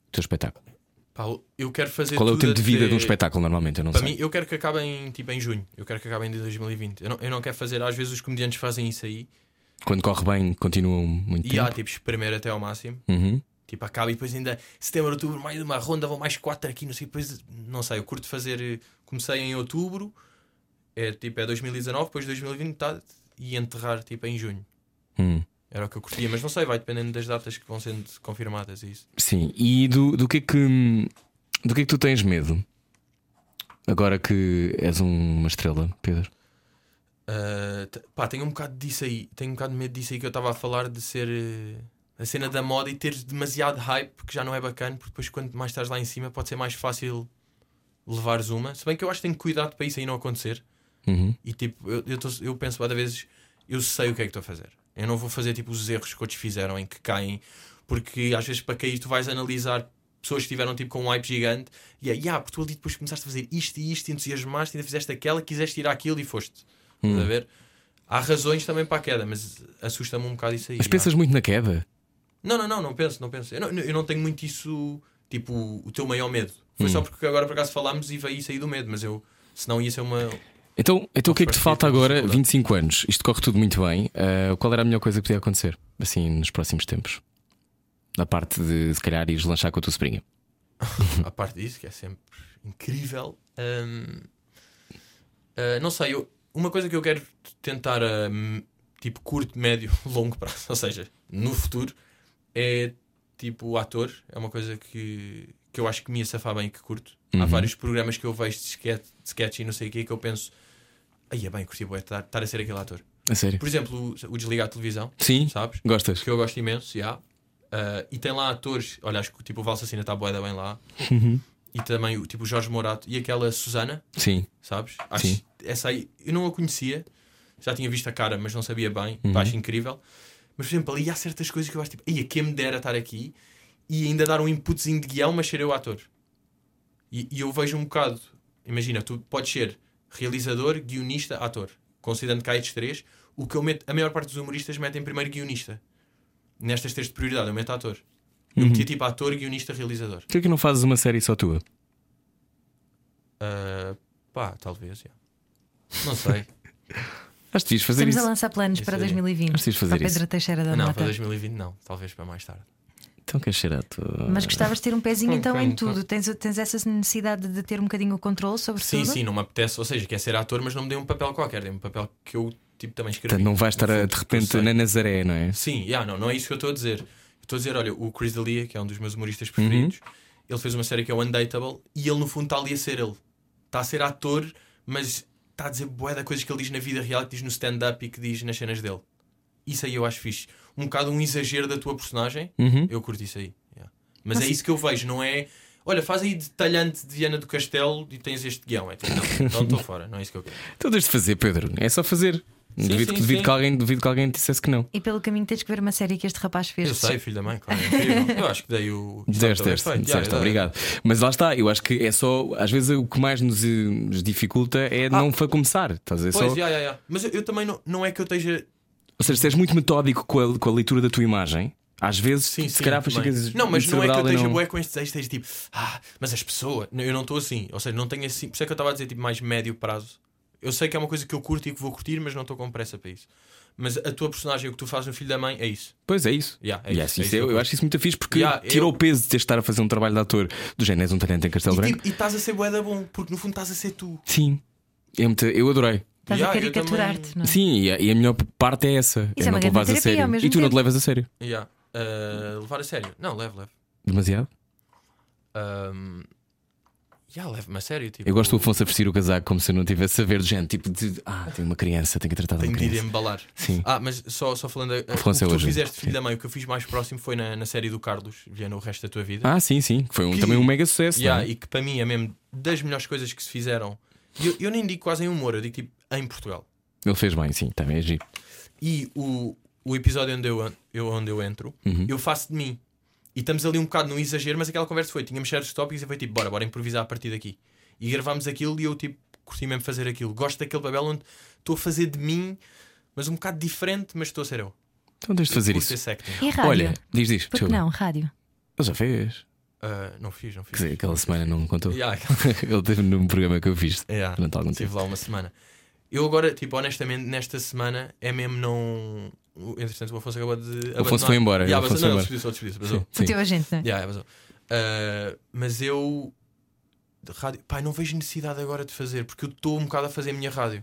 Speaker 1: O teu espetáculo.
Speaker 4: Pá, eu quero fazer
Speaker 1: Qual é o
Speaker 4: tudo
Speaker 1: tempo de vida
Speaker 4: até-
Speaker 1: de um espetáculo normalmente? Eu não
Speaker 4: Para
Speaker 1: sei.
Speaker 4: mim, eu quero que acabe em, tipo, em junho. Eu quero que acabe em 2020. Eu não, eu não quero fazer, às vezes os comediantes fazem isso aí
Speaker 1: Quando corre bem, continuam muito
Speaker 4: e há
Speaker 1: tempo.
Speaker 4: tipo espremer até ao máximo.
Speaker 1: Uhum.
Speaker 4: Tipo, acaba e depois ainda setembro, outubro, mais uma ronda, vão mais quatro aqui, não sei, depois não sei, eu curto fazer. eh, Comecei em outubro, é tipo, é 2019, depois 2020 tá, e enterrar tipo em junho.
Speaker 1: Hum.
Speaker 4: Era o que eu curtia, mas não sei, vai dependendo das datas que vão sendo confirmadas e isso.
Speaker 1: Sim. E do, do que é que do que é que tu tens medo? Agora que és um- uma estrela, Pedro.
Speaker 4: Uh, te- pá, tenho um bocado disso aí. Tenho um bocado de medo disso aí que eu estava a falar de ser eh, a cena da moda e ter demasiado hype, que já não é bacana, porque depois quanto mais estás lá em cima pode ser mais fácil levares uma. Se bem que eu acho que tenho cuidado para isso aí não acontecer.
Speaker 1: Uhum.
Speaker 4: E tipo, eu, eu, tô- eu penso várias vezes, eu sei o que é que estou a fazer. Eu não vou fazer tipo os erros que outros fizeram em que caem, porque às vezes para cair tu vais analisar pessoas que estiveram tipo com um hype gigante e é, yeah, porque tu ali depois começaste a fazer isto e isto, entusiasmaste, ainda fizeste aquela, quiseste ir àquilo e foste.
Speaker 1: Hum.
Speaker 4: Estás a ver? Há razões também para a queda, mas assusta-me um bocado isso aí.
Speaker 1: Mas
Speaker 4: já.
Speaker 1: pensas muito na queda?
Speaker 4: Não, não, não, não penso, não penso. Eu não, eu não tenho muito isso, tipo, o teu maior medo. Foi
Speaker 1: Hum.
Speaker 4: só porque agora por acaso falámos e veio isso aí do medo, mas eu, senão ia ser uma,
Speaker 1: Então, então o que é que te
Speaker 4: partir
Speaker 1: falta
Speaker 4: da
Speaker 1: agora?
Speaker 4: dificuldade.
Speaker 1: 25 anos, isto corre tudo muito bem. Ah, qual era a melhor coisa que podia acontecer assim nos próximos tempos? Na parte de se calhar ires lanchar com a tua sobrinha.
Speaker 4: A parte disso, que é sempre incrível. hum, ah, não sei, eu- uma coisa que eu quero tentar, a hum, tipo, curto, médio, longo prazo, ou seja, no futuro, é tipo ator. É uma coisa que, que eu acho que me ia safar bem e que curto. Há vários programas que eu vejo de sketch, de sketch e não sei o que que eu penso, aí é bem, curti, bué estar, estar a ser aquele ator.
Speaker 1: A sério?
Speaker 4: Por exemplo, o, o desligar a televisão,
Speaker 1: Sim.
Speaker 4: sabes?
Speaker 1: Gostas?
Speaker 4: que eu gosto imenso, já. Ah, e tem lá atores, olha, acho que tipo, o Valsacina está boeda bem lá. E também o tipo o Jorge Morato e aquela Susana,
Speaker 1: Sim.
Speaker 4: sabes? Acho
Speaker 1: Sim.
Speaker 4: essa aí, eu não a conhecia, já tinha visto a cara, mas não sabia bem, pá, acho incrível. Mas por exemplo, ali há certas coisas que eu acho tipo, ia quem me dera estar aqui e ainda dar um inputzinho de guião, mas ser eu ator. E, e eu vejo um bocado, imagina, tu podes ser realizador, guionista, ator, considerando que há estes três, o que eu meto, a maior parte dos humoristas metem primeiro guionista. Nestas três de prioridade, eu meto ator. Eu
Speaker 1: Uhum.
Speaker 4: metia tipo ator, guionista, realizador.
Speaker 1: Hum. Porquê que não fazes uma série só tua?
Speaker 4: Ah, pá, talvez, já. Não sei.
Speaker 1: Acho que devias fazer
Speaker 3: Estamos a
Speaker 1: isso.
Speaker 3: lançar planos
Speaker 4: Isso
Speaker 3: para
Speaker 4: aí.
Speaker 3: 2020.
Speaker 1: Preciso fazer
Speaker 3: para Pedro
Speaker 1: isso.
Speaker 3: Teixeira da
Speaker 4: Não,
Speaker 3: Mota.
Speaker 4: para 2020 não, talvez para mais tarde.
Speaker 1: Então queres ser ator?
Speaker 3: Mas gostavas de ter um pezinho
Speaker 4: Com-
Speaker 3: então
Speaker 4: com-
Speaker 3: em
Speaker 4: com-
Speaker 3: tudo. Tens, tens essa necessidade de ter um bocadinho o controle sobre
Speaker 4: Sim,
Speaker 3: tudo?
Speaker 4: sim, não me apetece, ou seja, quer ser ator, mas não me dê um papel qualquer, dê um papel que eu tipo também escrevi.
Speaker 1: Portanto, não vais
Speaker 4: No
Speaker 1: estar a,
Speaker 4: fundo,
Speaker 1: de
Speaker 4: eu sei.
Speaker 1: repente na Nazaré, não é?
Speaker 4: Sim, yeah, não, não é isso que eu estou a dizer. Eu Estou a dizer, olha, o Chris D'Elia, que é um dos meus humoristas preferidos, ele fez uma série que é o Undateable e ele no fundo está ali a ser ele. Está a ser ator, mas está a dizer bué da coisas que ele diz na vida real, que diz no stand-up e que diz nas cenas dele. Isso aí eu acho fixe. Um bocado um exagero da tua personagem, eu curto isso aí. yeah. Mas é isso que eu vejo, não é. Olha, faz aí detalhante de Viana do Castelo e tens este guião. É tipo, não, então estou fora, não é isso que eu quero.
Speaker 1: Então tens de fazer, Pedro. É só fazer.
Speaker 4: Sim,
Speaker 1: duvido,
Speaker 4: sim,
Speaker 1: que, duvido,
Speaker 4: sim.
Speaker 1: Que alguém, duvido que alguém dissesse que não.
Speaker 3: E pelo caminho tens que ver uma série que este rapaz fez.
Speaker 4: Eu sei, filho da mãe, claro. é incrível. Eu acho que dei o.
Speaker 1: Disseste,
Speaker 4: Exato, é
Speaker 1: disseste,
Speaker 4: perfeito.
Speaker 1: disseste,
Speaker 4: Yeah, yeah,
Speaker 1: obrigado. Mas lá está, eu acho que é só. Às vezes o que mais nos, eh, nos dificulta é não foi começar. Estás a dizer?
Speaker 4: Ah. Pois,
Speaker 1: só,
Speaker 4: já, já, já. Mas eu, eu também não, não é que eu esteja.
Speaker 1: Ou seja, se és muito metódico com a, com a leitura da tua imagem, às vezes,
Speaker 4: Sim,
Speaker 1: se
Speaker 4: sim,
Speaker 1: calhar,
Speaker 4: também.
Speaker 1: ficas
Speaker 4: Não, mas não é que eu
Speaker 1: cerebral e
Speaker 4: esteja bué com este desejo, esteja tipo, ah, mas as pessoas. Não, Eu não estou assim. Ou seja, não tenho assim. Por isso é que eu estava a dizer tipo mais médio prazo. Eu sei que é uma coisa que eu curto e que vou curtir, mas não estou com pressa para isso. Mas a tua personagem, o que tu fazes no filho da mãe, é isso.
Speaker 1: Pois é isso.
Speaker 4: Yeah, é
Speaker 1: E acho
Speaker 4: isso, é
Speaker 1: isso-
Speaker 4: isso que eu
Speaker 1: eu, eu
Speaker 4: curto.
Speaker 1: acho isso muito fixe porque
Speaker 4: Yeah, eu-
Speaker 1: tirou o peso de teres de estar a fazer um trabalho de ator do género, és um talento em Castelo
Speaker 4: E
Speaker 1: Branco.
Speaker 4: tipo, e estás a ser bué da bom, porque no fundo estás a ser tu.
Speaker 1: Sim, eu, muito- eu adorei.
Speaker 3: Estás
Speaker 4: Yeah,
Speaker 3: a
Speaker 4: eu
Speaker 3: caricaturar-te,
Speaker 4: também-
Speaker 3: não é?
Speaker 1: Sim, e a, e a melhor parte é essa. é
Speaker 3: Isso
Speaker 1: não
Speaker 3: é uma
Speaker 1: te
Speaker 3: grande
Speaker 1: levas a
Speaker 3: terapia
Speaker 1: sério.
Speaker 3: ao mesmo
Speaker 1: E tu não te
Speaker 3: tempo.
Speaker 1: levas a sério.
Speaker 4: Yeah. Ah, levar a sério. Não, levo, levo.
Speaker 1: Demasiado.
Speaker 4: Ahm, yeah, levo-me a sério. Tipo,
Speaker 1: Eu gosto do Afonso a vestir o casaco como se eu não tivesse a ver de gente. Tipo, de, ah, tenho uma criança, tenho que tratar de
Speaker 4: Tenho
Speaker 1: uma
Speaker 4: de ir
Speaker 1: criança.
Speaker 4: embalar.
Speaker 1: Sim.
Speaker 4: Ah, mas só, só falando. eh, O
Speaker 1: Afonso
Speaker 4: que
Speaker 1: é
Speaker 4: tu
Speaker 1: hoje.
Speaker 4: fizeste, filho
Speaker 1: Sim.
Speaker 4: da mãe, o que eu fiz mais próximo foi na, na série do Carlos, Viana, o resto da tua vida.
Speaker 1: Ah, sim, sim. que Foi um-
Speaker 4: Que-
Speaker 1: também um mega sucesso.
Speaker 4: Yeah,
Speaker 1: não é?
Speaker 4: E que para mim é mesmo das melhores coisas que se fizeram. E Eu, eu nem digo quase em humor, eu digo tipo em Portugal.
Speaker 1: Ele fez bem, sim, também é giro.
Speaker 4: E o, o episódio onde eu, an- eu, onde eu entro,
Speaker 1: Uhum.
Speaker 4: eu faço de mim. E estamos ali um bocado no exagero, mas aquela conversa foi: tínhamos certos tópicos e foi tipo, bora, bora improvisar a partir daqui. E gravámos aquilo e eu tipo, curti mesmo fazer aquilo. Gosto daquele papel onde estou a fazer de mim, mas um bocado diferente, mas estou a ser eu.
Speaker 1: Então tens de fazer
Speaker 4: Curto
Speaker 1: isso.
Speaker 4: esse acting.
Speaker 3: E rádio?
Speaker 1: Olha, diz, diz.
Speaker 3: Porque
Speaker 1: desculpa.
Speaker 3: não, rádio.
Speaker 1: Ele já fez.
Speaker 4: Ah, não fiz, não fiz.
Speaker 1: Quer dizer, aquela semana não me contou.
Speaker 4: Yeah,
Speaker 1: Ele teve num programa que eu fiz
Speaker 4: yeah.
Speaker 1: durante algum tempo.
Speaker 4: Estive lá uma semana. Eu agora, tipo, honestamente, nesta semana é mesmo não. o- Entretanto, o Afonso acabou de. abandonar.
Speaker 1: Afonso foi embora,
Speaker 4: Yeah,
Speaker 1: o Afonso
Speaker 4: mas, não,
Speaker 1: foi
Speaker 4: ele despediu-se, ele despediu-se,
Speaker 1: Sim,
Speaker 4: vazou.
Speaker 3: O teu agente, não é?
Speaker 4: Yeah, vazou. Ah, mas eu. de Rádio... Pá, não vejo necessidade agora de fazer, porque eu estou um bocado a fazer a minha rádio.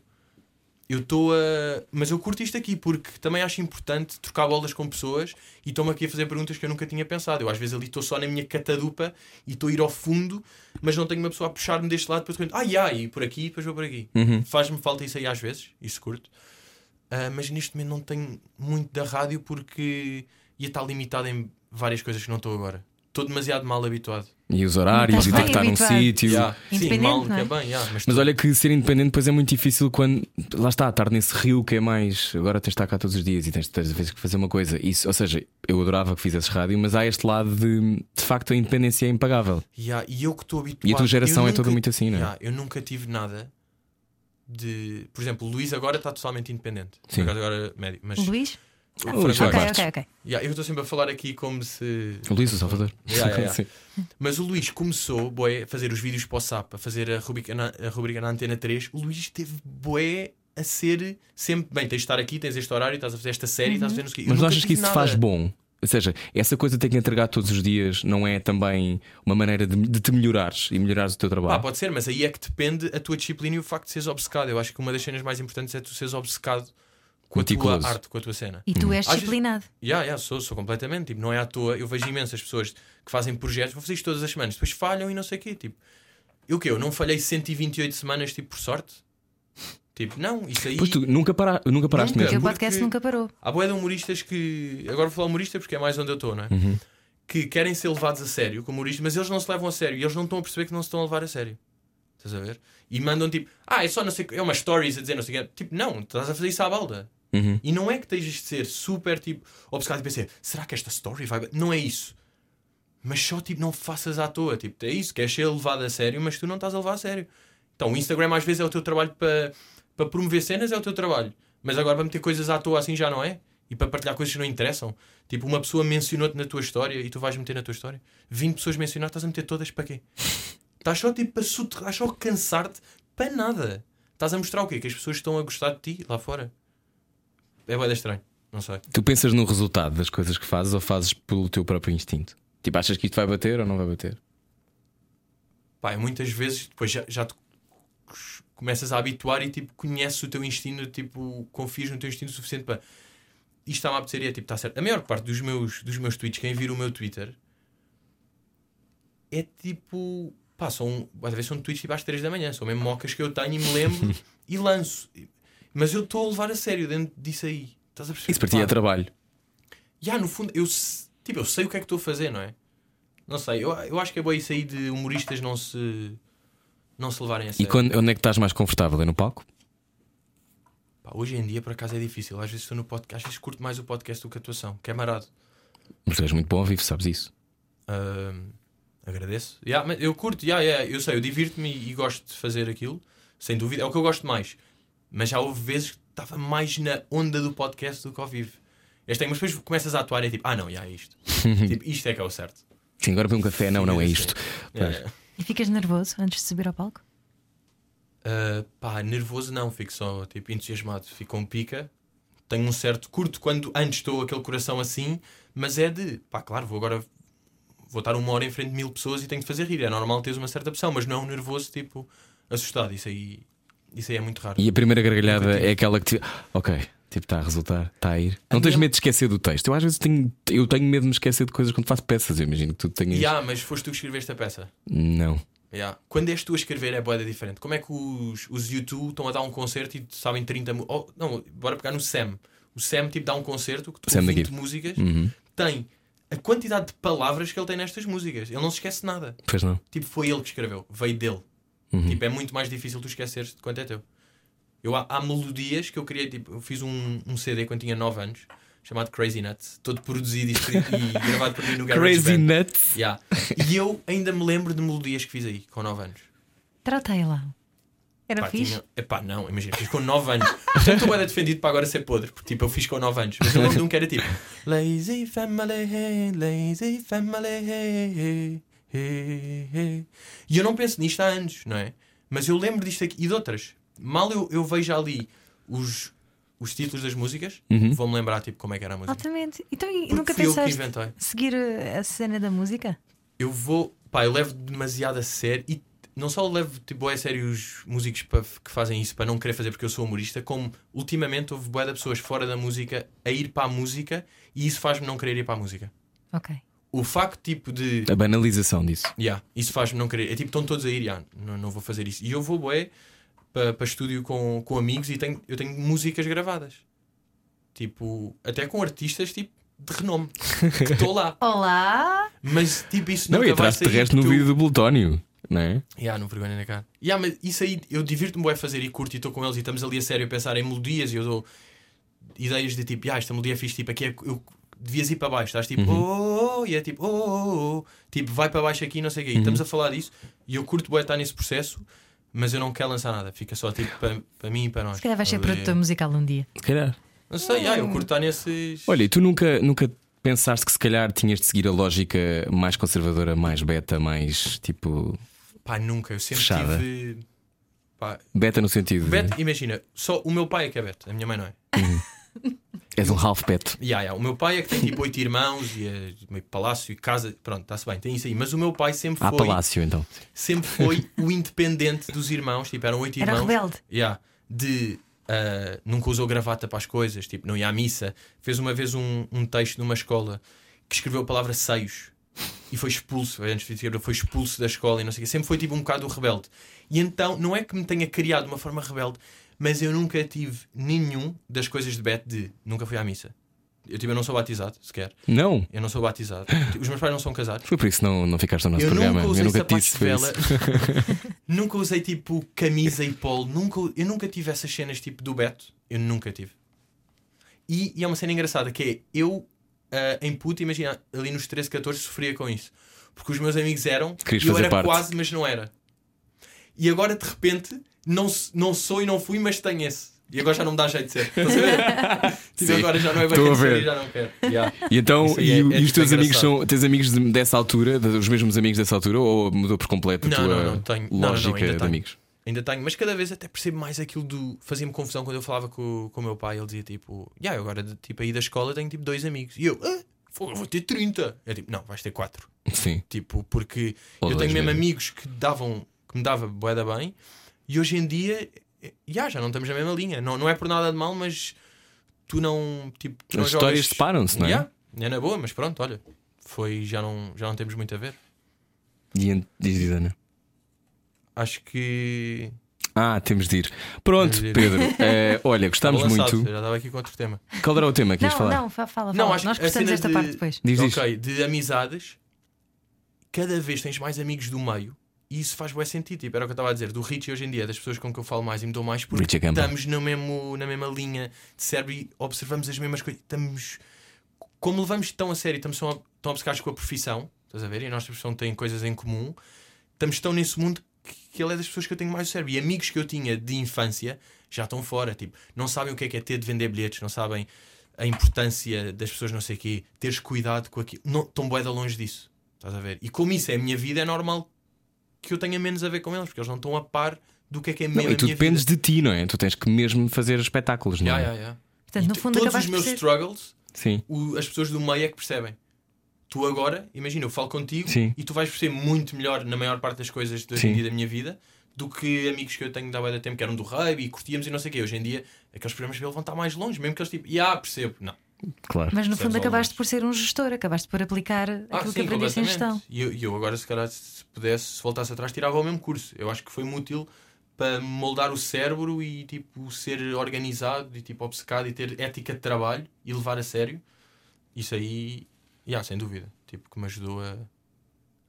Speaker 4: Eu estou a. Mas eu curto isto aqui, porque também acho importante trocar bolas com pessoas e estou-me aqui a fazer perguntas que eu nunca tinha pensado. Eu às vezes ali estou só na minha catadupa e estou a ir ao fundo, mas não tenho uma pessoa a puxar-me deste lado para depois. Ah, yeah, e por aqui, e depois vou por aqui. Faz-me falta isso aí às vezes, isso curto. Ah, mas neste momento não tenho muito da rádio porque ia estar limitado em várias coisas que não estou agora. Estou demasiado mal habituado.
Speaker 1: E os horários, e
Speaker 3: Não
Speaker 1: ter
Speaker 3: estás
Speaker 1: que estar
Speaker 3: bem
Speaker 1: num
Speaker 3: é habituado.
Speaker 1: sítio.
Speaker 4: Yeah. Sim,
Speaker 3: Independente,
Speaker 4: mal que
Speaker 3: não é?
Speaker 4: é bem, yeah, mas,
Speaker 1: Mas
Speaker 4: tô-
Speaker 1: olha que ser independente depois é muito difícil quando lá está, estar nesse rio que é mais agora tens de estar cá todos os dias e tens de ter vezes que fazer uma coisa. Isso, ou seja, eu adorava que fizesses rádio, mas há este lado de de facto a independência é impagável.
Speaker 4: Yeah, e eu que estou habituado.
Speaker 1: E a tua geração
Speaker 4: eu
Speaker 1: é toda muito assim, não é?
Speaker 4: Yeah, eu nunca tive nada de. Por exemplo, o Luís agora está totalmente independente.
Speaker 1: Sim.
Speaker 4: Por acaso agora é médio. Mas
Speaker 3: Luís?
Speaker 4: o
Speaker 1: Luís
Speaker 4: Franco
Speaker 1: vai.
Speaker 3: Ok,
Speaker 4: Bastos-
Speaker 3: ok, ok.
Speaker 4: Yeah, eu estou sempre a falar aqui como se.
Speaker 1: O Luís, o Salvador.
Speaker 4: Yeah, yeah, yeah.
Speaker 1: Sim.
Speaker 4: Mas o Luís começou boé, a fazer os vídeos para o SAP, a fazer a rubrica, na, a rubrica na Antena 3. O Luís teve boé a ser sempre bem, tens de estar aqui, tens este horário, estás a fazer esta série, estás a fazer não sei o quê. Eu
Speaker 1: Mas não
Speaker 4: nunca
Speaker 1: achas que
Speaker 4: tive
Speaker 1: isso te
Speaker 4: nada.
Speaker 1: faz bom? Ou seja, essa coisa de ter que entregar todos os dias não é também uma maneira de, de te melhorares e melhorares o teu
Speaker 4: Pá,
Speaker 1: trabalho.
Speaker 4: pode ser, mas aí é que depende a tua disciplina e o facto de seres obcecado. Eu acho que uma das cenas mais importantes é tu seres obcecado com a
Speaker 1: Meticuloso.
Speaker 4: tua arte, com a tua cena.
Speaker 3: E tu és
Speaker 4: Às vezes-
Speaker 3: disciplinado.
Speaker 4: Yeah, yeah, sou, sou completamente. Tipo, não é à toa. Eu vejo imensas pessoas que fazem projetos, vou fazer isto todas as semanas, depois falham e não sei o quê. Tipo, eu que Eu não falhei 128 semanas, tipo, por sorte? Tipo, não, isso aí.
Speaker 1: Pois tu nunca, para, nunca paraste
Speaker 4: Nunca.
Speaker 1: mesmo.
Speaker 3: Porque é o podcast
Speaker 4: porque-
Speaker 3: nunca parou.
Speaker 4: Há boé de humoristas que. Agora vou falar humorista porque é mais onde eu estou, não é? Que querem ser levados a sério como humoristas, mas eles não se levam a sério e eles não estão a perceber que não se estão a levar a sério. Estás a ver? E mandam tipo, ah, é só não sei. o quê, É uma stories a dizer não sei o quê. Tipo, não, estás a fazer isso à balda.
Speaker 1: Uhum.
Speaker 4: E não é que estejas de ser super tipo obcecado e pensar, será que esta story vai. Não é isso. Mas só tipo, não faças à toa. Tipo, é isso, queres ser levado a sério, mas tu não estás a levar a sério. Então o Instagram às vezes é o teu trabalho para para promover cenas, é o teu trabalho. Mas agora para meter coisas à toa assim já não é? E para partilhar coisas que não interessam. Tipo, uma pessoa mencionou-te na tua história e tu vais meter na tua história. 20 pessoas mencionaram, estás a meter todas para quê? Estás só tipo a soterrar, estás só a cansar-te para nada. Estás a mostrar o quê? Que as pessoas estão a gostar de ti lá fora. É bem estranho, não sei.
Speaker 1: Tu pensas no resultado das coisas que fazes ou fazes pelo teu próprio instinto? Tipo, achas que isto vai bater ou não vai bater?
Speaker 4: Pá, e muitas vezes depois já, já te cos- começas a habituar e tipo, conheces o teu instinto, tipo, confias no teu instinto o suficiente para isto está-me a apetecer e é tipo, está certo. A maior parte dos meus, dos meus tweets, quem vira o meu Twitter é tipo, pá, são, às vezes são tweets tipo às 3 da manhã, são mesmo mocas que eu tenho e me lembro e lanço. Mas eu estou a levar a sério dentro disso aí. Estás a perceber?
Speaker 1: Isso para ti é
Speaker 4: Pá,
Speaker 1: trabalho.
Speaker 4: Ya, no fundo, eu, se- tipo, eu sei o que é que estou a fazer, não é? Não sei, eu, eu acho que é boa isso aí de humoristas não se não se levarem a
Speaker 1: E
Speaker 4: sério.
Speaker 1: quando, onde é que estás mais confortável? É no palco?
Speaker 4: Pá, hoje em dia, por acaso, é difícil. Às vezes estou no podcast, às vezes curto mais o podcast do que a atuação, que é marado.
Speaker 1: Mas tu és muito bom ao vivo, sabes isso.
Speaker 4: Ahm, agradeço. Ya, mas eu curto, ya, ya, eu sei, eu divirto-me e, e gosto de fazer aquilo, sem dúvida, é o que eu gosto mais. Mas já houve vezes que estava mais na onda do podcast do que ao vivo. Este aí, mas depois começas a atuar e é tipo, ah não, já é isto. tipo, isto é que é o certo.
Speaker 1: Sim, agora para um café, não, não é isto.
Speaker 4: Ya,
Speaker 1: Pois.
Speaker 4: ya.
Speaker 3: E ficas nervoso antes de subir ao palco?
Speaker 4: Uh, pá, nervoso não, fico só tipo entusiasmado, fico com pica. Tenho um certo curto quando antes estou aquele coração assim, mas é de pá, claro, vou agora vou estar uma hora em frente de mil pessoas e tenho de fazer rir. É normal teres uma certa pressão, mas não é um nervoso tipo assustado. Isso aí, isso aí é muito raro.
Speaker 1: E a primeira gargalhada é aquela que te... Ok, tipo, está a resultar, está a ir. Não tens
Speaker 4: minha-
Speaker 1: medo de esquecer do texto. Eu às vezes tenho, eu tenho medo de me esquecer de coisas quando faço peças. Eu imagino que tu tenhas.
Speaker 4: E há, mas foste tu que escreveste a peça.
Speaker 1: Não.
Speaker 4: Ya. Quando és tu a escrever é boeda diferente. Como é que os, os YouTube estão a dar um concerto e sabem 30 mu- oh, Não, bora pegar no Sam. O Sam tipo, dá um concerto que
Speaker 1: Sam
Speaker 4: tu 20
Speaker 1: daqui.
Speaker 4: músicas
Speaker 1: Uhum.
Speaker 4: tem a quantidade de palavras que ele tem nestas músicas. Ele não se esquece de nada.
Speaker 1: Pois não.
Speaker 4: Tipo, foi ele que escreveu, veio dele.
Speaker 1: Uhum.
Speaker 4: Tipo, é muito mais difícil tu esqueceres de quanto é teu. Eu, há, há melodias que eu queria, tipo, eu fiz um, um CD quando tinha 9 anos, chamado Crazy Nuts, todo produzido e, escrito e gravado por mim no GarageBand.
Speaker 1: Crazy Nuts.
Speaker 4: Yeah. E eu ainda me lembro de melodias que fiz aí, com 9 anos.
Speaker 3: Tratei lá. Era
Speaker 4: Pá,
Speaker 3: fixe?
Speaker 4: tinha... Epá, não, imagina, fiz com 9 anos. Portanto, estou bem defendido para agora ser podre, porque tipo, eu fiz com 9 anos. Mas eu lembro de um que era tipo Lazy Family, hey, Lazy Family, hey, hey, hey, hey. E eu não penso nisto há anos, não é? Mas eu lembro disto aqui e de outras. Mal eu, eu vejo ali os, os títulos das músicas, vou-me lembrar tipo como é que era a música.
Speaker 3: Altamente. Então e
Speaker 4: Porque
Speaker 3: nunca
Speaker 4: fui eu que
Speaker 3: pensaste
Speaker 4: inventei.
Speaker 3: seguir uh, a cena da música?
Speaker 4: Eu vou. Pá, eu levo demasiado a sério e não só levo tipo, bué a sério os músicos pa- que fazem isso para não querer fazer porque eu sou humorista, como ultimamente houve boé de pessoas fora da música a ir para a música e isso faz-me não querer ir para a música.
Speaker 3: Ok.
Speaker 4: O facto tipo de.
Speaker 1: A banalização disso.
Speaker 4: Yeah, isso faz-me não querer. É tipo, estão todos a ir, yeah, não, não vou fazer isso. E eu vou, boé, para estúdio com, com amigos e tenho, eu tenho músicas gravadas. Tipo, até com artistas tipo de renome. Que estou lá.
Speaker 3: Olá!
Speaker 4: Mas tipo, isso
Speaker 1: Não,
Speaker 4: nunca
Speaker 1: e
Speaker 4: vai
Speaker 1: atrás de
Speaker 4: sair,
Speaker 1: resto no
Speaker 4: porque eu-
Speaker 1: vídeo do Plutónio. Não é?
Speaker 4: Ya, não vergonha na cara. Ya, mas isso aí, eu divirto-me bué a fazer e curto e estou com eles e estamos ali a sério a pensar em melodias e eu dou ideias de tipo, ya, esta melodia é fixe, tipo, aqui é, eu, devias ir para baixo, estás tipo,
Speaker 1: Uhum.
Speaker 4: oh, oh, oh, e é tipo, oh, oh, oh, oh, tipo, vai para baixo aqui, não sei o quê. E
Speaker 1: Uhum.
Speaker 4: estamos a falar disso e eu curto bué estar nesse processo, mas eu não quero lançar nada, fica só tipo para, para mim e para nós.
Speaker 3: Se calhar vais ser
Speaker 4: Ali é-
Speaker 3: produtor musical um dia.
Speaker 1: Se calhar.
Speaker 4: Não sei, ya, eu curto estar nesses.
Speaker 1: Olha, e tu nunca, nunca pensaste que se calhar tinhas de seguir a lógica mais conservadora, mais beta, mais tipo.
Speaker 4: Pá, nunca, eu sempre
Speaker 1: Fechada. Uhum.
Speaker 4: tive. Pá,
Speaker 1: Beta no sentido. de-
Speaker 4: Beto, imagina, só o meu pai é que é Beto, a minha mãe não é.
Speaker 1: És um half pet.
Speaker 4: Ya, ya, O meu pai é que tem tipo oito irmãos e eh, meio palácio e casa. Pronto, está-se bem, tem isso aí. Mas o meu pai sempre
Speaker 1: Há
Speaker 4: foi.
Speaker 1: palácio, então.
Speaker 4: sempre foi o independente dos irmãos. Tipo, eram oito
Speaker 3: Era
Speaker 4: irmãos.
Speaker 3: rebelde.
Speaker 4: Yeah. de ah, nunca usou gravata para as coisas, tipo, não ia à missa. Fez uma vez um, um texto numa escola que escreveu a palavra seios e foi expulso. Antes de ser, foi expulso da escola e não sei o quê. Sempre foi tipo um bocado o rebelde. E então, não é que me tenha criado de uma forma rebelde, mas eu nunca tive nenhum das coisas de Beth de nunca fui à missa. Eu, tipo, eu não sou batizado sequer.
Speaker 1: Não.
Speaker 4: Eu não sou batizado. Tipo, Os meus pais não são casados.
Speaker 1: Foi por isso que não, não ficaste no nosso
Speaker 4: Eu
Speaker 1: programa.
Speaker 4: nunca usei
Speaker 1: eu nunca te
Speaker 4: sapatos
Speaker 1: disse
Speaker 4: de
Speaker 1: foi
Speaker 4: vela,
Speaker 1: isso.
Speaker 4: nunca usei tipo camisa e polo, nunca, eu nunca tive essas cenas tipo do Beto, eu nunca tive. E, e é uma cena engraçada que é eu, ah, em puto, imagina, ali nos 13, 14, sofria com isso. Porque os meus amigos eram,
Speaker 1: Querias
Speaker 4: e eu
Speaker 1: fazer
Speaker 4: era
Speaker 1: parte.
Speaker 4: quase, mas não era. E agora de repente, não, s- não sou e não fui, mas tenho esse. E agora já não me dá jeito de ser. Estás a ver?
Speaker 1: Sim.
Speaker 4: tipo, agora já não é
Speaker 1: Estou a
Speaker 4: bacana de ser
Speaker 1: ver.
Speaker 4: e já não quero. Yeah.
Speaker 1: E então,
Speaker 4: Isso aí
Speaker 1: e,
Speaker 4: é-
Speaker 1: o-
Speaker 4: é
Speaker 1: e os teus
Speaker 4: tipo
Speaker 1: amigos
Speaker 4: engraçado.
Speaker 1: são teus amigos de- dessa altura, de- os mesmos amigos dessa altura, ou mudou por completo a
Speaker 4: Não,
Speaker 1: tua
Speaker 4: não, não tenho. Não, não, não,
Speaker 1: lógica
Speaker 4: ainda
Speaker 1: de
Speaker 4: tenho.
Speaker 1: amigos?
Speaker 4: Ainda tenho, mas cada vez até percebo mais aquilo do. Fazia-me confusão quando eu falava com, com o meu pai. Ele dizia tipo, já, eu agora de- tipo, aí da escola tenho tipo dois amigos. E eu, ah, fogo, eu vou ter 30. Eu tipo, não, vais ter quatro
Speaker 1: Sim.
Speaker 4: Tipo, porque
Speaker 1: Ou
Speaker 4: eu
Speaker 1: dois
Speaker 4: tenho mesmo
Speaker 1: mesmo.
Speaker 4: amigos que davam que me dava boeda bem e hoje em dia, eh, já, já não estamos na mesma linha. Não, não é por nada de mal, mas tu não. Tipo, tu não
Speaker 1: As histórias
Speaker 4: jogas...
Speaker 1: separam-se, não é?
Speaker 4: Já, é na boa, mas pronto, olha. Foi, já não, já não temos muito a ver.
Speaker 1: E ent- diz, diz, Ana.
Speaker 4: Acho que.
Speaker 1: Ah, temos de ir. Pronto,
Speaker 4: Temos de ir.
Speaker 1: Pedro. eh, olha, gostámos
Speaker 4: Estava lançado,
Speaker 1: muito.
Speaker 4: eu Já estava aqui com outro tema.
Speaker 1: Qual era o tema que ias
Speaker 3: não,
Speaker 1: falar?
Speaker 3: não, fa- fala, fala.
Speaker 4: Não, acho
Speaker 3: Nós
Speaker 4: que a
Speaker 3: gostamos
Speaker 4: cena
Speaker 3: desta
Speaker 4: de-
Speaker 3: parte depois.
Speaker 1: Diz isto.
Speaker 4: Ok, de amizades, cada vez tens mais amigos do meio e isso faz bom sentido. Tipo, era o que eu estava a dizer, do Richie hoje em dia, das pessoas com que eu falo mais e me dou mais, porque
Speaker 1: Richie Gamba.
Speaker 4: estamos no mesmo, na mesma linha de cérebro e observamos as mesmas coisas. Estamos. Como levamos tão a sério, e estamos tão, tão obcecados com a profissão, estás a ver? E a nossa profissão tem coisas em comum, estamos tão nesse mundo que, que ele é das pessoas que eu tenho mais o cérebro. E amigos que eu tinha de infância já estão fora, tipo, não sabem o que é que é ter de vender bilhetes, não sabem a importância das pessoas, não sei o quê, teres cuidado com aquilo. Não, estão bué de longe disso, estás a ver? E como isso é a minha vida, é normal que eu tenha menos a ver com eles, porque eles não estão a par do que é que é
Speaker 1: Não,
Speaker 4: mesmo
Speaker 1: e
Speaker 4: a
Speaker 1: tu
Speaker 4: minha
Speaker 1: dependes
Speaker 4: vida.
Speaker 1: de ti, não é? Tu tens que mesmo fazer espetáculos, não é?
Speaker 4: Ya, ya, ya.
Speaker 3: Portanto,
Speaker 4: E
Speaker 3: no
Speaker 4: t-
Speaker 3: fundo,
Speaker 4: todos os
Speaker 3: acabaste por
Speaker 4: meus
Speaker 3: ser.
Speaker 4: struggles
Speaker 1: Sim.
Speaker 4: o- as pessoas do meio é que percebem. Tu agora, imagina, eu falo contigo
Speaker 1: Sim.
Speaker 4: e tu vais perceber muito melhor na maior parte das coisas de hoje em
Speaker 1: Sim.
Speaker 4: dia da minha vida do que amigos que eu tenho da bué da tempo que eram do rugby e curtíamos e não sei o quê. Hoje em dia, aqueles programas dele vão estar mais longe, mesmo que eles tipo, ah, percebo. Não.
Speaker 1: Claro.
Speaker 3: Mas no
Speaker 4: Percebes
Speaker 3: fundo,
Speaker 4: algumas.
Speaker 3: acabaste por ser um gestor, acabaste por aplicar
Speaker 4: Ah,
Speaker 3: aquilo que
Speaker 4: sim,
Speaker 3: aprendeste em gestão.
Speaker 4: completamente. E eu, e eu agora, se calhar, se pudesse, se voltasse atrás, tirava o mesmo curso. Eu acho que foi muito útil para moldar o cérebro e tipo ser organizado e tipo obcecado e ter ética de trabalho e levar a sério. Isso aí, yeah, sem dúvida, tipo que me ajudou a,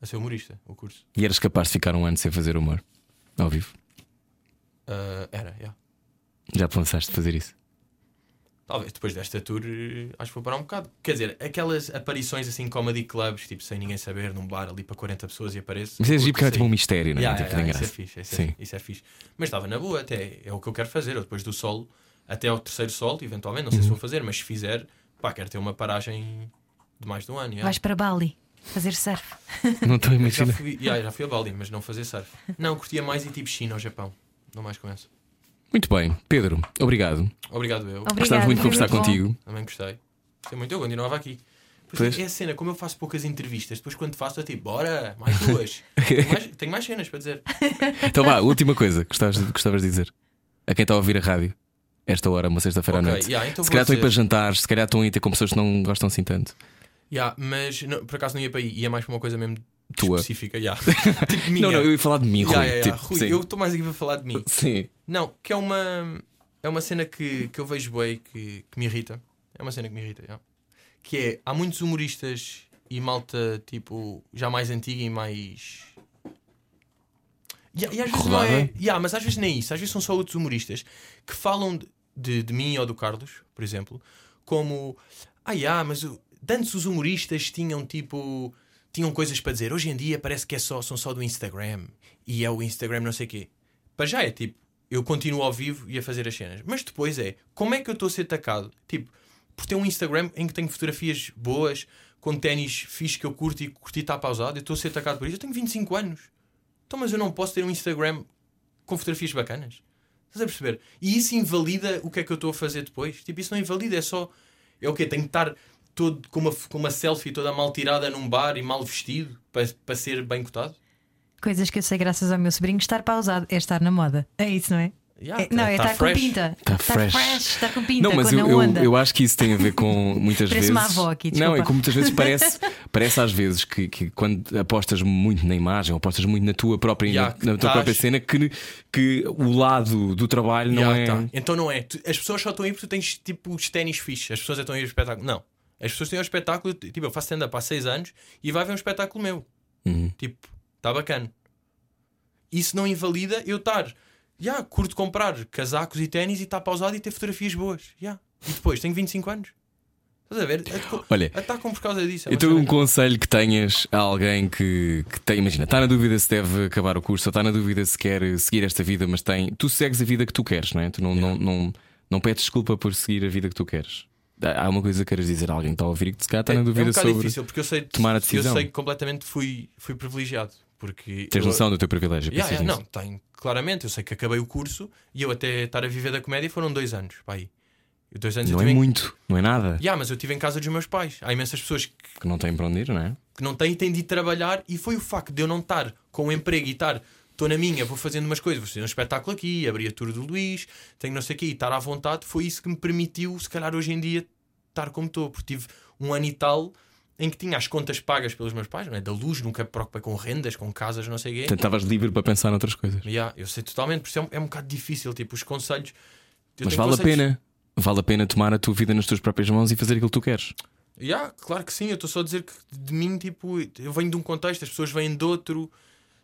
Speaker 4: a ser humorista, o curso.
Speaker 1: E eras capaz de ficar um ano sem fazer humor ao vivo?
Speaker 4: Ah, era, yeah.
Speaker 1: Já pensaste fazer isso?
Speaker 4: Talvez depois desta tour, eh, acho que vou parar um bocado. Quer dizer, aquelas aparições assim em comedy clubs, tipo sem ninguém saber, num bar ali para 40 pessoas e apareço.
Speaker 1: Mas é giro
Speaker 4: curto
Speaker 1: porque é
Speaker 4: isso
Speaker 1: tipo
Speaker 4: aí.
Speaker 1: um mistério, não é?
Speaker 4: Yeah,
Speaker 1: tipo,
Speaker 4: yeah,
Speaker 1: tem
Speaker 4: isso é
Speaker 1: graça.
Speaker 4: fixe, isso
Speaker 1: Sim.
Speaker 4: é, isso é fixe. Mas estava na boa, até é o que eu quero fazer. Eu depois do solo, até ao terceiro solo, eventualmente, não sei
Speaker 1: Uhum.
Speaker 4: se vou fazer, mas se fizer, pá, quero ter uma paragem de mais de um ano. yeah.
Speaker 3: Vais para Bali fazer surf.
Speaker 1: Não estou a
Speaker 4: já,
Speaker 1: imaginar.
Speaker 4: fui, yeah, já fui a Bali, mas não fazer surf. Não, curtia mais ir tipo China ou Japão. Não mais com isso.
Speaker 1: Muito bem, Pedro, obrigado.
Speaker 4: Obrigado, eu.
Speaker 3: Obrigada,
Speaker 1: Gostávamos muito de
Speaker 3: foi
Speaker 1: conversar
Speaker 3: bom.
Speaker 1: contigo.
Speaker 4: Também gostei. Gostei muito, eu continuava aqui. Pois
Speaker 1: Pois.
Speaker 4: É a cena, como eu faço poucas entrevistas, depois quando faço é tipo, bora, mais duas. tenho, mais, tenho mais cenas para dizer.
Speaker 1: Então vá, última coisa que gostavas, gostavas de dizer a quem está a ouvir a rádio, esta hora, uma sexta-feira
Speaker 4: Ok,
Speaker 1: à noite.
Speaker 4: yeah, então
Speaker 1: se
Speaker 4: vou
Speaker 1: calhar estão a ir para
Speaker 4: dizer.
Speaker 1: jantares, se calhar estão a ir ter com pessoas que não gostam assim tanto.
Speaker 4: Yeah, mas não- por acaso não ia para aí, ia mais para uma coisa mesmo
Speaker 1: Tua.
Speaker 4: específica. Yeah. tipo minha.
Speaker 1: Não, não, eu ia falar de mim,
Speaker 4: Ya,
Speaker 1: Rui.
Speaker 4: ya, ya.
Speaker 1: tipo,
Speaker 4: Rui,
Speaker 1: sim.
Speaker 4: eu estou mais aqui para falar de mim.
Speaker 1: Sim.
Speaker 4: Não, que é uma é uma cena que, que eu vejo bem que, que me irrita. É uma cena que me irrita, ya. que é há muitos humoristas e malta tipo já mais antiga e mais Ya, e às vezes não é,
Speaker 1: Rodada.
Speaker 4: Ya, mas às vezes nem é isso, às vezes são só outros humoristas que falam de, de, de mim ou do Carlos, por exemplo, como ah, ya, mas o- de antes os humoristas tinham tipo tinham coisas para dizer. Hoje em dia parece que é só, são só do Instagram e é o Instagram não sei o quê. Para já é tipo, eu continuo ao vivo e a fazer as cenas. Mas depois é, como é que eu estou a ser atacado? Tipo, por ter um Instagram em que tenho fotografias boas, com ténis fixe que eu curto e curti estar pausado, eu estou a ser atacado por isso. Eu tenho 25 anos. Então, mas eu não posso ter um Instagram com fotografias bacanas. Estás a perceber? E isso invalida o que é que eu estou a fazer depois? Tipo, isso não invalida, é só. É o quê? Tenho que estar todo com uma, com uma selfie toda mal tirada num bar e mal vestido para, para ser bem cotado?
Speaker 3: Coisas que eu sei graças ao meu sobrinho, estar pausado é estar na moda. É isso, não é?
Speaker 4: Yeah,
Speaker 3: É- não, é
Speaker 4: tá
Speaker 3: estar
Speaker 4: fresh.
Speaker 3: com pinta.
Speaker 1: Tá
Speaker 3: estar
Speaker 1: fresh.
Speaker 3: estar com pinta,
Speaker 1: Não, mas
Speaker 3: com
Speaker 1: eu,
Speaker 3: a
Speaker 1: eu,
Speaker 3: onda.
Speaker 1: eu acho que isso tem a ver com muitas
Speaker 3: Parece
Speaker 1: vezes.
Speaker 3: uma avó aqui, desculpa.
Speaker 1: não, é como muitas vezes parece, parece às vezes que, que quando apostas muito na imagem, ou apostas muito na tua própria,
Speaker 4: Ya, tá.
Speaker 1: na-
Speaker 4: que
Speaker 1: na, tua
Speaker 4: tás-
Speaker 1: própria cena, que, que o lado do trabalho não
Speaker 4: Yeah,
Speaker 1: é.
Speaker 4: tá. Então não é. Tu- As pessoas só estão aí porque tu tens tipo os ténis fixos. As pessoas é estão aí ao espetáculo. Não. As pessoas têm ao espetáculo. Tipo, eu faço stand-up há 6 anos e vai ver um espetáculo meu.
Speaker 1: Uhum.
Speaker 4: Tipo, está bacana. Isso não invalida eu estar. Já, curto comprar casacos e ténis e estar pausado e ter fotografias boas. já E depois, tenho 25 anos. Estás a ver? Atacam-
Speaker 1: Olha,
Speaker 4: Atacam por causa disso. é uma
Speaker 1: Então, um
Speaker 4: cena.
Speaker 1: conselho que tenhas a alguém que, que tem, imagina, está na dúvida se deve acabar o curso, ou está na dúvida se quer seguir esta vida, mas tem. Tu segues a vida que tu queres, não é? Tu não, não, não, não pedes desculpa por seguir a vida que tu queres. Há há uma coisa que queiras dizer a alguém que está a ouvir e que se calhar está
Speaker 4: é,
Speaker 1: na
Speaker 4: é um
Speaker 1: dúvida
Speaker 4: bocado
Speaker 1: sobre.
Speaker 4: difícil porque eu sei,
Speaker 1: tomar a decisão.
Speaker 4: eu sei que completamente fui, fui privilegiado. Porque
Speaker 1: Tens
Speaker 4: eu-
Speaker 1: noção do teu privilégio,
Speaker 4: Yeah,
Speaker 1: pensas
Speaker 4: yeah, não,
Speaker 1: nisso.
Speaker 4: tenho, claramente. Eu sei que acabei o curso e eu até estar a viver da comédia foram dois anos. Pá, aí. E Dois anos
Speaker 1: Não
Speaker 4: eu
Speaker 1: é
Speaker 4: tive em-
Speaker 1: muito, não é nada.
Speaker 4: Yeah, mas eu estive em casa dos meus pais. Há imensas pessoas que
Speaker 1: Que não tem para onde ir, não é?
Speaker 4: que não têm têm de ir trabalhar e foi o facto de eu não estar com o emprego e estar estou na minha, vou fazendo umas coisas, vou fazer um espetáculo aqui, abri a tour do Luís, tenho não sei o quê, e estar à vontade, foi isso que me permitiu, se calhar hoje em dia, estar como estou, porque tive um ano e tal em que tinha as contas pagas pelos meus pais, não é? Da luz, nunca me preocupei com rendas, com casas, não sei o quê.
Speaker 1: Portanto, estavas livre para pensar noutras coisas.
Speaker 4: Yeah, eu sei totalmente, por isso é um, é um bocado difícil, tipo, os conselhos. eu
Speaker 1: mas
Speaker 4: tenho
Speaker 1: vale a
Speaker 4: conselhos-
Speaker 1: pena. Vale a pena tomar a tua vida nas tuas próprias mãos e fazer aquilo que tu queres.
Speaker 4: Yeah, claro que sim, eu estou só a dizer que de mim, tipo, eu venho de um contexto, as pessoas vêm de outro.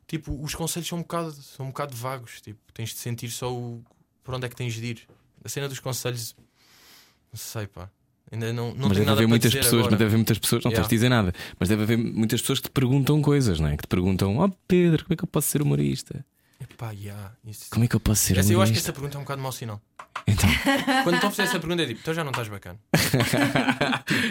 Speaker 4: Tipo, os conselhos são um bocado, são um bocado vagos. Tipo, tens de sentir só o, por onde é que tens de ir. A cena dos conselhos, não sei, pá. Ainda não, não
Speaker 1: mas
Speaker 4: tenho
Speaker 1: deve
Speaker 4: nada para
Speaker 1: haver muitas
Speaker 4: dizer
Speaker 1: pessoas,
Speaker 4: agora.
Speaker 1: mas deve haver muitas pessoas, não
Speaker 4: Yeah.
Speaker 1: tens de dizer nada, mas deve haver muitas pessoas que te perguntam coisas, não é? Que te perguntam, oh Pedro, como é que eu posso ser humorista?
Speaker 4: Epá, yeah, isso-
Speaker 1: Como é que eu posso ser
Speaker 4: Essa- eu acho que
Speaker 1: humorista?
Speaker 4: essa pergunta é um bocado mau sinal.
Speaker 1: Então,
Speaker 4: Quando estão a fazer essa pergunta, é tipo, então já não estás bacana.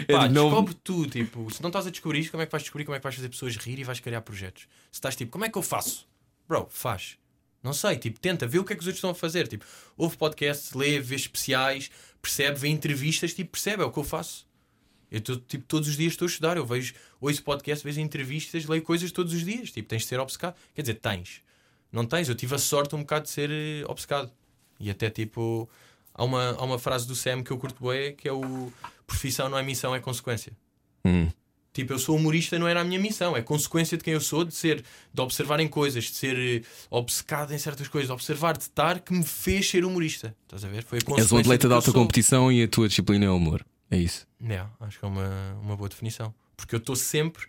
Speaker 1: eu
Speaker 4: Pá,
Speaker 1: é de novo-
Speaker 4: descobre tu, tipo, se não estás a descobrir isto, como é que vais descobrir, como é que vais fazer pessoas rir e vais criar projetos? Se estás tipo, como é que eu faço? Bro, faz. Não sei, tipo, tenta, vê o que é que os outros estão a fazer. Tipo, ouve podcasts, lê, vê especiais, percebe, vê entrevistas, tipo, percebe, é o que eu faço. Eu tô, tipo, todos os dias estou a estudar, eu vejo, ouço podcast, vejo entrevistas, leio coisas todos os dias. Tipo, tens de ser obcecado. Quer dizer, tens. Não tens, eu tive a sorte um bocado de ser eh, obcecado. E até tipo, há uma, há uma frase do Sam que eu curto bem, que é o profissão não é missão, é consequência.
Speaker 1: Hum.
Speaker 4: Tipo, eu sou humorista, não era a minha missão, é consequência de quem eu sou, de ser, de observar em coisas, de ser eh, obcecado em certas coisas, de observar, de estar, que me fez ser humorista. Estás a ver? Foi a consequência.
Speaker 1: és um atleta de
Speaker 4: do que eu
Speaker 1: alta
Speaker 4: sou.
Speaker 1: competição e a tua disciplina é o humor. É isso.
Speaker 4: Yeah, acho que é uma, uma boa definição. Porque eu estou sempre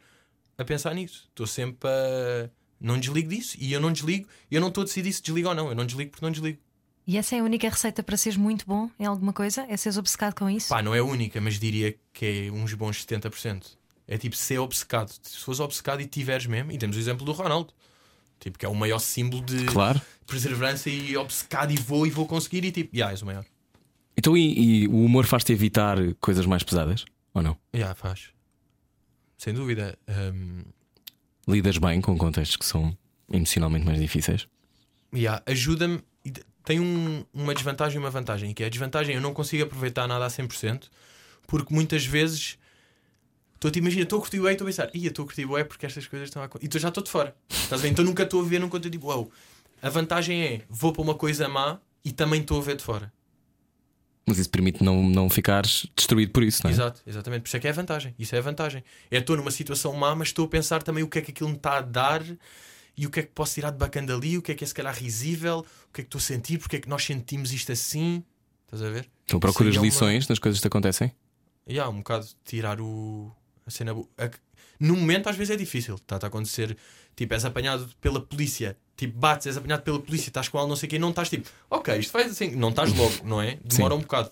Speaker 4: a pensar nisso. Estou sempre a. Não desligo disso. E eu não desligo. Eu não estou a decidir se desligo ou não. Eu não desligo porque não desligo.
Speaker 3: E essa é a única receita para seres muito bom em alguma coisa? É seres obcecado com isso?
Speaker 4: Pá, não é a única, mas diria que é uns bons 70%. É tipo ser obcecado. Se fores obcecado e tiveres mesmo. E temos o exemplo do Ronaldo. Tipo, que é o maior símbolo de
Speaker 1: Claro.
Speaker 4: perseverança e obcecado e vou e vou conseguir. E tipo, yeah, és o maior.
Speaker 1: Então, e, e o humor faz-te evitar coisas mais pesadas? Ou não?
Speaker 4: Yeah, faz. Sem dúvida. Hum,
Speaker 1: Lidas bem com contextos que são emocionalmente mais difíceis?
Speaker 4: Yeah, ajuda-me. e de- Tem um- uma desvantagem e uma vantagem, que é a desvantagem eu não consigo aproveitar nada a 100%, porque muitas vezes estou a imagina, estou a curtir o e estou a pensar, ia estou a curtir o porque estas coisas estão a acon-" E tu já estou de fora. Estás bem? Então nunca estou a ver, nunca estou tipo, uau. A vantagem é, vou para uma coisa má e também estou a ver de fora.
Speaker 1: Mas isso permite não, não ficares destruído por isso, não é?
Speaker 4: Exato, exatamente. Por isso é que é a vantagem. Isso é a vantagem. É estou numa situação má, mas estou a pensar também o que é que aquilo me está a dar e o que é que posso tirar de bacana dali, o que é que é se calhar risível, o que é que estou a sentir, porque é que nós sentimos isto assim. Estás a ver?
Speaker 1: Então procuras
Speaker 4: Sim, é uma-
Speaker 1: lições nas coisas que te acontecem?
Speaker 4: E há um bocado de tirar o. a cena. bo- a- No momento às vezes é difícil. Está-te a acontecer, tipo, és apanhado pela polícia. Tipo, bates, és apanhado pela polícia, estás com ela, não sei o quê, não estás tipo, ok, isto faz assim, não estás logo, não é? Demora um bocado.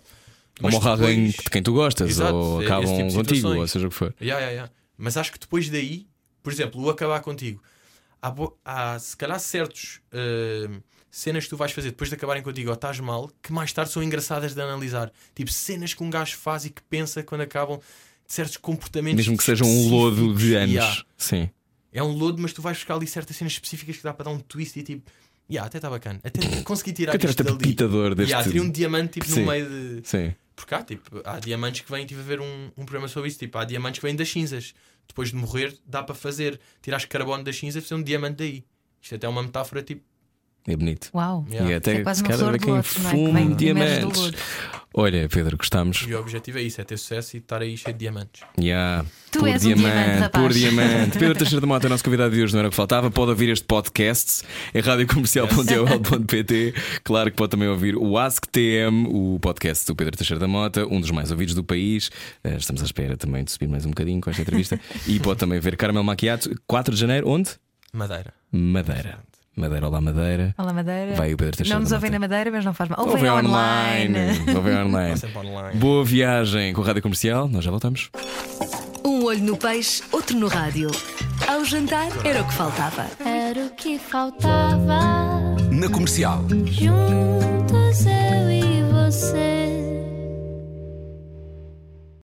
Speaker 1: Ou
Speaker 4: Mas
Speaker 1: morre alguém
Speaker 4: depois-
Speaker 1: de quem tu gostas,
Speaker 4: Exato,
Speaker 1: ou
Speaker 4: é-
Speaker 1: acabam
Speaker 4: esse tipo de
Speaker 1: contigo,
Speaker 4: situações.
Speaker 1: ou seja o que for.
Speaker 4: Ya, ya, ya. Mas acho que depois daí, por exemplo, o acabar contigo, há, bo- há, se calhar certos eh, cenas que tu vais fazer depois de acabarem contigo ou estás mal, que mais tarde são engraçadas de analisar. Tipo, cenas que um gajo faz e que pensa quando acabam de certos comportamentos.
Speaker 1: Mesmo que sejam um lodo de
Speaker 4: específicos.
Speaker 1: anos.
Speaker 4: Ya.
Speaker 1: Sim.
Speaker 4: É um lodo, mas tu vais buscar ali certas cenas específicas que dá para dar um twist e tipo. Yeah, até está bacana. Até consegui tirar
Speaker 1: Que
Speaker 4: isto
Speaker 1: tiraste
Speaker 4: dali.
Speaker 1: pitador deste.
Speaker 4: Yeah, teria um diamante tipo,
Speaker 1: Sim.
Speaker 4: no meio de.
Speaker 1: Sim.
Speaker 4: Porque há, tipo, há diamantes que vêm. Tive a ver um, um programa sobre isso. Tipo, há diamantes que vêm das cinzas. Depois de morrer, dá para fazer. Tirares carbono das cinzas e fazer um diamante daí. Isto é até uma metáfora tipo.
Speaker 1: É bonito.
Speaker 3: Uau.
Speaker 4: Yeah.
Speaker 1: E até
Speaker 3: É quase uma
Speaker 1: se calhar
Speaker 3: flor
Speaker 1: há
Speaker 3: de
Speaker 1: quem
Speaker 3: loto, não é? Que
Speaker 1: fume
Speaker 3: vem imerso do
Speaker 1: diamantes.
Speaker 3: lodo.
Speaker 1: Olha, Pedro, gostamos.
Speaker 4: E o objetivo é isso: é ter sucesso e estar aí cheio de diamantes.
Speaker 1: Yeah.
Speaker 3: Tu
Speaker 1: por
Speaker 3: és um
Speaker 1: diamante,
Speaker 3: diamante, rapaz.
Speaker 1: por diamante. Pedro Teixeira de Mota é o nosso convidado de hoje, não era o que faltava. Pode ouvir este podcast em radiocomercial.ol.pt. Claro que pode também ouvir o AskTM, o podcast do Pedro Teixeira da Mota, um dos mais ouvidos do país. Eh, Estamos à espera também de subir mais um bocadinho com esta entrevista. E pode também ver Carmel Maquiato, 4 de janeiro, onde?
Speaker 4: Madeira.
Speaker 1: Madeira. Madeira, olá Madeira.
Speaker 3: Olá, Madeira.
Speaker 1: Vai o Pedro Teixeira
Speaker 3: Não nos
Speaker 1: da
Speaker 3: ouvem
Speaker 1: Mota.
Speaker 3: na Madeira, mas não faz mal.
Speaker 1: Ouvem
Speaker 3: Ouvem online.
Speaker 1: Ouvem online.
Speaker 4: Sempre online.
Speaker 1: Boa viagem com a Rádio Comercial. Nós já voltamos.
Speaker 5: Um olho no peixe, outro no rádio. Ao jantar era o que faltava.
Speaker 6: Era o que faltava.
Speaker 2: Na comercial.
Speaker 6: Juntos eu e você.